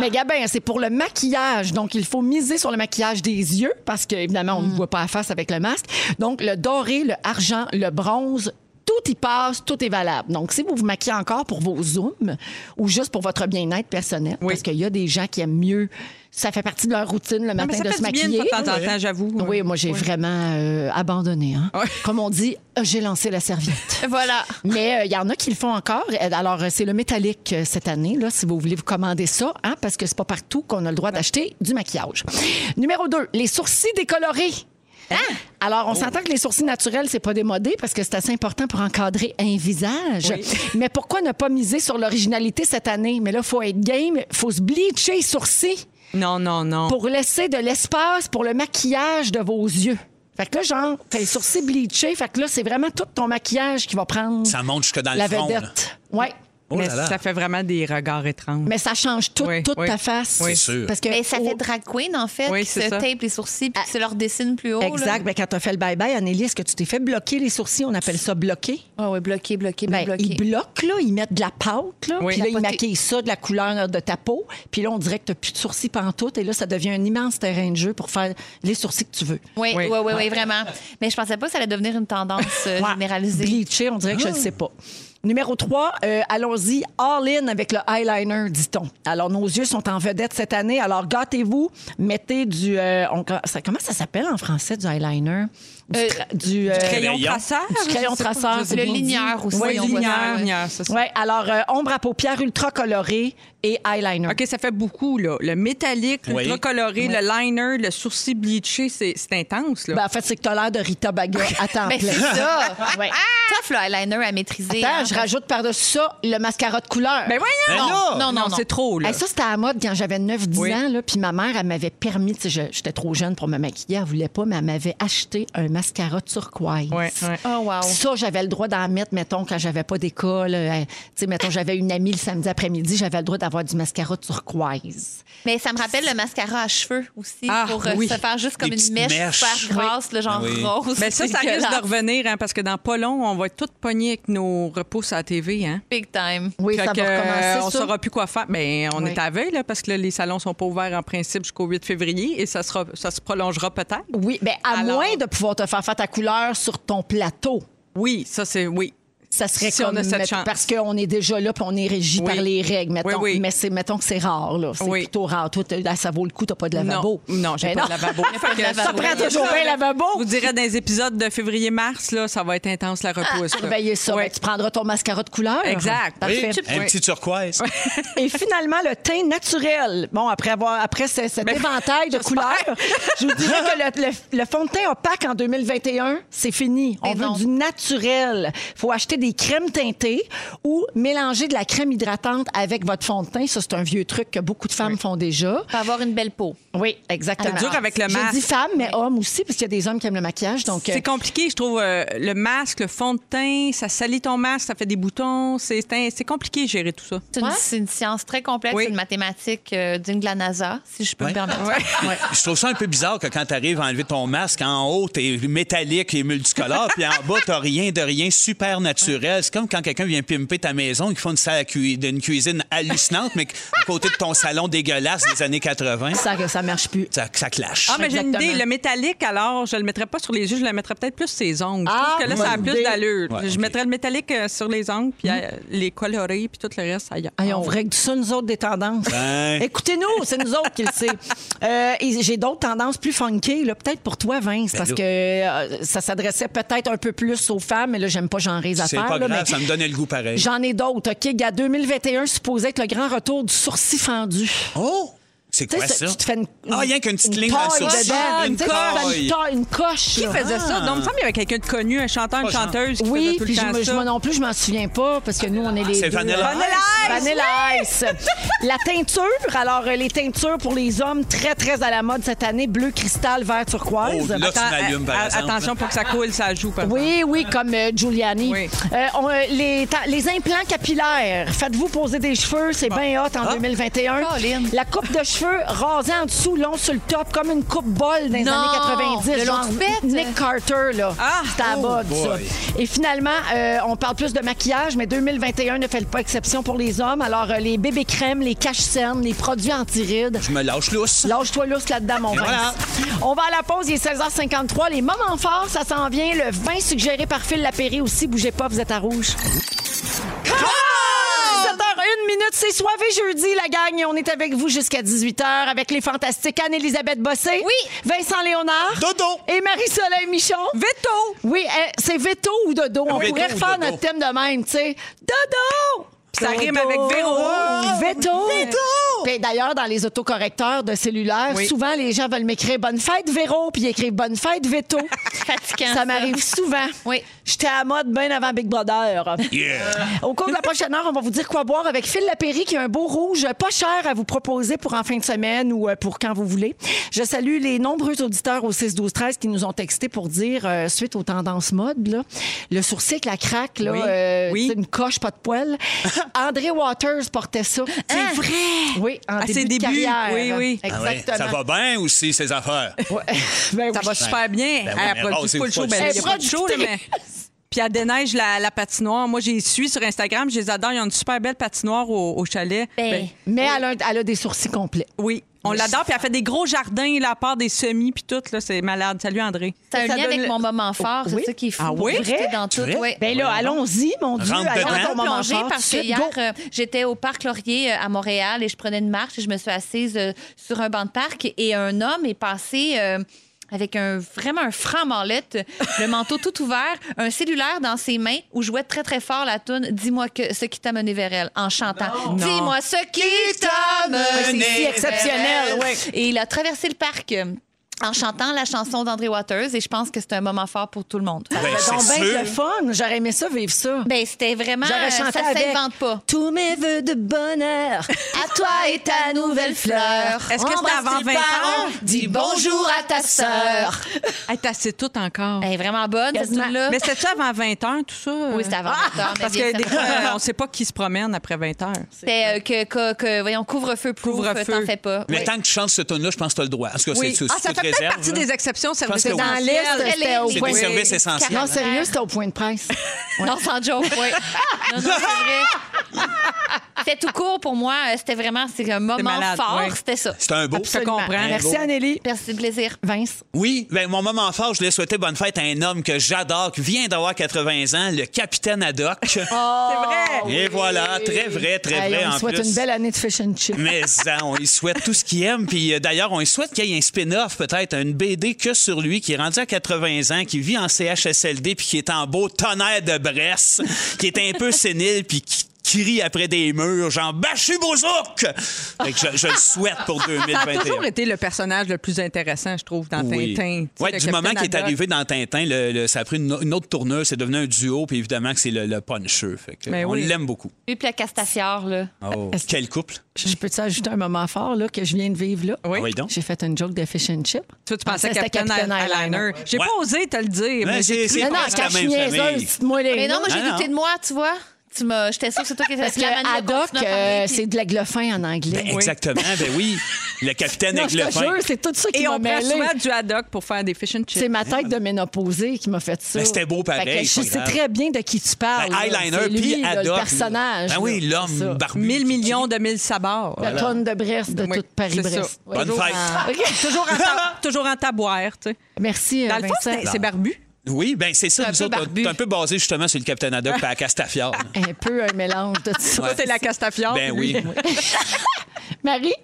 Speaker 6: Mais Gabin, c'est pour le maquillage. Donc, il faut miser sur le maquillage des yeux parce qu'évidemment,
Speaker 4: Mm.
Speaker 6: on ne voit pas la face avec le masque. Donc, le doré, le argent, le bronze, tout y passe, tout est valable. Donc, si vous vous maquillez encore pour vos zooms ou juste pour votre bien-être personnel,
Speaker 4: Oui.
Speaker 6: parce qu'il y a des gens qui aiment mieux, ça fait partie de leur routine le
Speaker 4: Mais
Speaker 6: matin
Speaker 4: ça
Speaker 6: de se
Speaker 4: fait du bien une
Speaker 6: maquiller.
Speaker 4: fois de temps en temps, j'avoue.
Speaker 6: Oui, moi, j'ai vraiment euh, abandonné. hein.
Speaker 4: Ouais.
Speaker 6: Comme on dit, euh, j'ai lancé
Speaker 4: (laughs)
Speaker 6: la serviette.
Speaker 2: Voilà.
Speaker 6: Mais euh, il y en a qui le font encore. Euh, Alors, euh, c'est le métallique euh, cette année, là, si vous voulez vous commander ça, hein, parce que c'est pas partout qu'on a le droit d'acheter du maquillage. Numéro 2, les sourcils décolorés. Hein? Alors, on s'entend que les sourcils naturels, c'est pas démodé parce que c'est assez important pour encadrer un visage. Mais pourquoi ne pas miser sur l'originalité cette année? Mais là, faut être game, faut se bleacher les sourcils
Speaker 4: Non, non, non.
Speaker 6: pour laisser de l'espace pour le maquillage de vos yeux. Fait que là, genre, t'as les sourcils bleachés. Fait que là, c'est vraiment tout ton maquillage qui va prendre
Speaker 3: Ça monte jusque dans
Speaker 6: la
Speaker 3: le front. là.
Speaker 6: vedette. Ouais.
Speaker 3: Oh
Speaker 4: mais
Speaker 3: là là.
Speaker 4: ça fait vraiment des regards étranges.
Speaker 6: Mais ça change tout,
Speaker 4: Oui,
Speaker 6: toute
Speaker 4: oui.
Speaker 6: ta face.
Speaker 3: Oui. C'est sûr.
Speaker 6: Parce que
Speaker 2: Mais ça
Speaker 6: au-
Speaker 2: fait drag queen, en fait,
Speaker 4: Oui,
Speaker 2: qui se
Speaker 4: c'est ça.
Speaker 2: tape les sourcils puis qui se leur dessine plus haut. là.
Speaker 6: Exact. Ben, quand t'as fait le bye-bye, Anneli, est-ce que tu t'es fait bloquer les sourcils? On appelle ça bloquer.
Speaker 2: Ah oui, bloqué, bloqué,
Speaker 6: Ben,
Speaker 2: bloqué.
Speaker 6: ils bloquent, là, ils mettent de la pâte, là,
Speaker 4: Oui.
Speaker 6: puis là, ils
Speaker 2: Capoté.
Speaker 6: maquillent ça de la couleur de ta peau, puis là, on dirait que t'as plus de sourcils pantoute, et là, ça devient un immense terrain de jeu pour faire les sourcils que tu veux.
Speaker 2: Oui, oui,
Speaker 4: Oui.
Speaker 2: oui, oui, vraiment. Mais je pensais pas que ça allait devenir une tendance euh,
Speaker 6: Ouais.
Speaker 2: généralisée.
Speaker 6: Bleacher, on dirait que je ne sais pas. Numéro 3, allons-y all-in avec le eyeliner, dit-on. Alors, nos yeux sont en vedette cette année. Alors, gâtez-vous, mettez du... euh, on- ça, comment ça s'appelle en français, du eyeliner? Du...
Speaker 2: Euh,
Speaker 6: tra- du, euh,
Speaker 4: Crayon
Speaker 3: Crayon.
Speaker 4: traceur?
Speaker 6: Du crayon traceur.
Speaker 2: Le ligneur aussi.
Speaker 6: Oui,
Speaker 2: on voit ça,
Speaker 4: ligneur,
Speaker 2: ouais.
Speaker 4: ligneur, ça, ça.
Speaker 6: Ouais, alors, euh, ombre à paupières ultra colorée et eyeliner.
Speaker 4: OK, ça fait beaucoup, là. Le métallique,
Speaker 3: Oui.
Speaker 4: le coloré, le liner, le sourcil bleaché, c'est c'est intense, là.
Speaker 6: Ben, en fait, c'est que t'as l'air de Rita Baga à
Speaker 2: (laughs)
Speaker 6: temps
Speaker 2: Ben,
Speaker 6: plein.
Speaker 2: c'est ça. Ah,
Speaker 6: Ouais.
Speaker 2: Tough, le eyeliner à maîtriser.
Speaker 6: Attends,
Speaker 2: hein.
Speaker 6: je rajoute par-dessus ça le mascara de couleur.
Speaker 4: Ben voyons!
Speaker 3: Ben là!
Speaker 2: Non, non, non.
Speaker 4: c'est trop, Oh là.
Speaker 6: Hey, ça, c'était à la mode quand j'avais 9-10
Speaker 4: Oui.
Speaker 6: ans. Là, puis ma mère, elle m'avait permis, tu sais, je- j'étais trop jeune pour me maquiller, elle voulait pas, mais elle m'avait acheté un mascara turquoise.
Speaker 4: Ouais, ouais.
Speaker 2: Oh, wow.
Speaker 6: Ça, j'avais le droit d'en mettre, mettons, quand j'avais pas d'école. euh, tu sais, mettons, j'avais une amie le samedi après-midi, j'avais le droit d'avoir du mascara turquoise.
Speaker 2: Mais ça me rappelle le mascara à cheveux aussi,
Speaker 4: Ah,
Speaker 2: pour euh,
Speaker 4: oui.
Speaker 2: se faire juste comme
Speaker 3: Des petites
Speaker 2: une mèche
Speaker 3: mèches.
Speaker 2: super grasse, le genre
Speaker 3: Ah oui.
Speaker 2: rose.
Speaker 4: Mais Ben, ça, ça risque
Speaker 2: dégueulasse.
Speaker 4: de revenir, hein, parce que dans pas long, on va être tous pognés avec nos repousses à la TV. Hein.
Speaker 2: Big time.
Speaker 6: Oui,
Speaker 4: Fait
Speaker 6: ça
Speaker 4: que,
Speaker 6: va
Speaker 4: euh,
Speaker 6: recommencer.
Speaker 4: on
Speaker 6: ça.
Speaker 4: saura plus quoi faire. Mais on
Speaker 6: Oui.
Speaker 4: est à veille, là, parce que là, les salons sont pas ouverts en principe jusqu'au 8 février et ça, sera, ça se prolongera peut-être.
Speaker 6: Oui, ben, à
Speaker 4: Alors-
Speaker 6: moins de pouvoir te faire faire ta couleur sur ton plateau.
Speaker 4: Oui, ça, c'est. Oui.
Speaker 6: Ça serait
Speaker 4: Si
Speaker 6: comme,
Speaker 4: on a cette
Speaker 6: mettons,
Speaker 4: chance.
Speaker 6: parce qu'on est déjà là puis on est régi
Speaker 4: Oui.
Speaker 6: par les règles, mettons.
Speaker 4: Oui, oui.
Speaker 6: Mais c'est, mettons que c'est rare, là. C'est
Speaker 4: Oui.
Speaker 6: plutôt rare. Toi, t'as- là, ça vaut le coup, t'as pas de lavabo.
Speaker 4: Non, non j'ai
Speaker 6: Ben
Speaker 4: pas de
Speaker 6: (laughs)
Speaker 4: lavabo. Fait que
Speaker 6: Ça prend toujours
Speaker 4: Ça,
Speaker 6: bien
Speaker 4: là,
Speaker 6: lavabo.
Speaker 4: Je vous dirais, dans les épisodes de février-mars, là, ça va être intense, la repousse. là.
Speaker 6: Surveiller ça.
Speaker 4: Ouais.
Speaker 6: Ben, tu prendras ton mascara de couleur.
Speaker 4: Exact.
Speaker 3: Oui,
Speaker 6: Parfait.
Speaker 3: un petit turquoise.
Speaker 6: Et finalement, le teint naturel. Bon, après avoir après ce- cet éventail de couleurs, je vous dirais que le, le- le fond de teint opaque en 2021, c'est fini. On
Speaker 2: Mais
Speaker 6: veut
Speaker 2: non.
Speaker 6: du naturel. faut acheter des crèmes teintées ou mélanger de la crème hydratante avec votre fond de teint. Ça, c'est un vieux truc que beaucoup de femmes font déjà.
Speaker 2: Pour avoir une belle peau.
Speaker 6: Oui, exactement.
Speaker 4: T'as dur avec le masque.
Speaker 6: Je dis femmes, mais hommes aussi, parce qu'il y a des hommes qui aiment le maquillage. Donc, euh,
Speaker 4: C'est compliqué, je trouve. euh, le masque, le fond de teint, ça salit ton masque, ça fait des boutons. C'est c'est un- c'est compliqué de gérer tout ça.
Speaker 2: C'est une,
Speaker 6: Ouais.
Speaker 2: c'est une science très complexe,
Speaker 4: Oui.
Speaker 2: c'est une mathématique euh, digne de la NASA, si je peux
Speaker 3: Ouais.
Speaker 2: me permettre.
Speaker 3: Je trouve ça un peu bizarre que quand tu arrives à enlever ton masque, en haut, t'es métallique et multicolore, puis en bas, t'as rien de rien, super naturel. C'est comme quand quelqu'un vient pimper ta maison, ils font une salle à cui- d'une cuisine hallucinante, mais à côté de ton salon dégueulasse des années 80,
Speaker 6: ça, ça marche plus.
Speaker 3: ça, ça clash.
Speaker 4: Ah, mais j'ai une
Speaker 6: Exactement.
Speaker 4: idée. Le métallique, alors, je le mettrais pas sur les yeux, je le mettrais peut-être plus sur les ongles.
Speaker 6: Ah,
Speaker 4: je trouve que là, ça a
Speaker 6: bonne
Speaker 4: plus
Speaker 6: idée. Mm-hmm.
Speaker 4: d'allure.
Speaker 3: Ouais,
Speaker 4: je
Speaker 3: ok.
Speaker 4: mettrais le métallique euh, sur les ongles, puis euh, les colorés, puis tout le reste ailleurs.
Speaker 6: Hey, on règle ça, nous autres, des tendances.
Speaker 3: Ben.
Speaker 6: Écoutez-nous, c'est nous autres qui le sait. Euh, et J'ai d'autres tendances plus funky, là, peut-être pour toi, Vince, parce
Speaker 3: Ben là.
Speaker 6: que euh, ça s'adressait peut-être un peu plus aux femmes, mais là, j'aime pas genrer les
Speaker 3: C'est
Speaker 6: affaires.
Speaker 3: pas
Speaker 6: là,
Speaker 3: grave,
Speaker 6: mais
Speaker 3: ça me donnait le goût pareil.
Speaker 6: J'en ai d'autres, OK? Gars, 2021 supposait être le grand retour du sourcil fendu.
Speaker 3: Oh! C'est
Speaker 6: Tu
Speaker 3: quoi
Speaker 6: sais,
Speaker 3: ça?
Speaker 6: tu te fais une.
Speaker 3: Ah, rien qu'une petite ligne dans le
Speaker 6: taille
Speaker 3: sourcil.
Speaker 6: dedans.
Speaker 3: Ah, une
Speaker 6: Tu sais, tu te fais
Speaker 3: taille.
Speaker 6: une taille, une coche.
Speaker 4: Qui
Speaker 6: là.
Speaker 4: faisait ça? Donc, il me semble qu'il y avait quelqu'un de connu, un chanteur, une
Speaker 3: Pas Jean.
Speaker 4: chanteuse qui faisait
Speaker 6: Oui,
Speaker 4: tout
Speaker 6: puis
Speaker 4: le
Speaker 6: je,
Speaker 4: temps
Speaker 6: me- je-
Speaker 4: ça.
Speaker 6: moi non plus, je m'en souviens pas parce que nous, on est les.
Speaker 3: C'est
Speaker 6: deux,
Speaker 3: Vanilla
Speaker 6: là.
Speaker 3: Ice.
Speaker 6: Vanilla Ice. La teinture, alors euh, les teintures pour les hommes très, très à la mode cette année, bleu cristal, vert turquoise.
Speaker 3: Oh, là, tu
Speaker 4: Attends,
Speaker 3: m'allumes, par
Speaker 6: euh,
Speaker 4: a-
Speaker 3: exemple.
Speaker 4: Attention pour que ça coule, ça joue. par exemple.
Speaker 6: Oui, oui, comme euh, Giuliani.
Speaker 4: Oui.
Speaker 6: Euh, on, euh, les, ta- les implants capillaires. Faites-vous poser des cheveux, c'est bien hot en 2021.
Speaker 2: Colin.
Speaker 6: La coupe de cheveux rasée en dessous, long sur le top, comme une coupe bol dans les
Speaker 2: Non,
Speaker 6: années 90.
Speaker 2: le long
Speaker 6: genre
Speaker 2: toupette.
Speaker 6: Nick Carter, là.
Speaker 4: Ah,
Speaker 6: C'était à la
Speaker 3: oh
Speaker 6: mode, ça.
Speaker 3: boy.
Speaker 6: Et finalement, euh, on parle plus de maquillage, mais 2021 ne fait pas exception pour les hommes. Alors, euh, les bébés crèmes, les caches-cernes, les produits anti-rides.
Speaker 3: Je me lâche lousse.
Speaker 6: Lâche-toi l'ours là-dedans, mon
Speaker 3: Et
Speaker 6: Vince.
Speaker 3: voilà.
Speaker 6: On va à la pause, il est 16h53. Les moments forts, ça s'en vient. Le vin suggéré par Phil Lapéry aussi. Bougez pas, vous êtes à rouge. Ah! 17h01 minute, c'est soivé jeudi, la gang. Et on est avec vous jusqu'à 18h avec les fantastiques Anne-Élisabeth Bossé.
Speaker 2: Oui.
Speaker 6: Vincent Léonard.
Speaker 3: Dodo.
Speaker 6: Et Marie-Soleil Michon.
Speaker 4: Veto!
Speaker 6: Oui, eh, c'est veto ou dodo. On
Speaker 3: Veto
Speaker 6: pourrait
Speaker 3: ou
Speaker 6: refaire
Speaker 3: dodo?
Speaker 6: notre thème de même, tu sais. Dodo!
Speaker 4: Puis ça rime avec Véro.
Speaker 3: Ah,
Speaker 6: Veto.
Speaker 4: Veto.
Speaker 6: Puis Ben, d'ailleurs, dans les autocorrecteurs de cellulaire,
Speaker 4: Oui.
Speaker 6: souvent les gens veulent m'écrire Bonne fête, Véro, puis ils écrivent Bonne fête, Veto.
Speaker 2: Fatigant,
Speaker 6: ça m'arrive souvent.
Speaker 2: Oui.
Speaker 6: J'étais à mode bien avant Big Brother.
Speaker 3: Yeah.
Speaker 6: Au cours de la prochaine heure, on va vous dire quoi boire avec Phil Lapéry qui a un beau rouge pas cher à vous proposer pour en fin de semaine ou euh, pour quand vous voulez. Je salue les nombreux auditeurs au 6 12 13 qui nous ont texté pour dire euh, suite aux tendances mode là, le sourcil avec la craque là,
Speaker 4: Oui.
Speaker 6: euh,
Speaker 4: Oui.
Speaker 6: c'est une coche pas de poil. André Waters portait ça. C'est vrai. Oui, en
Speaker 4: À ses
Speaker 6: début de
Speaker 4: débuts,
Speaker 6: carrière.
Speaker 4: oui, oui.
Speaker 3: Ah ouais,
Speaker 6: Exactement.
Speaker 3: Ça va bien aussi, ces affaires.
Speaker 6: Ouais. Ben
Speaker 4: Ça
Speaker 6: oui.
Speaker 4: va super bien.
Speaker 3: Ben oui,
Speaker 4: Elle
Speaker 3: mais
Speaker 4: produit
Speaker 3: raser
Speaker 4: pas
Speaker 3: une
Speaker 4: le show.
Speaker 3: fois
Speaker 4: Ben,
Speaker 3: de
Speaker 4: il y a
Speaker 6: suite.
Speaker 4: pas de show, là, mais. Puis elle déneige la, la patinoire. Moi, j'ai suis sur Instagram. Je les adore. Ils ont une super belle patinoire au, au chalet.
Speaker 2: Ben.
Speaker 6: Mais elle a, un- elle a des sourcils complets.
Speaker 4: oui, on l'adore. Puis elle fait des gros jardins, là, à part des semis, puis tout. là, C'est malade. Salut, André.
Speaker 2: Ça a un
Speaker 6: Ça
Speaker 2: lien
Speaker 6: donne
Speaker 2: avec
Speaker 6: le- Oh,
Speaker 2: mon moment fort,
Speaker 6: Oui.
Speaker 2: c'est ça qui est fou.
Speaker 4: Ah oui?
Speaker 2: Pour rester
Speaker 6: Vrai?
Speaker 2: dans tout,
Speaker 3: Vrai?
Speaker 1: Eh,
Speaker 2: oui.
Speaker 6: Ben là, allons-y, mon Dieu.
Speaker 3: Rentre
Speaker 6: allons
Speaker 3: dedans.
Speaker 6: à ton moment
Speaker 2: plongée
Speaker 6: fort,
Speaker 2: parce
Speaker 6: tout
Speaker 2: que
Speaker 6: de
Speaker 2: hier,
Speaker 6: suite. Go.
Speaker 2: euh, j'étais au parc Laurier euh, à Montréal et je prenais une marche et je me suis assise euh, sur un banc de parc et un homme est passé. euh, avec un vraiment un franc mallette, le manteau tout ouvert, un cellulaire dans ses mains où jouait très très fort la tune Dis-moi que ce qui t'a mené vers elle en chantant. Dis-moi ce qui t'a
Speaker 3: mené
Speaker 6: C'est
Speaker 2: mené
Speaker 6: si
Speaker 2: vers Ben,
Speaker 6: exceptionnel,
Speaker 3: elle.
Speaker 6: oui.
Speaker 2: et il a traversé le parc. euh, en chantant la chanson d'André Waters et je pense que c'est un moment fort pour tout le monde.
Speaker 3: Ben,
Speaker 6: C'est donc
Speaker 3: c'est
Speaker 6: bien
Speaker 3: sûr.
Speaker 6: le fun. J'aurais aimé ça, vivre ça.
Speaker 2: Ben, c'était vraiment.
Speaker 6: J'aurais
Speaker 2: euh,
Speaker 6: chanté
Speaker 2: ça
Speaker 6: avec
Speaker 2: s'invente pas.
Speaker 6: Tous mes voeux de bonheur.
Speaker 2: (laughs) À toi et ta nouvelle fleur.
Speaker 4: Est-ce que c'est avant 20 ans?
Speaker 6: Dis
Speaker 2: bonjour à ta sœur.
Speaker 4: Hey, t'as assez tout encore.
Speaker 2: Elle est vraiment bonne, cette
Speaker 6: Quasiment.
Speaker 2: tune-là.
Speaker 4: Mais c'était avant 20 heures, tout ça? Ah!
Speaker 2: Oui, c'était avant 20 heures, mais
Speaker 4: Parce
Speaker 2: bien
Speaker 4: que des
Speaker 2: certain.
Speaker 4: fois, euh, on ne sait pas qui se promène après 20 heures.
Speaker 2: C'était euh, que, que, que- voyons, couvre-feu, proof,
Speaker 4: Couvre-feu.
Speaker 2: t'en fais pas.
Speaker 3: Mais
Speaker 2: Oui.
Speaker 3: tant que tu chantes ce tune-là, je pense que tu as le droit. Parce que
Speaker 4: Oui.
Speaker 3: c'est
Speaker 4: Ah, ça fait peut-être partie des exceptions, ça
Speaker 3: pense
Speaker 4: veut dire
Speaker 3: que oui.
Speaker 4: dans
Speaker 6: Dans
Speaker 4: la
Speaker 6: l'Est,
Speaker 2: Ah, Elle
Speaker 6: c'était au
Speaker 2: est-
Speaker 3: C'est
Speaker 6: point
Speaker 3: des
Speaker 6: de
Speaker 3: services essentiels.
Speaker 6: Non, sérieux, c'était au point de presse.
Speaker 2: Non, sans joke, oui. Non, non, c'est vrai. C'était tout court pour moi. euh, C'était vraiment c'est un moment
Speaker 4: malade,
Speaker 2: fort.
Speaker 4: oui.
Speaker 2: C'était ça.
Speaker 3: C'est un beau.
Speaker 4: Je te comprends.
Speaker 6: Merci, Anneli.
Speaker 2: Merci, plaisir.
Speaker 6: Vince.
Speaker 3: Oui, ben mon moment fort, je voulais souhaiter bonne fête à un homme que j'adore, qui vient d'avoir 80 ans, le capitaine Haddock.
Speaker 4: C'est vrai.
Speaker 3: Et voilà, (laughs) très vrai, très
Speaker 6: Hey,
Speaker 3: vrai
Speaker 6: on
Speaker 3: en
Speaker 6: te souhaite
Speaker 3: plus.
Speaker 6: une belle année de fish and chips.
Speaker 3: Mais hein, on lui souhaite tout ce qu'il aime. Puis euh, d'ailleurs, on lui souhaite qu'il y ait un spin-off, peut-être, une BD que sur lui, qui est rendu à 80 ans, qui vit en CHSLD, puis qui est en beau tonnerre de Bresse, qui est un peu sénile, puis qui crie après des murs, genre Bachu Bozouc! Fait que je, je le souhaite pour
Speaker 4: Ça a
Speaker 3: 2021.
Speaker 4: toujours été le personnage le plus intéressant, je trouve, dans
Speaker 3: Oui.
Speaker 4: Tintin. Tu sais,
Speaker 3: Ouais,
Speaker 4: le
Speaker 3: du moment
Speaker 4: capitaine
Speaker 3: qu'il est
Speaker 4: Haddock.
Speaker 3: arrivé dans Tintin, le- le- ça a pris une, une autre tournure, c'est devenu un duo, puis évidemment que c'est le, le puncher. Fait que
Speaker 4: Mais
Speaker 3: on
Speaker 4: Ben oui. Ah,
Speaker 3: l'aime beaucoup.
Speaker 2: Lui, puis le Castafiore, là.
Speaker 3: Oh,
Speaker 6: Est-ce-
Speaker 3: Quel couple!
Speaker 6: Je je peux-tu ajouter un moment fort là, que je viens de vivre là?
Speaker 4: Oui.
Speaker 3: Ah oui, donc.
Speaker 6: J'ai fait une joke de fish and chip.
Speaker 4: Toi, tu
Speaker 6: Ah,
Speaker 4: pensais
Speaker 6: c'était
Speaker 4: Captain
Speaker 6: Capitaine
Speaker 4: Eyeliner. J'ai
Speaker 3: Ouais.
Speaker 4: pas osé te le dire.
Speaker 3: Mais
Speaker 4: mais j'ai-
Speaker 3: c'est
Speaker 6: Non, non,
Speaker 3: presque la
Speaker 6: cache
Speaker 3: même
Speaker 6: niaiseuse,
Speaker 3: famille.
Speaker 6: dites-moi les
Speaker 2: Mais non, moi, j'ai
Speaker 3: non,
Speaker 2: douté
Speaker 3: Ah, non.
Speaker 2: de moi, tu vois. Tu m'as... J'étais sûre que c'est toi qui étais
Speaker 6: Parce
Speaker 2: la
Speaker 6: que
Speaker 2: manière
Speaker 6: Haddock,
Speaker 2: qu'on continue à
Speaker 6: euh,
Speaker 2: parler, puis-
Speaker 6: c'est de l'aiglefin en anglais.
Speaker 3: Ben, Exactement, ben oui. Le capitaine
Speaker 6: Non,
Speaker 3: avec
Speaker 6: je
Speaker 3: le
Speaker 6: te
Speaker 3: fin.
Speaker 6: jure, c'est tout ça qui
Speaker 4: Et
Speaker 6: m'a
Speaker 4: on prend
Speaker 6: mêlé.
Speaker 4: souvent du haddock pour faire des fish and chips.
Speaker 6: C'est ma tête de ménopausée qui m'a fait ça.
Speaker 3: Mais Hein? Ben, c'était beau pareil,
Speaker 6: Fait que
Speaker 3: c'est
Speaker 6: Je sais
Speaker 3: grave.
Speaker 6: très bien de qui tu parles.
Speaker 3: Ben,
Speaker 6: là.
Speaker 3: eyeliner
Speaker 6: C'est lui,
Speaker 3: puis
Speaker 6: là,
Speaker 3: Haddock.
Speaker 6: Le
Speaker 3: là.
Speaker 6: personnage.
Speaker 3: Ben oui,
Speaker 6: là. C'est ça.
Speaker 3: l'homme barbu.
Speaker 4: 1000 millions de 1000 sabards.
Speaker 6: La tonne de Brest de
Speaker 4: Oui,
Speaker 6: toute Paris-Brest.
Speaker 4: c'est ça.
Speaker 6: Ouais.
Speaker 3: Bonne
Speaker 4: Toujours
Speaker 3: fête. (laughs)
Speaker 4: en- toujours, en ta- toujours en taboire, tu sais.
Speaker 6: euh, Merci, euh,
Speaker 4: Dans le fond,
Speaker 6: Vincent.
Speaker 4: c'est c'est barbu.
Speaker 3: Oui, ben c'est ça, nous
Speaker 2: peu
Speaker 3: autres.
Speaker 2: barbu.
Speaker 3: T'es un peu basé justement sur le capitaine Haddock et la Castafiore.
Speaker 6: Un peu un mélange de tout ça.
Speaker 4: Toi, t'es la
Speaker 6: Ah
Speaker 4: castafiore.
Speaker 3: Ben
Speaker 4: lui,
Speaker 3: oui.
Speaker 6: Marie?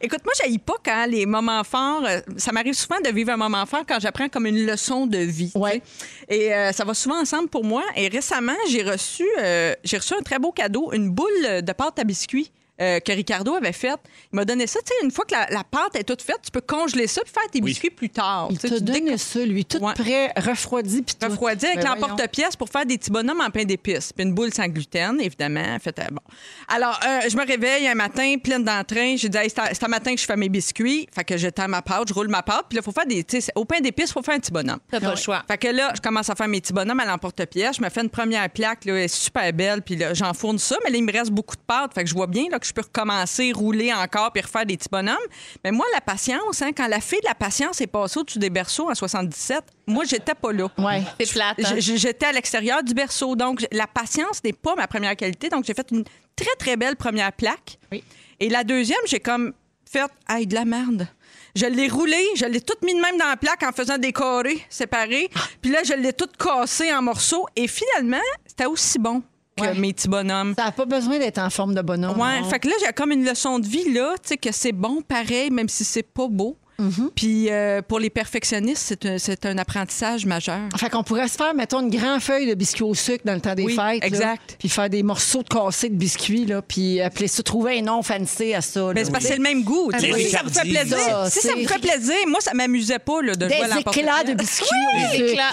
Speaker 4: Écoute, moi, j'haïs pas quand les moments forts. euh, ça m'arrive souvent de vivre un moment fort quand j'apprends comme une leçon de vie. tu
Speaker 6: Ouais.
Speaker 4: sais. Et euh, ça va souvent ensemble pour moi. Et récemment, j'ai reçu, euh, j'ai reçu un très beau cadeau, une boule de pâte à biscuits. euh, que Ricardo avait faite. Il m'a donné ça. Tu sais, une fois que la, la pâte est toute faite, tu peux congeler ça puis faire tes
Speaker 3: Oui.
Speaker 4: biscuits plus tard.
Speaker 6: Il
Speaker 4: Tu sais,
Speaker 6: t'a
Speaker 4: tu
Speaker 6: donné ça, lui, tout
Speaker 4: Ouais.
Speaker 6: prêt, refroidi. puis tout.
Speaker 4: refroidi avec
Speaker 6: Ben
Speaker 4: l'emporte-pièce pour faire des petits bonhommes en pain d'épices. Puis une boule sans gluten, évidemment. Fait, euh, bon. Alors, euh, je me réveille un matin, pleine d'entrain. J'ai dit, Hey, c'est à- c'est un matin que je fais mes biscuits. Fait que je tends ma pâte, je roule ma pâte. Puis là, faut faire des. tu sais, Au pain d'épices, il faut faire un petit bonhomme.
Speaker 2: T'as pas le choix.
Speaker 4: Fait que là, je commence à faire mes petits bonhommes à l'emporte-pièce. Je me fais une première plaque, là, elle est super belle, puis là, j'enfourne ça, mais là, il me reste beaucoup de pâtes. Fait que je vois bien là, que je peux recommencer, rouler encore, puis refaire des petits bonhommes. Mais moi, la patience, hein, quand la fille de la patience est passée au-dessus des berceaux en 77, moi, j'étais pas là.
Speaker 6: Ouais.
Speaker 2: C'est plate. hein?
Speaker 4: J- j- J'étais à l'extérieur du berceau, donc j- la patience n'est pas ma première qualité. Donc, j'ai fait une très, très belle première plaque.
Speaker 6: Oui.
Speaker 4: Et la deuxième, j'ai comme fait, aïe, de la merde. Je l'ai roulée, je l'ai toute mise de même dans la plaque en faisant des carrés séparés.
Speaker 6: Ah.
Speaker 4: Puis là, je l'ai toute cassée en morceaux. Et finalement, c'était aussi bon que
Speaker 6: Ouais.
Speaker 4: mes petits bonhommes.
Speaker 6: Ça n'a pas besoin d'être en forme de bonhomme.
Speaker 4: Ouais,
Speaker 6: non.
Speaker 4: fait que là, j'ai comme une leçon de vie, là, tu sais, que c'est bon pareil, même si c'est pas beau.
Speaker 6: Mm-hmm.
Speaker 4: Puis euh, pour les perfectionnistes, c'est un- c'est un apprentissage majeur.
Speaker 6: Fait qu'on pourrait se faire, mettons, une grande feuille de biscuits au sucre dans le temps des
Speaker 4: Oui,
Speaker 6: fêtes. là,
Speaker 4: exact.
Speaker 6: puis faire des morceaux de cassé de biscuits, là, puis appeler ça, trouver un nom fancy à ça.
Speaker 4: Mais
Speaker 6: là.
Speaker 4: Ben, c'est parce que c'est le même goût. tu sais.
Speaker 3: Ah, oui.
Speaker 4: Si ça me fait plaisir,
Speaker 6: Ça,
Speaker 4: si ça me
Speaker 6: c'est-
Speaker 4: fait plaisir, moi ça m'amusait pas là, de
Speaker 6: Des
Speaker 4: jouer à
Speaker 6: éclats de
Speaker 4: l'emporte-pièce.
Speaker 6: biscuits au
Speaker 2: C'est
Speaker 6: sucre.
Speaker 2: clair.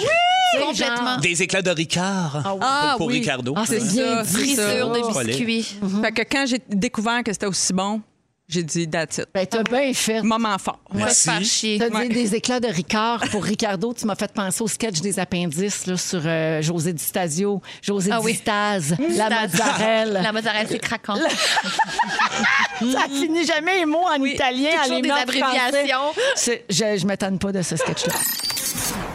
Speaker 6: Tu sais,
Speaker 2: Complètement.
Speaker 6: genre-
Speaker 3: Des éclats de Ricard
Speaker 6: Ah oui.
Speaker 3: pour, pour
Speaker 4: oui.
Speaker 3: Ricardo.
Speaker 6: Ah, c'est
Speaker 3: Ouais.
Speaker 4: ça,
Speaker 6: bien dit,
Speaker 4: c'est
Speaker 6: ça.
Speaker 2: Trissure
Speaker 6: Mm-hmm.
Speaker 3: Pas
Speaker 2: de
Speaker 3: laid.
Speaker 2: biscuit.
Speaker 4: Fait que quand j'ai découvert que c'était aussi bon, j'ai dit that's it.
Speaker 6: Ben, t'as bien fait.
Speaker 4: Moment fort.
Speaker 2: Pas se
Speaker 3: Merci.
Speaker 2: faire chier.
Speaker 6: T'as
Speaker 4: Ouais.
Speaker 6: dit des éclats de Ricard pour Ricardo. Tu m'as fait penser au sketch des appendices là, sur euh, José Di Stasio, José
Speaker 2: Ah
Speaker 6: Di
Speaker 2: oui.
Speaker 6: Stase, la
Speaker 2: Stase. (laughs)
Speaker 6: mozzarella.
Speaker 2: La mozzarella, c'est craquant.
Speaker 6: Ça finit jamais les mots en italien.
Speaker 2: toujours
Speaker 6: les
Speaker 2: des
Speaker 6: mots en
Speaker 2: abréviations.
Speaker 6: français. C'est- Je, je m'étonne pas de ce sketch-là.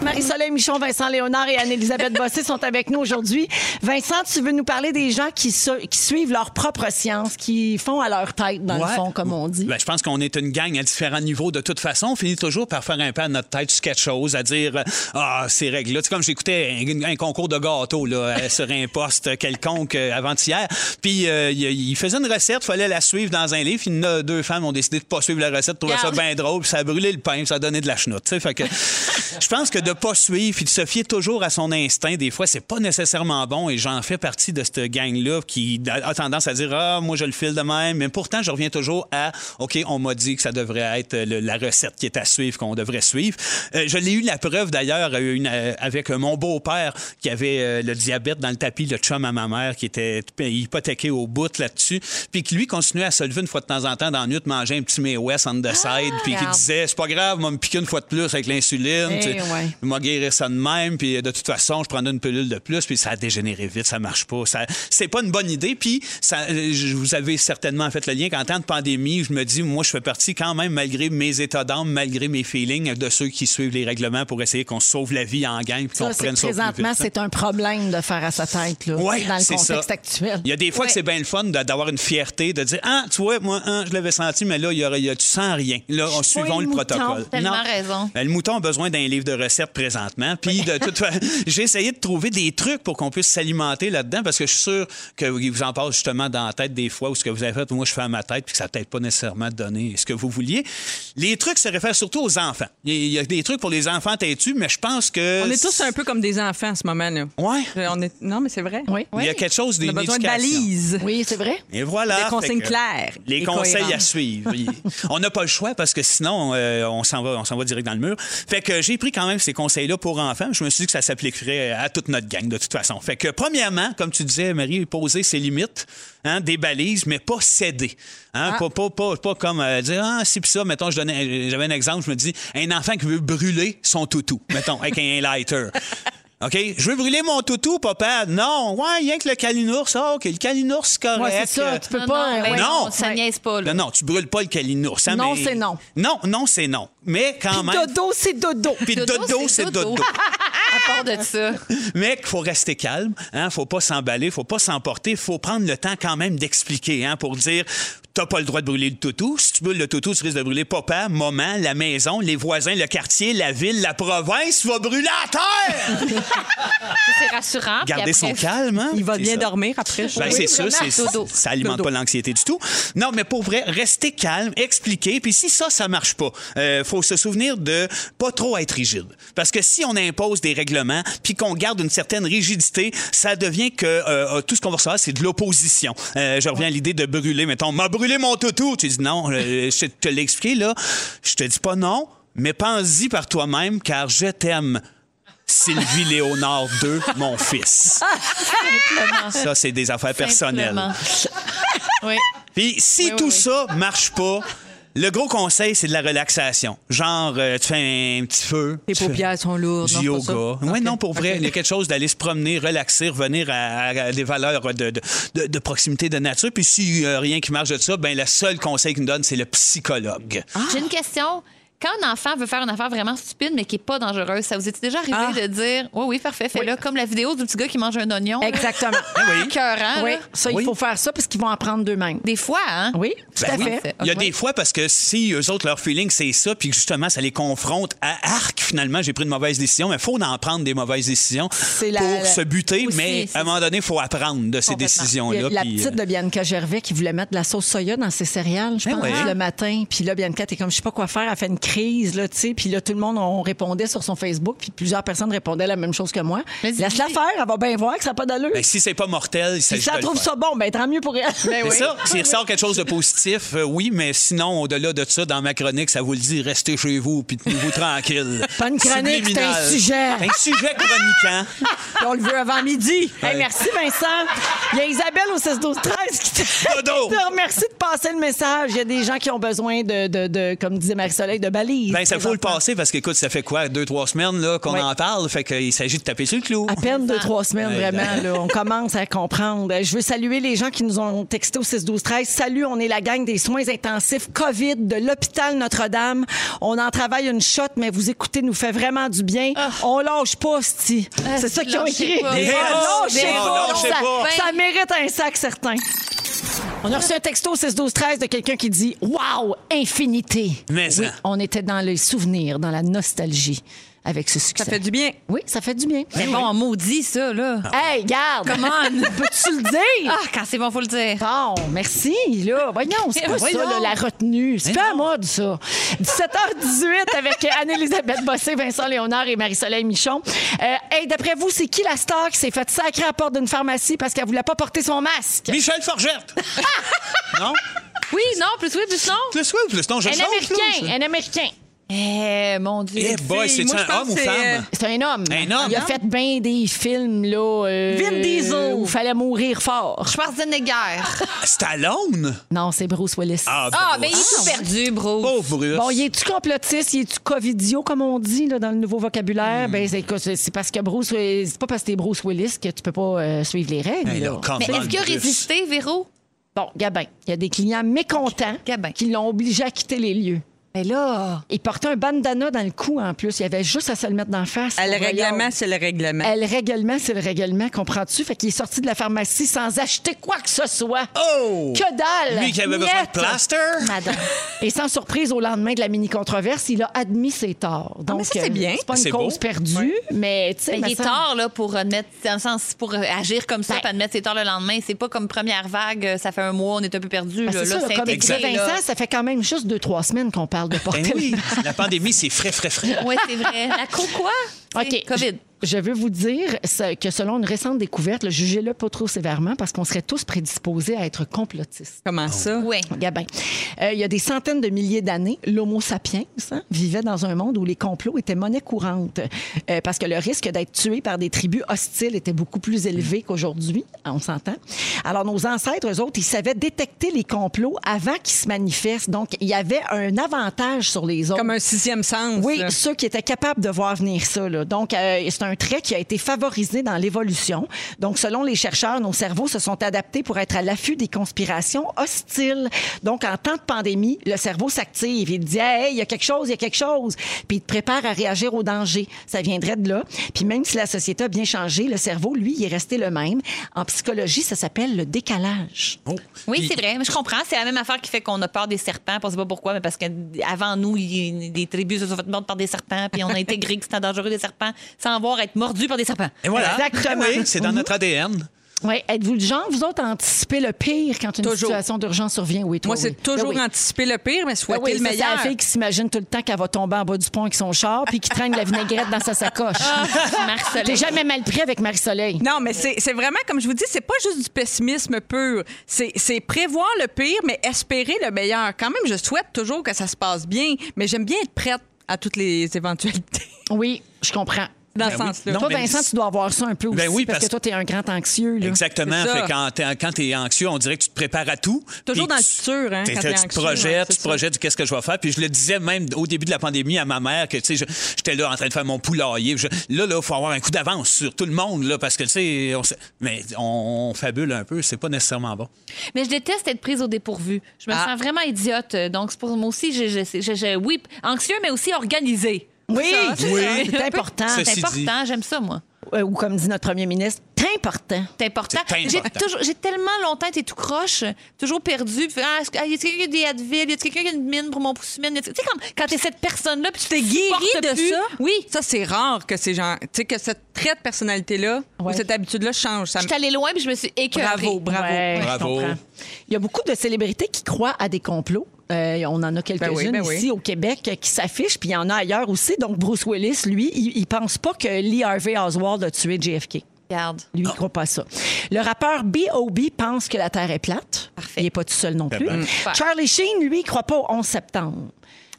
Speaker 6: Marie-Soleil Michon, Vincent Léonard et Anne-Élisabeth Bossé sont avec nous aujourd'hui. Vincent, tu veux nous parler des gens qui, se- qui suivent leur propre science, qui font à leur tête, dans le
Speaker 3: Ouais.
Speaker 6: fond, comme on dit.
Speaker 3: Ben, je pense qu'on est une gang à différents niveaux. De toute façon, on finit toujours par faire un peu à notre tête sur quelque chose, à dire euh, Ah, ces règles-là. Tu sais, comme j'écoutais un, un concours de gâteau là, (laughs) euh, sur un poste quelconque euh, avant-hier. Puis euh, il il faisait une recette, fallait la suivre dans un livre. Puis il y en a deux femmes ont décidé de pas suivre la recette, trouvaient ça
Speaker 2: Garde.
Speaker 6: (laughs)
Speaker 3: bien drôle, puis ça a brûlé le pain, puis ça a donné de la chenoute. tu sais. Fait que je pense que de pas suivre puis de se fier toujours à son instinct, des fois, c'est pas nécessairement bon. Et j'en fais partie de cette gang-là qui a tendance à dire Ah, moi, je le file de même. Mais pourtant, je reviens toujours à OK, on m'a dit que ça devrait être le- la recette qui est à suivre, qu'on devrait suivre. Euh, je l'ai eu la preuve d'ailleurs euh, une, euh, avec euh, mon beau-père qui avait euh, le diabète dans le tapis, le chum à ma mère qui était hypothéqué au bout là-dessus. Puis qui lui continuait à se lever une fois de temps en temps dans la nuit, de manger un petit May West on the side. puis qui
Speaker 2: regarde.
Speaker 3: disait C'est pas grave, moi, me piquer une fois de plus avec l'insuline.
Speaker 6: Eh
Speaker 3: tu sais.
Speaker 6: ouais.
Speaker 3: Il m'a guéri ça de même, puis euh, de toute façon, je prenais une pilule de plus, puis ça a dégénéré vite, ça marche pas. Ça, c'est pas une bonne idée, puis ça, euh, je- vous avez certainement fait le lien qu'en temps de pandémie, je me dis, moi, je fais partie quand même, malgré mes états d'âme, malgré mes feelings, de ceux qui suivent les règlements pour essayer qu'on sauve la vie en gang, puis qu'on
Speaker 6: Ça, c'est
Speaker 3: prenne ça au plus
Speaker 6: présentement,
Speaker 3: vite.
Speaker 6: c'est un problème de faire à sa tête, là,
Speaker 3: Ouais,
Speaker 6: dans le
Speaker 3: c'est ça.
Speaker 6: contexte actuel.
Speaker 3: Il y a des fois que c'est bien le fun de- d'avoir une fierté, de dire Ah, tu vois, moi, hein, je l'avais senti, mais là, il y aurait- il y a, tu sens rien. Là, on, suivons
Speaker 6: un
Speaker 3: le
Speaker 6: mouton,
Speaker 3: protocole.
Speaker 2: tellement raison.
Speaker 3: Ben, le mouton a besoin d'un livre de recettes présentement. Puis, de toute façon, (laughs) j'ai essayé de trouver des trucs pour qu'on puisse s'alimenter là-dedans, parce que je suis sûr qu'il vous en passe justement dans la tête des fois où ce que vous avez fait, moi, je fais à ma tête, puis que ça n'a peut-être pas nécessairement donné ce que vous vouliez. Les trucs se réfèrent surtout aux enfants. Il y a- il y a des trucs pour les enfants têtus, mais je pense que.
Speaker 4: On est tous un peu comme des enfants en ce moment. Là.
Speaker 3: Ouais.
Speaker 4: Euh, On est... Non, mais c'est vrai.
Speaker 6: Oui.
Speaker 3: Il y a quelque chose
Speaker 4: On
Speaker 3: d'une
Speaker 4: a besoin de
Speaker 3: éducation.
Speaker 4: balises.
Speaker 6: Oui, c'est vrai.
Speaker 3: Et voilà.
Speaker 4: Des consignes
Speaker 3: Fait que
Speaker 4: claires
Speaker 3: Les
Speaker 4: et
Speaker 3: conseils à
Speaker 4: cohérentes.
Speaker 3: suivre. Il- on n'a pas le choix parce que sinon, euh, on s'en va, on s'en va direct dans le mur. Fait que j'ai pris quand même ces conseils-là pour enfants. Je me suis dit que ça s'appliquerait à toute notre gang, de toute façon. Fait que, premièrement, comme tu disais, Marie, poser ses limites, hein, des balises, mais pas céder. Hein, pas, pas, pas, pas comme euh, dire, ah, si pis ça, mettons, je donnais, j'avais un exemple, je me dis, un enfant qui veut brûler son toutou, mettons, avec un lighter. OK? Je veux brûler mon toutou, papa. Non. Ouais, rien que le calinours. Ah, OK, le calinours, c'est correct. euh,
Speaker 6: Ouais, c'est ça. Tu peux pas.
Speaker 2: non,
Speaker 6: hein, ouais.
Speaker 2: ben
Speaker 3: Non.
Speaker 2: ça niaise pas. Là.
Speaker 3: Non, non, tu brûles pas le calinours. hein,
Speaker 6: Non,
Speaker 3: mais-
Speaker 6: c'est non.
Speaker 3: Non, non, c'est non. Mais quand même.
Speaker 6: Dodo, c'est dodo.
Speaker 3: Puis dodo, c'est dodo.
Speaker 2: à part de ça.
Speaker 3: Mais il faut rester calme, hein, faut pas s'emballer, faut pas s'emporter, faut prendre le temps quand même d'expliquer hein, pour dire t'as pas le droit de brûler le toutou. Si tu brûles le toutou, tu risques de brûler papa, maman, la maison, les voisins, le quartier, la ville, la province, tu vas brûler à terre!
Speaker 2: (laughs) C'est rassurant. puis
Speaker 3: Garder son
Speaker 2: après,
Speaker 3: calme, hein?
Speaker 4: Il va
Speaker 3: c'est
Speaker 4: bien
Speaker 3: ça.
Speaker 4: dormir après. je
Speaker 3: Ben,
Speaker 4: crois.
Speaker 3: c'est ça,
Speaker 2: vraiment.
Speaker 3: c'est ça.
Speaker 2: Dodo.
Speaker 3: Ça alimente
Speaker 4: Dodo.
Speaker 3: pas l'anxiété du tout. Non, mais pour vrai, rester calme, expliquer. Puis si ça, ça marche pas, euh, faut se souvenir de pas trop être rigide. Parce que si on impose des règlements, puis qu'on garde une certaine rigidité, ça devient que euh, euh, tout ce qu'on va recevoir, c'est de l'opposition. Euh, je reviens à l'idée de brûler. Mettons, m'a brûlé mon toutou. Tu dis non, euh, je te l'ai expliqué là. Je te dis pas non, mais pense-y par toi-même, car je t'aime. Sylvie Léonard II, mon fils.
Speaker 2: simplement,
Speaker 3: Ça, c'est des affaires personnelles.
Speaker 2: simplement. (laughs) oui.
Speaker 3: Puis si
Speaker 2: oui,
Speaker 3: tout
Speaker 2: oui.
Speaker 3: ça marche pas, le gros conseil, c'est de la relaxation. Genre, euh, tu fais un petit feu.
Speaker 4: Tes
Speaker 3: tu fais
Speaker 4: paupières sont lourdes.
Speaker 3: Du
Speaker 4: non, c'est
Speaker 3: yoga.
Speaker 4: pas ça?
Speaker 3: Ouais,
Speaker 4: Ok.
Speaker 3: non, pour vrai, il y a quelque chose d'aller se promener, relaxer, revenir à, à des valeurs de, de- de- de proximité de nature. Puis si euh, rien qui marche de ça, ben le seul conseil qu'il nous donne, c'est le psychologue.
Speaker 2: J'ai une question. Quand un enfant veut faire une affaire vraiment stupide, mais qui n'est pas dangereuse, ça vous est déjà arrivé
Speaker 4: Ah.
Speaker 2: de dire Oui, oui, parfait, fais-le, comme la vidéo du petit gars qui mange un oignon.
Speaker 3: (laughs)
Speaker 2: là.
Speaker 6: Exactement.
Speaker 2: Écœurant,
Speaker 6: Oui,
Speaker 2: là.
Speaker 6: ça,
Speaker 3: Ben Oui.
Speaker 6: il faut faire ça parce qu'ils vont apprendre d'eux-mêmes.
Speaker 2: Des fois, hein?
Speaker 6: Oui, tout
Speaker 3: Ben
Speaker 6: à
Speaker 3: oui.
Speaker 6: fait.
Speaker 3: Il y a
Speaker 2: Ok.
Speaker 3: des fois parce que si eux autres, leur feeling, c'est ça, puis que justement, ça les confronte à arc, finalement, j'ai pris une mauvaise décision, mais il faut en prendre des mauvaises décisions
Speaker 6: C'est la-
Speaker 3: pour
Speaker 6: la-
Speaker 3: se buter,
Speaker 2: Aussi,
Speaker 3: mais
Speaker 2: c'est
Speaker 3: à un moment donné, il faut apprendre de ces
Speaker 2: Complètement.
Speaker 6: Il y
Speaker 3: décisions-là.
Speaker 6: a La
Speaker 3: puis, euh,
Speaker 6: petite de Bianca Gervais qui voulait mettre de la sauce soya dans ses céréales, je
Speaker 3: Ben
Speaker 6: pense,
Speaker 3: ouais.
Speaker 6: le matin. Puis là, Bianca, t'es comme, je sais pas quoi faire. Elle fait une crise, là, tu sais. Puis là, tout le monde, on répondait sur son Facebook. Puis plusieurs personnes répondaient la même chose que moi.
Speaker 2: Mais dis-
Speaker 6: Laisse-la faire, elle va bien voir que ça n'a pas d'allure.
Speaker 3: Ben, si c'est pas mortel, il
Speaker 6: Si
Speaker 3: s'agit de
Speaker 6: ça
Speaker 3: le
Speaker 6: trouve
Speaker 3: faire.
Speaker 6: ça bon, ben tant mieux pour elle.
Speaker 3: C'est
Speaker 6: (laughs)
Speaker 3: ça. S'il ressort quelque chose de positif, euh, oui, mais sinon, au-delà de ça, dans ma chronique, ça vous le dit, restez chez vous, puis tenez-vous tranquille.
Speaker 6: Pas une chronique, c'est un
Speaker 3: Subliminal.
Speaker 6: sujet.
Speaker 3: C'est Un sujet hein? chroniquant.
Speaker 6: (laughs) Puis on le veut avant midi. Hey,
Speaker 3: Ouais.
Speaker 6: merci, Vincent. Il y a Isabelle au 16 12 13 qui te,
Speaker 3: Dodo.
Speaker 6: (laughs) qui te remercie de passer le message. Il y a des gens qui ont besoin de, de- de- comme disait Marie-Soleil, de balises.
Speaker 3: Ben, ça faut le
Speaker 6: présentement.
Speaker 3: passer parce qu'écoute, ça fait quoi, deux, trois semaines là, qu'on
Speaker 6: Ouais.
Speaker 3: en parle? Fait qu'il s'agit de taper sur le clou.
Speaker 6: À peine deux, trois semaines,
Speaker 3: Ouais,
Speaker 6: vraiment. là. on commence à comprendre. Je veux saluer les gens qui nous ont texté au 6-12-13. Salut, on est la gang des soins intensifs COVID de l'hôpital Notre-Dame. On en travaille une shot, mais vous écoutez, nous fait vraiment du bien. On lâche pas, sti.
Speaker 2: Ah,
Speaker 6: C'est ça
Speaker 2: si,
Speaker 6: qu'ils ont
Speaker 2: lâchez
Speaker 6: écrit.
Speaker 2: pas.
Speaker 3: Yes.
Speaker 6: On lâche
Speaker 2: Yes.
Speaker 6: pas.
Speaker 2: On lâche
Speaker 6: Ça-
Speaker 2: pas.
Speaker 6: Ça mérite un sac certain. On a reçu un texto au 6-12-13 de quelqu'un qui dit Waouh, infinité.
Speaker 3: Mais
Speaker 6: Oui,
Speaker 3: ça.
Speaker 6: on était dans les souvenirs, dans la nostalgie. avec ce succès.
Speaker 4: Ça fait du bien.
Speaker 6: Oui, Ah. ça fait du bien.
Speaker 2: C'est bon, on maudit ça, là.
Speaker 6: Hey, garde!
Speaker 2: Come on!
Speaker 6: (laughs) Peux-tu le dire?
Speaker 2: Ah, quand c'est bon, faut le dire.
Speaker 6: Bon, merci, là. Voyons, c'est
Speaker 2: Eh,
Speaker 6: pas ça,
Speaker 2: voyons.
Speaker 6: là, la retenue. C'est
Speaker 3: Eh
Speaker 6: pas à
Speaker 3: non.
Speaker 6: mode, ça. 17h18 avec Anne-Elisabeth Bossé, Vincent Léonard et Marie-Soleil Michon. Euh, hey, d'après vous, c'est qui la star qui s'est faite sacrer à la porte d'une pharmacie parce qu'elle voulait pas porter son masque?
Speaker 3: Michel Forgette! non?
Speaker 2: Oui, non, plus oui, plus non.
Speaker 3: Plus oui ou plus non? Je
Speaker 6: Un
Speaker 3: change, là,
Speaker 6: Américain,
Speaker 3: je-
Speaker 6: un Américain.
Speaker 2: Eh, mon Dieu.
Speaker 3: Eh boy,
Speaker 4: Fille,
Speaker 3: c'est-tu
Speaker 4: moi, je
Speaker 3: un
Speaker 4: pense
Speaker 3: homme ou
Speaker 4: que c'est,
Speaker 3: femme?
Speaker 6: C'est un homme.
Speaker 3: Un homme,
Speaker 6: Il a
Speaker 3: hein?
Speaker 6: fait bien des films, là. euh,
Speaker 4: Vin Diesel.
Speaker 6: Où fallait mourir fort.
Speaker 2: Schwarzenegger.
Speaker 3: Stallone?
Speaker 6: Non, c'est Bruce Willis.
Speaker 3: ben
Speaker 2: Ah,
Speaker 3: voilà.
Speaker 2: mais il est tout perdu, bro.
Speaker 3: Pauvre Bruce.
Speaker 6: Bon, il est-tu complotiste, il est-tu covidio, comme on dit là, dans le nouveau
Speaker 3: Hmm.
Speaker 6: vocabulaire? Ben, c'est, écoute, c'est- c'est parce que Bruce, c'est pas parce que t'es Bruce Willis que tu peux pas euh, suivre les règles.
Speaker 3: Hey,
Speaker 6: là.
Speaker 3: là, come
Speaker 2: Mais
Speaker 3: on,
Speaker 2: est-ce qu'il a
Speaker 3: Bruce.
Speaker 2: résisté, Véro?
Speaker 6: Bon, Gabin, il y a des clients mécontents
Speaker 2: Gabin.
Speaker 6: qui l'ont obligé à quitter les lieux.
Speaker 2: Mais là.
Speaker 6: Il portait un bandana dans le cou en plus. Il avait juste à se le mettre dans la face.
Speaker 4: Ah, Le
Speaker 6: Voyons.
Speaker 4: règlement, c'est le règlement.
Speaker 6: Ah, Le règlement, c'est le règlement, comprends-tu? Fait qu'il est sorti de la pharmacie sans acheter quoi que ce soit.
Speaker 3: Oh!
Speaker 6: Que dalle!
Speaker 3: Lui qui avait besoin de
Speaker 6: Miette!
Speaker 3: plaster?
Speaker 6: (laughs)
Speaker 2: Madame.
Speaker 6: Et sans surprise, au lendemain de la mini-controverse, il a admis ses
Speaker 2: Ah,
Speaker 6: torts. Donc,
Speaker 4: mais ça, c'est
Speaker 6: euh,
Speaker 4: bien.
Speaker 6: C'est pas une
Speaker 3: C'est
Speaker 6: cause
Speaker 3: beau.
Speaker 6: perdue, mais tu sais.
Speaker 2: Ben,
Speaker 6: me
Speaker 2: il est
Speaker 6: semble-
Speaker 2: tard là, pour admettre, dans le sens, pour euh, agir comme ça,
Speaker 6: Ben.
Speaker 2: puis admettre c'est tard le lendemain. C'est pas comme première vague, euh, ça fait un mois, on est un peu perdu.
Speaker 6: Ben,
Speaker 2: là,
Speaker 6: c'est ça,
Speaker 2: là,
Speaker 6: là,
Speaker 2: c'est
Speaker 6: comme
Speaker 2: intégré,
Speaker 6: écrivait
Speaker 2: là.
Speaker 6: Vincent, ça fait quand même juste deux, trois semaines qu'on parle de porter
Speaker 3: Ben oui,
Speaker 6: le masque.
Speaker 3: la pandémie, c'est frais, frais, frais.
Speaker 2: Oui, c'est
Speaker 6: (laughs)
Speaker 2: vrai. La co quoi? C'est
Speaker 6: OK.
Speaker 2: COVID.
Speaker 6: Je, je veux vous dire ce- que selon une récente découverte, là, jugez-le pas trop sévèrement parce qu'on serait tous prédisposés à être complotistes.
Speaker 4: Comment ça?
Speaker 2: Oui.
Speaker 6: Gabin. Euh, il y a des centaines de milliers d'années, l'Homo sapiens hein, vivait dans un monde où les complots étaient monnaie courante euh, parce que le risque d'être tué par des tribus hostiles était beaucoup plus élevé qu'aujourd'hui, on s'entend. Alors, nos ancêtres, eux autres, ils savaient détecter les complots avant qu'ils se manifestent. Donc, il y avait un avantage sur les autres.
Speaker 4: Comme un sixième sens.
Speaker 6: Oui,
Speaker 4: là.
Speaker 6: ceux qui étaient capables de voir venir ça. là. Donc, euh, c'est un trait qui a été favorisé dans l'évolution. Donc, selon les chercheurs, nos cerveaux se sont adaptés pour être à l'affût des conspirations hostiles. Donc, en temps de pandémie, le cerveau s'active. Il dit, hey, il y a quelque chose, il y a quelque chose. Puis, il te prépare à réagir au danger. Ça viendrait de là. Puis, même si la société a bien changé, le cerveau, lui, il est resté le même. En psychologie, ça s'appelle le décalage.
Speaker 3: Oh.
Speaker 2: Oui,
Speaker 3: Puis-
Speaker 2: c'est vrai. Mais je comprends. C'est la même affaire qui fait qu'on a peur des serpents. On ne sait pas pourquoi, mais parce qu'avant nous, il y a- des tribus se sont faites mordre par des serpents, puis on a intégré que c'était dangereux des serpents sans voir être mordu par des serpents.
Speaker 3: Et voilà. Eh
Speaker 6: Exactement.
Speaker 3: Oui, c'est dans notre ADN.
Speaker 6: Oui, êtes-vous le genre, vous autres, à anticiper le pire quand une
Speaker 4: Toujours.
Speaker 6: situation d'urgence survient? Oui, toi,
Speaker 4: Moi, c'est
Speaker 6: oui.
Speaker 4: toujours
Speaker 6: Ben oui.
Speaker 4: anticiper le pire, mais
Speaker 6: Ben
Speaker 4: souhaiter
Speaker 6: oui,
Speaker 4: le
Speaker 6: ça,
Speaker 4: meilleur.
Speaker 6: C'est la fille qui s'imagine tout le temps qu'elle va tomber en bas du pont avec son char puis qui traîne la vinaigrette dans sa (laughs) sacoche.
Speaker 2: Marcelin.
Speaker 6: T'es jamais mal pris avec Marie-Soleil.
Speaker 4: Non, mais c'est c'est vraiment, comme je vous dis, c'est pas juste du pessimisme pur. C'est c'est prévoir le pire, mais espérer le meilleur. Quand même, je souhaite toujours que ça se passe bien, mais j'aime bien être prête à toutes les éventualités (laughs)
Speaker 6: Oui, je comprends.
Speaker 4: dans ce
Speaker 3: Ben oui.
Speaker 4: sens-là.
Speaker 3: Non,
Speaker 6: Toi,
Speaker 3: mais-
Speaker 6: Vincent, tu dois avoir ça un peu aussi
Speaker 3: Ben oui,
Speaker 6: parce,
Speaker 3: parce-
Speaker 6: que toi, t'es un grand anxieux. là.
Speaker 3: Exactement.
Speaker 4: C'est ça.
Speaker 3: Fait quand t'es, quand t'es anxieux, on dirait que tu te prépares à tout.
Speaker 4: Toujours
Speaker 3: Puis
Speaker 4: dans le
Speaker 3: tu-
Speaker 4: futur, hein,
Speaker 3: t'es-
Speaker 4: quand
Speaker 3: tu
Speaker 4: t'es
Speaker 3: te
Speaker 4: anxieux, ouais,
Speaker 3: projettes,
Speaker 4: c'est
Speaker 3: tu te
Speaker 4: ça.
Speaker 3: projettes du qu'est-ce que je vais faire. Puis je le disais même au début de la pandémie à ma mère que, tu sais, je- j'étais là en train de faire mon poulailler. Je- là, là, il faut avoir un coup d'avance sur tout le monde, là, parce que, tu sais, on, sait- mais on, on fabule un peu, c'est pas nécessairement bon.
Speaker 2: Mais je déteste être prise au dépourvu. Je me
Speaker 4: Ah.
Speaker 2: sens vraiment idiote. euh, Donc, c'est pour moi aussi, j'ai- j'ai- j'ai- j'ai- oui, anxieux, mais aussi organisé.
Speaker 6: Oui,
Speaker 2: c'est
Speaker 3: Oui.
Speaker 2: ça.
Speaker 6: c'est important.
Speaker 3: C'est-
Speaker 2: C'est
Speaker 3: Ceci dit.
Speaker 2: important, j'aime ça, moi.
Speaker 6: Euh, Ou comme dit notre premier ministre, c'est important.
Speaker 2: C'est important.
Speaker 3: C'est important.
Speaker 2: J'ai toujours- J'ai tellement longtemps été tout croche, toujours perdu. puis, Ah, est-ce que- ah, y a quelqu'un qui a des Advil? Y a quelqu'un qui a une mine pour mon pouce mine? Tu sais, comme quand t'es cette personne-là, puis tu
Speaker 4: T'es
Speaker 2: te
Speaker 4: guéri
Speaker 2: supportes
Speaker 4: de
Speaker 2: plus.
Speaker 4: ça?
Speaker 2: Oui.
Speaker 4: Ça, c'est rare que ces gens. Tu sais, que ce trait de personnalité-là
Speaker 6: Ouais.
Speaker 4: ou cette habitude-là change. Ça me-
Speaker 2: Je suis allée loin, puis je me suis écœurée.
Speaker 4: Bravo, bravo.
Speaker 6: Ouais, je
Speaker 3: Bravo.
Speaker 6: comprends. Il y a beaucoup de célébrités qui croient à des complots. Euh, on en a quelques-unes
Speaker 4: Ben oui, ben oui.
Speaker 6: ici au Québec euh, qui s'affichent, puis il y en a ailleurs aussi. Donc, Bruce Willis, lui, il, il pense pas que Lee Harvey Oswald a tué JFK.
Speaker 2: Regarde.
Speaker 6: Lui, il croit pas à ça. Le rappeur B.O.B. pense que la Terre est plate.
Speaker 2: Parfait.
Speaker 6: Il n'est pas tout seul non plus.
Speaker 3: ben.
Speaker 6: Charlie Sheen, lui, il croit pas au 11 septembre.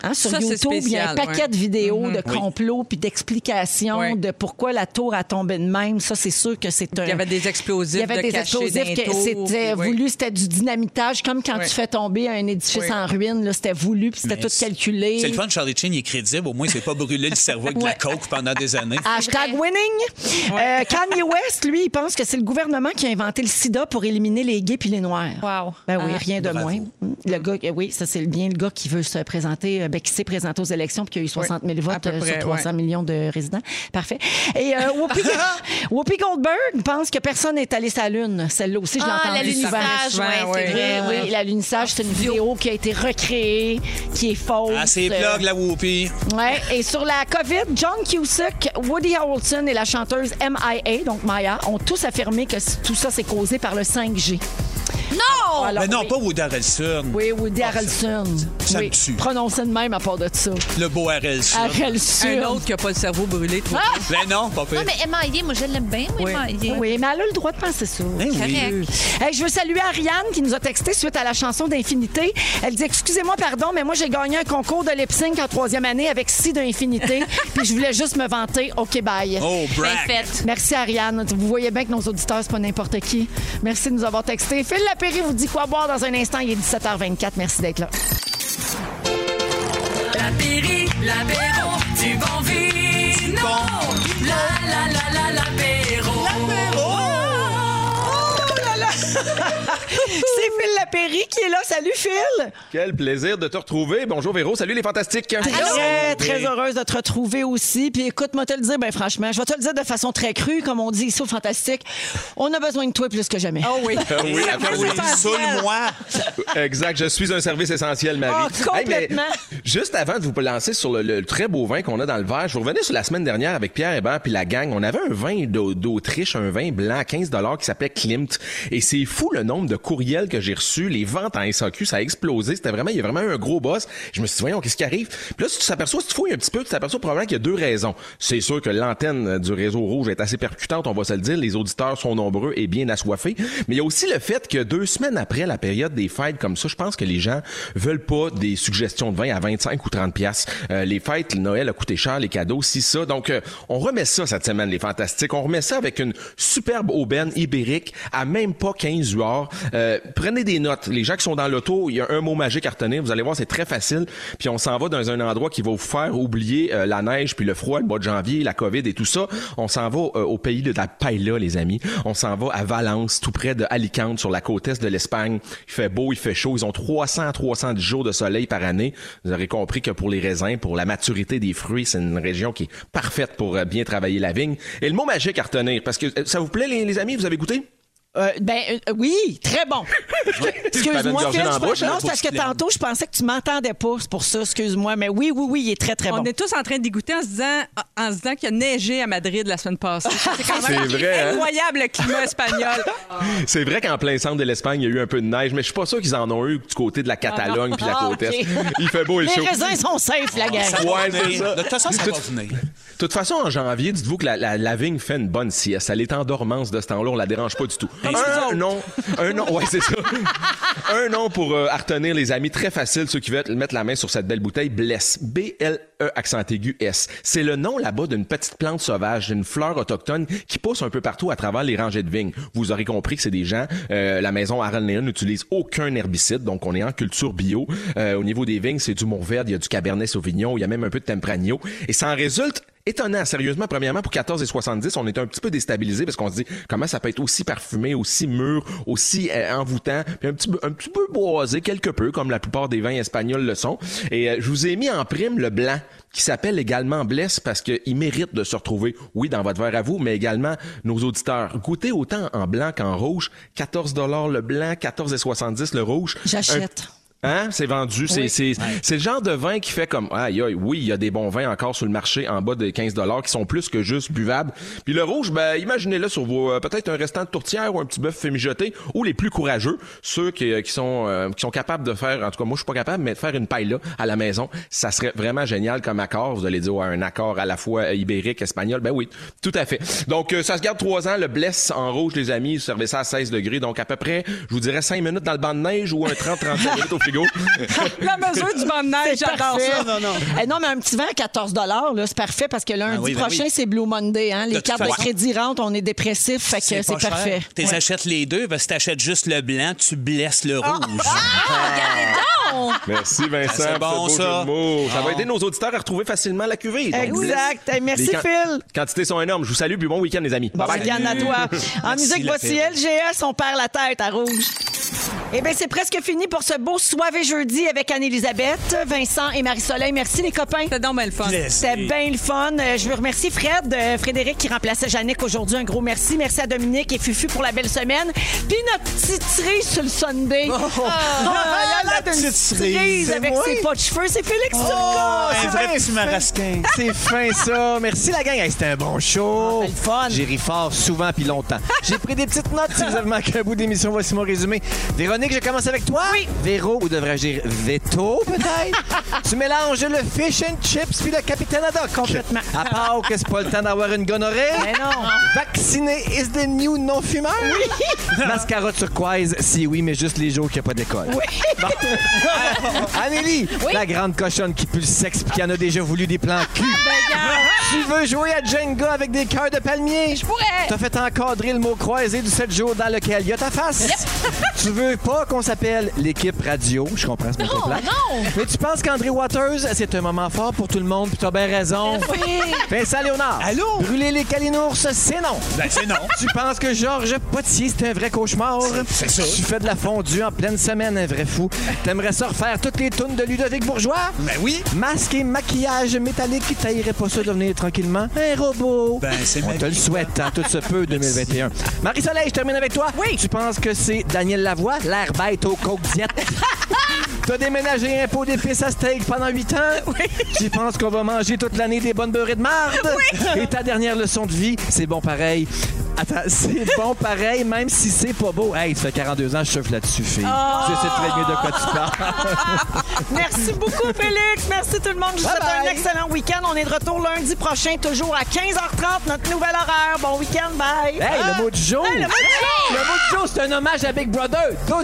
Speaker 6: Hein, sur
Speaker 4: Ça, c'est
Speaker 6: YouTube, il y a un
Speaker 4: spécial,
Speaker 6: paquet
Speaker 4: ouais. Mhm.
Speaker 6: de vidéos de
Speaker 3: Oui.
Speaker 6: complots puis d'explications
Speaker 4: Ouais.
Speaker 6: de pourquoi la tour a tombé de même. Ça, c'est sûr que c'est un...
Speaker 4: Il y avait des explosifs
Speaker 6: Il y avait
Speaker 4: de
Speaker 6: des
Speaker 4: cachés
Speaker 6: explosifs
Speaker 4: d'un
Speaker 6: que
Speaker 4: tour,
Speaker 6: c'était
Speaker 4: puis oui.
Speaker 6: voulu, c'était du dynamitage, comme quand
Speaker 4: Ouais.
Speaker 6: tu fais tomber un édifice
Speaker 4: Oui.
Speaker 6: en ruine. là, C'était voulu, puis c'était
Speaker 3: Mais
Speaker 6: tout
Speaker 3: c'est-
Speaker 6: calculé.
Speaker 3: C'est le fun, Charlie Chin, il est crédible. Au moins, il s'est pas brûlé le cerveau avec de la coke pendant des années.
Speaker 4: Ah,
Speaker 6: Hashtag winning.
Speaker 4: (laughs)
Speaker 6: Euh, Kanye West, lui, il pense que c'est le gouvernement qui a inventé le sida pour éliminer les gays puis les noirs.
Speaker 2: Wow.
Speaker 6: Ben oui,
Speaker 2: Ah.
Speaker 6: rien de
Speaker 3: Bravo.
Speaker 4: Mm.
Speaker 6: moins. Le gars, oui, ça c'est bien le gars qui veut se présenter
Speaker 1: euh, ben, qui s'est présenté aux élections puis qui a eu 60 000
Speaker 4: à
Speaker 1: votes
Speaker 4: peu
Speaker 1: euh,
Speaker 4: près,
Speaker 1: sur 300
Speaker 4: ouais.
Speaker 1: millions de résidents. Parfait. Et euh,
Speaker 4: (laughs)
Speaker 1: Whoopi, Whoopi Goldberg pense que personne n'est allé sur la Lune. Celle-là aussi, je l'ai
Speaker 2: Ah,
Speaker 1: entendue souvent.
Speaker 2: l'alunissage,
Speaker 4: souvent,
Speaker 2: ouais, c'est
Speaker 4: ouais.
Speaker 2: vrai.
Speaker 1: Oui, oui, l'alunissage, c'est une vidéo qui a été recréée, qui est fausse.
Speaker 3: Ah, c'est
Speaker 1: Euh,
Speaker 3: plug, la Whoopi.
Speaker 1: Ouais, et sur la COVID, John Cusack, Woody Harrelson et la chanteuse MIA, donc Maya, ont tous affirmé que c- tout ça, c'est causé par le 5G.
Speaker 2: Non!
Speaker 4: Ah,
Speaker 1: Alors,
Speaker 3: Mais non,
Speaker 1: oui.
Speaker 3: pas Woody Harrelson.
Speaker 1: Oui, Woody Harrelson.
Speaker 3: Ah, ça me
Speaker 1: Oui,
Speaker 3: tue.
Speaker 1: Prononcez de même à part de ça.
Speaker 3: Le beau Harrelson.
Speaker 4: Ah.
Speaker 1: Harrelson.
Speaker 4: Un autre qui n'a pas le cerveau brûlé. toi.
Speaker 3: Mais non, pas pire.
Speaker 2: Non, mais Emma Hayé, moi, je l'aime bien, moi,
Speaker 4: Oui.
Speaker 2: Emma Hayé.
Speaker 1: Oui, mais elle a le droit de penser ça.
Speaker 3: Eh oui.
Speaker 2: Correct.
Speaker 1: Hey, je veux saluer Ariane qui nous a texté suite à la chanson d'Infinité. Elle dit Excusez-moi, pardon, mais moi, j'ai gagné un concours de lip sync en troisième année avec Si
Speaker 3: (laughs)
Speaker 1: d'Infinité, puis je voulais juste me vanter. OK, bye.
Speaker 3: Oh,
Speaker 2: Bien
Speaker 3: brack.
Speaker 2: faite.
Speaker 1: Merci Ariane. Vous voyez bien que nos auditeurs, c'est pas n'importe qui. Merci de nous avoir texté. Phil Lapéry vous dit quoi boire dans un instant. Il est 17h24. Merci d'être là.
Speaker 5: La Péri, l'apéro du bon vino. La la la la l'apéro.
Speaker 1: C'est Phil Lapéry qui est là. Salut Phil.
Speaker 7: Quel plaisir de te retrouver. Bonjour Véro, salut les fantastiques.
Speaker 1: Ah. Très, très heureuse de te retrouver aussi. Puis écoute, moi te le dire, ben franchement, je vais te le dire de façon très crue, comme on dit ici au Fantastique. On a besoin de toi plus que
Speaker 6: Ah
Speaker 1: jamais.
Speaker 4: Oh oui.
Speaker 6: (laughs)
Speaker 7: Euh, oui,
Speaker 4: Ça
Speaker 7: attends,
Speaker 4: passe
Speaker 7: oui.
Speaker 4: au temps.
Speaker 3: Saoule-moi.
Speaker 7: Exact, je suis un service essentiel, Marie.
Speaker 1: Oh, complètement.
Speaker 7: mais juste avant de vous lancer sur le, le très beau vin qu'on a dans le verre, je vous revenais sur la semaine dernière avec Pierre Hébert puis la gang. On avait un vin d'Au- d'Autriche, un vin blanc, 15 qui s'appelait Klimt. Et c'est fou le nombre de courriels que j'ai reçus. Les ventes en SAQ, ça a explosé. C'était vraiment, il y a vraiment eu un gros boss. Je me suis dit, voyons, qu'est-ce qui arrive? Puis là, si tu t'aperçois, si tu fouilles un petit peu, tu t'aperçois probablement qu'il y a deux raisons. C'est sûr que l'antenne euh, du réseau rouge est assez percutante, on va se le dire. Les auditeurs sont nombreux et bien assoiffés. Mais il y a aussi le fait que deux semaines après la période des fêtes comme ça, je pense que les gens veulent pas des suggestions de vin à 25 ou 30 piastres. Euh, les fêtes, le Noël a coûté cher, les cadeaux, si ça. Donc, euh, on remet ça cette semaine, les fantastiques. On remet ça avec une superbe aubaine ibérique à même pas 15 heures. prenez des notes. Les gens qui sont dans l'auto, il y a un mot magique à retenir. Vous allez voir, c'est très facile. Puis on s'en va dans un endroit qui va vous faire oublier euh, la neige, puis le froid, le mois de janvier, la COVID et tout ça. On s'en va euh, au pays de la paella, les amis. On s'en va à Valence, tout près de Alicante, sur la côte est de l'Espagne. Il fait beau, il fait chaud. Ils ont 300 à 310 jours de soleil par année. Vous aurez compris que pour les raisins, pour la maturité des fruits, c'est une région qui est parfaite pour euh, bien travailler la vigne. Et le mot magique à retenir, parce que euh, ça vous plaît, les, les amis? Vous avez goûté?
Speaker 1: Euh, ben euh, oui, très bon.
Speaker 7: pas mettre
Speaker 1: Excuse-moi,
Speaker 7: une
Speaker 1: Phil.
Speaker 7: gorgée dans la
Speaker 1: je pense-
Speaker 7: bouche, hein,
Speaker 1: non, c'est
Speaker 3: pour
Speaker 1: parce que
Speaker 3: qu'il l'aime.
Speaker 1: tantôt, je pensais que tu m'entendais pas. C'est pour ça, excuse-moi. Mais oui, oui, oui, il est très, très
Speaker 4: On
Speaker 1: bon.
Speaker 4: est tous en train de dégoûter en se disant, en se disant qu'il a neigé à Madrid la semaine passée. C'est quand même
Speaker 7: C'est vrai, hein?
Speaker 4: incroyable le climat
Speaker 7: (laughs)
Speaker 4: espagnol.
Speaker 7: C'est vrai qu'en plein centre de l'Espagne, il y a eu un peu de neige, mais je suis pas sûr qu'ils en ont eu du côté de la Catalogne puis de la
Speaker 1: (laughs) Ah,
Speaker 7: côte est.
Speaker 1: ok.
Speaker 7: Il fait beau et
Speaker 1: Les
Speaker 7: chaud.
Speaker 1: raisins sont safe, la gang.
Speaker 3: Ah, Ça va
Speaker 7: Ouais,
Speaker 3: venir.
Speaker 7: c'est ça.
Speaker 3: De toute façon, ça
Speaker 7: Tout-
Speaker 3: va venir.
Speaker 7: De toute façon, en janvier, dites-vous que la, la, la vigne fait une bonne sieste. Elle est en dormance de ce temps-là, on la dérange pas du tout. Un nom, un nom, ouais, c'est ça. un nom pour euh, à retenir, les amis, très facile, ceux qui veulent mettre la main sur cette belle bouteille, Bless. B-L-E, accent aigu, S. C'est le nom là-bas d'une petite plante sauvage, d'une fleur autochtone qui pousse un peu partout à travers les rangées de vignes. Vous aurez compris que c'est des gens, euh, la maison Aaron Leon n'utilise aucun herbicide, donc on est en culture bio. Euh, au niveau des vignes, c'est du Mourvèdre, il y a du Cabernet Sauvignon, il y a même un peu de Tempranillo. Et ça en résulte étonnant, sérieusement. Premièrement, pour 14 et 70, on est un petit peu déstabilisé parce qu'on se dit comment ça peut être aussi parfumé, aussi mûr, aussi euh, envoûtant, puis un petit, peu- un petit peu boisé quelque peu, comme la plupart des vins espagnols le sont. Et euh, je vous ai mis en prime le blanc qui s'appelle également Blesse parce qu'il mérite de se retrouver, oui, dans votre verre à vous, mais également nos auditeurs. Goûtez autant en blanc qu'en rouge. 14 le blanc, 14,70 le rouge.
Speaker 1: J'achète.
Speaker 7: Un- Hein? C'est vendu. C'est, c'est, c'est le genre de vin qui fait comme, aïe, aïe, oui, il y a des bons vins encore sur le marché en bas de 15 qui sont plus que juste buvables. Puis le rouge, ben, imaginez-le sur vos, euh, peut-être un restant de tourtière ou un petit bœuf fémijoté ou les plus courageux, ceux qui, euh, qui sont, euh, qui sont capables de faire, en tout cas, moi, je suis pas capable, mais de faire une paille là à la maison. Ça serait vraiment génial comme accord. Vous allez dire, ouais, un accord à la fois euh, ibérique, espagnol. Ben oui, tout à fait. Donc, euh, ça se garde trois ans. Le blesse en rouge, les amis, servez ça à 16 degrés. Donc, à peu près, je vous dirais 5 minutes dans le banc de neige ou un 30-35 minutes
Speaker 3: (laughs)
Speaker 7: au frigo.
Speaker 4: La mesure du banc de Oh, neige, Ah, j'adore ça.
Speaker 1: non, non. Eh, non, mais un petit vin à 14 là, c'est parfait parce que lundi
Speaker 3: Ah oui, ben
Speaker 1: prochain,
Speaker 3: oui.
Speaker 1: c'est Blue Monday. Hein? Les
Speaker 3: toute
Speaker 1: cartes de
Speaker 3: façon.
Speaker 1: crédit rentrent, on est dépressif, fait que c'est
Speaker 3: pas cher.
Speaker 1: parfait.
Speaker 3: T'es
Speaker 1: Ouais.
Speaker 3: achètes les deux, parce que t'achètes juste le blanc, tu blesses le rouge.
Speaker 7: Merci, Vincent.
Speaker 3: c'est
Speaker 7: pour
Speaker 3: bon,
Speaker 7: ce
Speaker 3: ça.
Speaker 7: beau jeu de mots. Ça
Speaker 3: Ah.
Speaker 7: va aider nos auditeurs à retrouver facilement la cuvée. Donc, blesse.
Speaker 1: Exact. Hey, merci,
Speaker 7: Les
Speaker 1: Phil.
Speaker 7: Les quantités sont énormes. Je vous salue, puis bon week-end, les amis.
Speaker 1: Bon,
Speaker 3: (laughs)
Speaker 7: Bye bye.
Speaker 1: Yann, à toi. En
Speaker 3: Merci,
Speaker 1: musique,
Speaker 3: la
Speaker 1: voici
Speaker 3: paix.
Speaker 1: LGS, on perd la tête à rouge. Eh bien, c'est presque fini pour ce beau soirée jeudi avec Anne-Élisabeth, Vincent et Marie-Soleil. Merci, les copains.
Speaker 4: C'était donc bien le fun.
Speaker 1: C'était bien le fun. Euh, Je veux remercier Fred, euh, Frédéric qui remplaçait Jannick aujourd'hui. Un gros merci. Merci à Dominique et Fufu pour la belle semaine. Puis notre petite cerise sur le Sunday.
Speaker 3: Ah,
Speaker 1: la
Speaker 3: la petite cerise.
Speaker 1: cerise
Speaker 8: C'est
Speaker 1: avec
Speaker 8: moi?
Speaker 1: ses pas de cheveux. C'est Félix Turcotte.
Speaker 8: Oh,
Speaker 3: Un
Speaker 8: c'est
Speaker 3: vrai
Speaker 8: bien
Speaker 3: petit
Speaker 8: fin.
Speaker 3: marasquin.
Speaker 8: C'est fin, ça. Merci, la gang. Hey, C'était un bon show.
Speaker 1: Ah, c'était le fun.
Speaker 8: J'ai ri fort souvent puis longtemps. J'ai pris des petites notes si vous avez manqué un bout d'émission. Voici mon résumé. Véronique, je commence avec toi.
Speaker 1: Oui.
Speaker 8: Véro, ou devrais-je dire Veto, peut-être? tu mélanges le fish and chips puis le Capitaine Haddock.
Speaker 1: Complètement.
Speaker 8: À part que c'est pas le temps d'avoir une gonorrhée.
Speaker 1: Mais non.
Speaker 8: Vacciné is the new non-fumeur. Oui. (laughs) Mascara turquoise, si oui, mais juste les jours qu'il n'y a pas d'école. Oui. Amélie, la grande cochonne qui pue le sexe puis qui en a déjà voulu des plans cul.
Speaker 2: Ah, ben,
Speaker 8: Tu veux jouer à Jenga avec des cœurs de palmier? Je
Speaker 2: pourrais.
Speaker 8: T'as fait encadrer le mot croisé du 7 jours dans lequel il y a ta face. (laughs) tu veux pas qu'on s'appelle l'équipe radio. Je comprends ce
Speaker 2: Non, non.
Speaker 8: Mais tu penses qu'André Waters, c'est un moment fort pour tout le monde, puis t'as bien raison. Vincent Léonard.
Speaker 3: Allô?
Speaker 8: Brûler les calinours, c'est non.
Speaker 3: Ben, c'est non.
Speaker 8: Tu penses que Georges Potier, c'est un vrai cauchemar?
Speaker 3: C'est ça.
Speaker 8: Tu fais de la fondue en pleine semaine, un vrai fou. T'aimerais ça refaire toutes les tunes de Ludovic Bourgeois?
Speaker 3: Ben oui.
Speaker 8: Masque et maquillage métallique, taillerait pas ça devenir tranquillement un robot.
Speaker 3: Ben, c'est
Speaker 8: On te le souhaite, hein, tout se
Speaker 3: (laughs)
Speaker 8: peut, 2021. Marie-Soleil, je termine avec toi. Oui. Tu penses que c'est Daniel Lavoie, l'air bête au coke diète? T'as déménagé un pot d'épices à steak pendant 8 ans? Oui. Tu penses qu'on va manger toute l'année des bonnes beurrées de marde? Oui. Et ta dernière leçon de vie, c'est bon pareil. Attends, c'est bon pareil, même si c'est pas beau. Hey, ça fait 42 ans, je chauffe là-dessus, fille. Je sais très bien de quoi tu parles.
Speaker 1: Merci beaucoup, Félix. Merci tout le monde. Je vous souhaite
Speaker 8: Bye-bye.
Speaker 1: un excellent week-end. On est de retour lundi prochain, toujours à 15h30, notre nouvel horaire. Bon week-end. Bye.
Speaker 8: Ah! Hey, le mot du jour!
Speaker 1: Hey, le mot du jour!
Speaker 8: Le mot du jour, c'est un hommage à Big Brother! Dodo!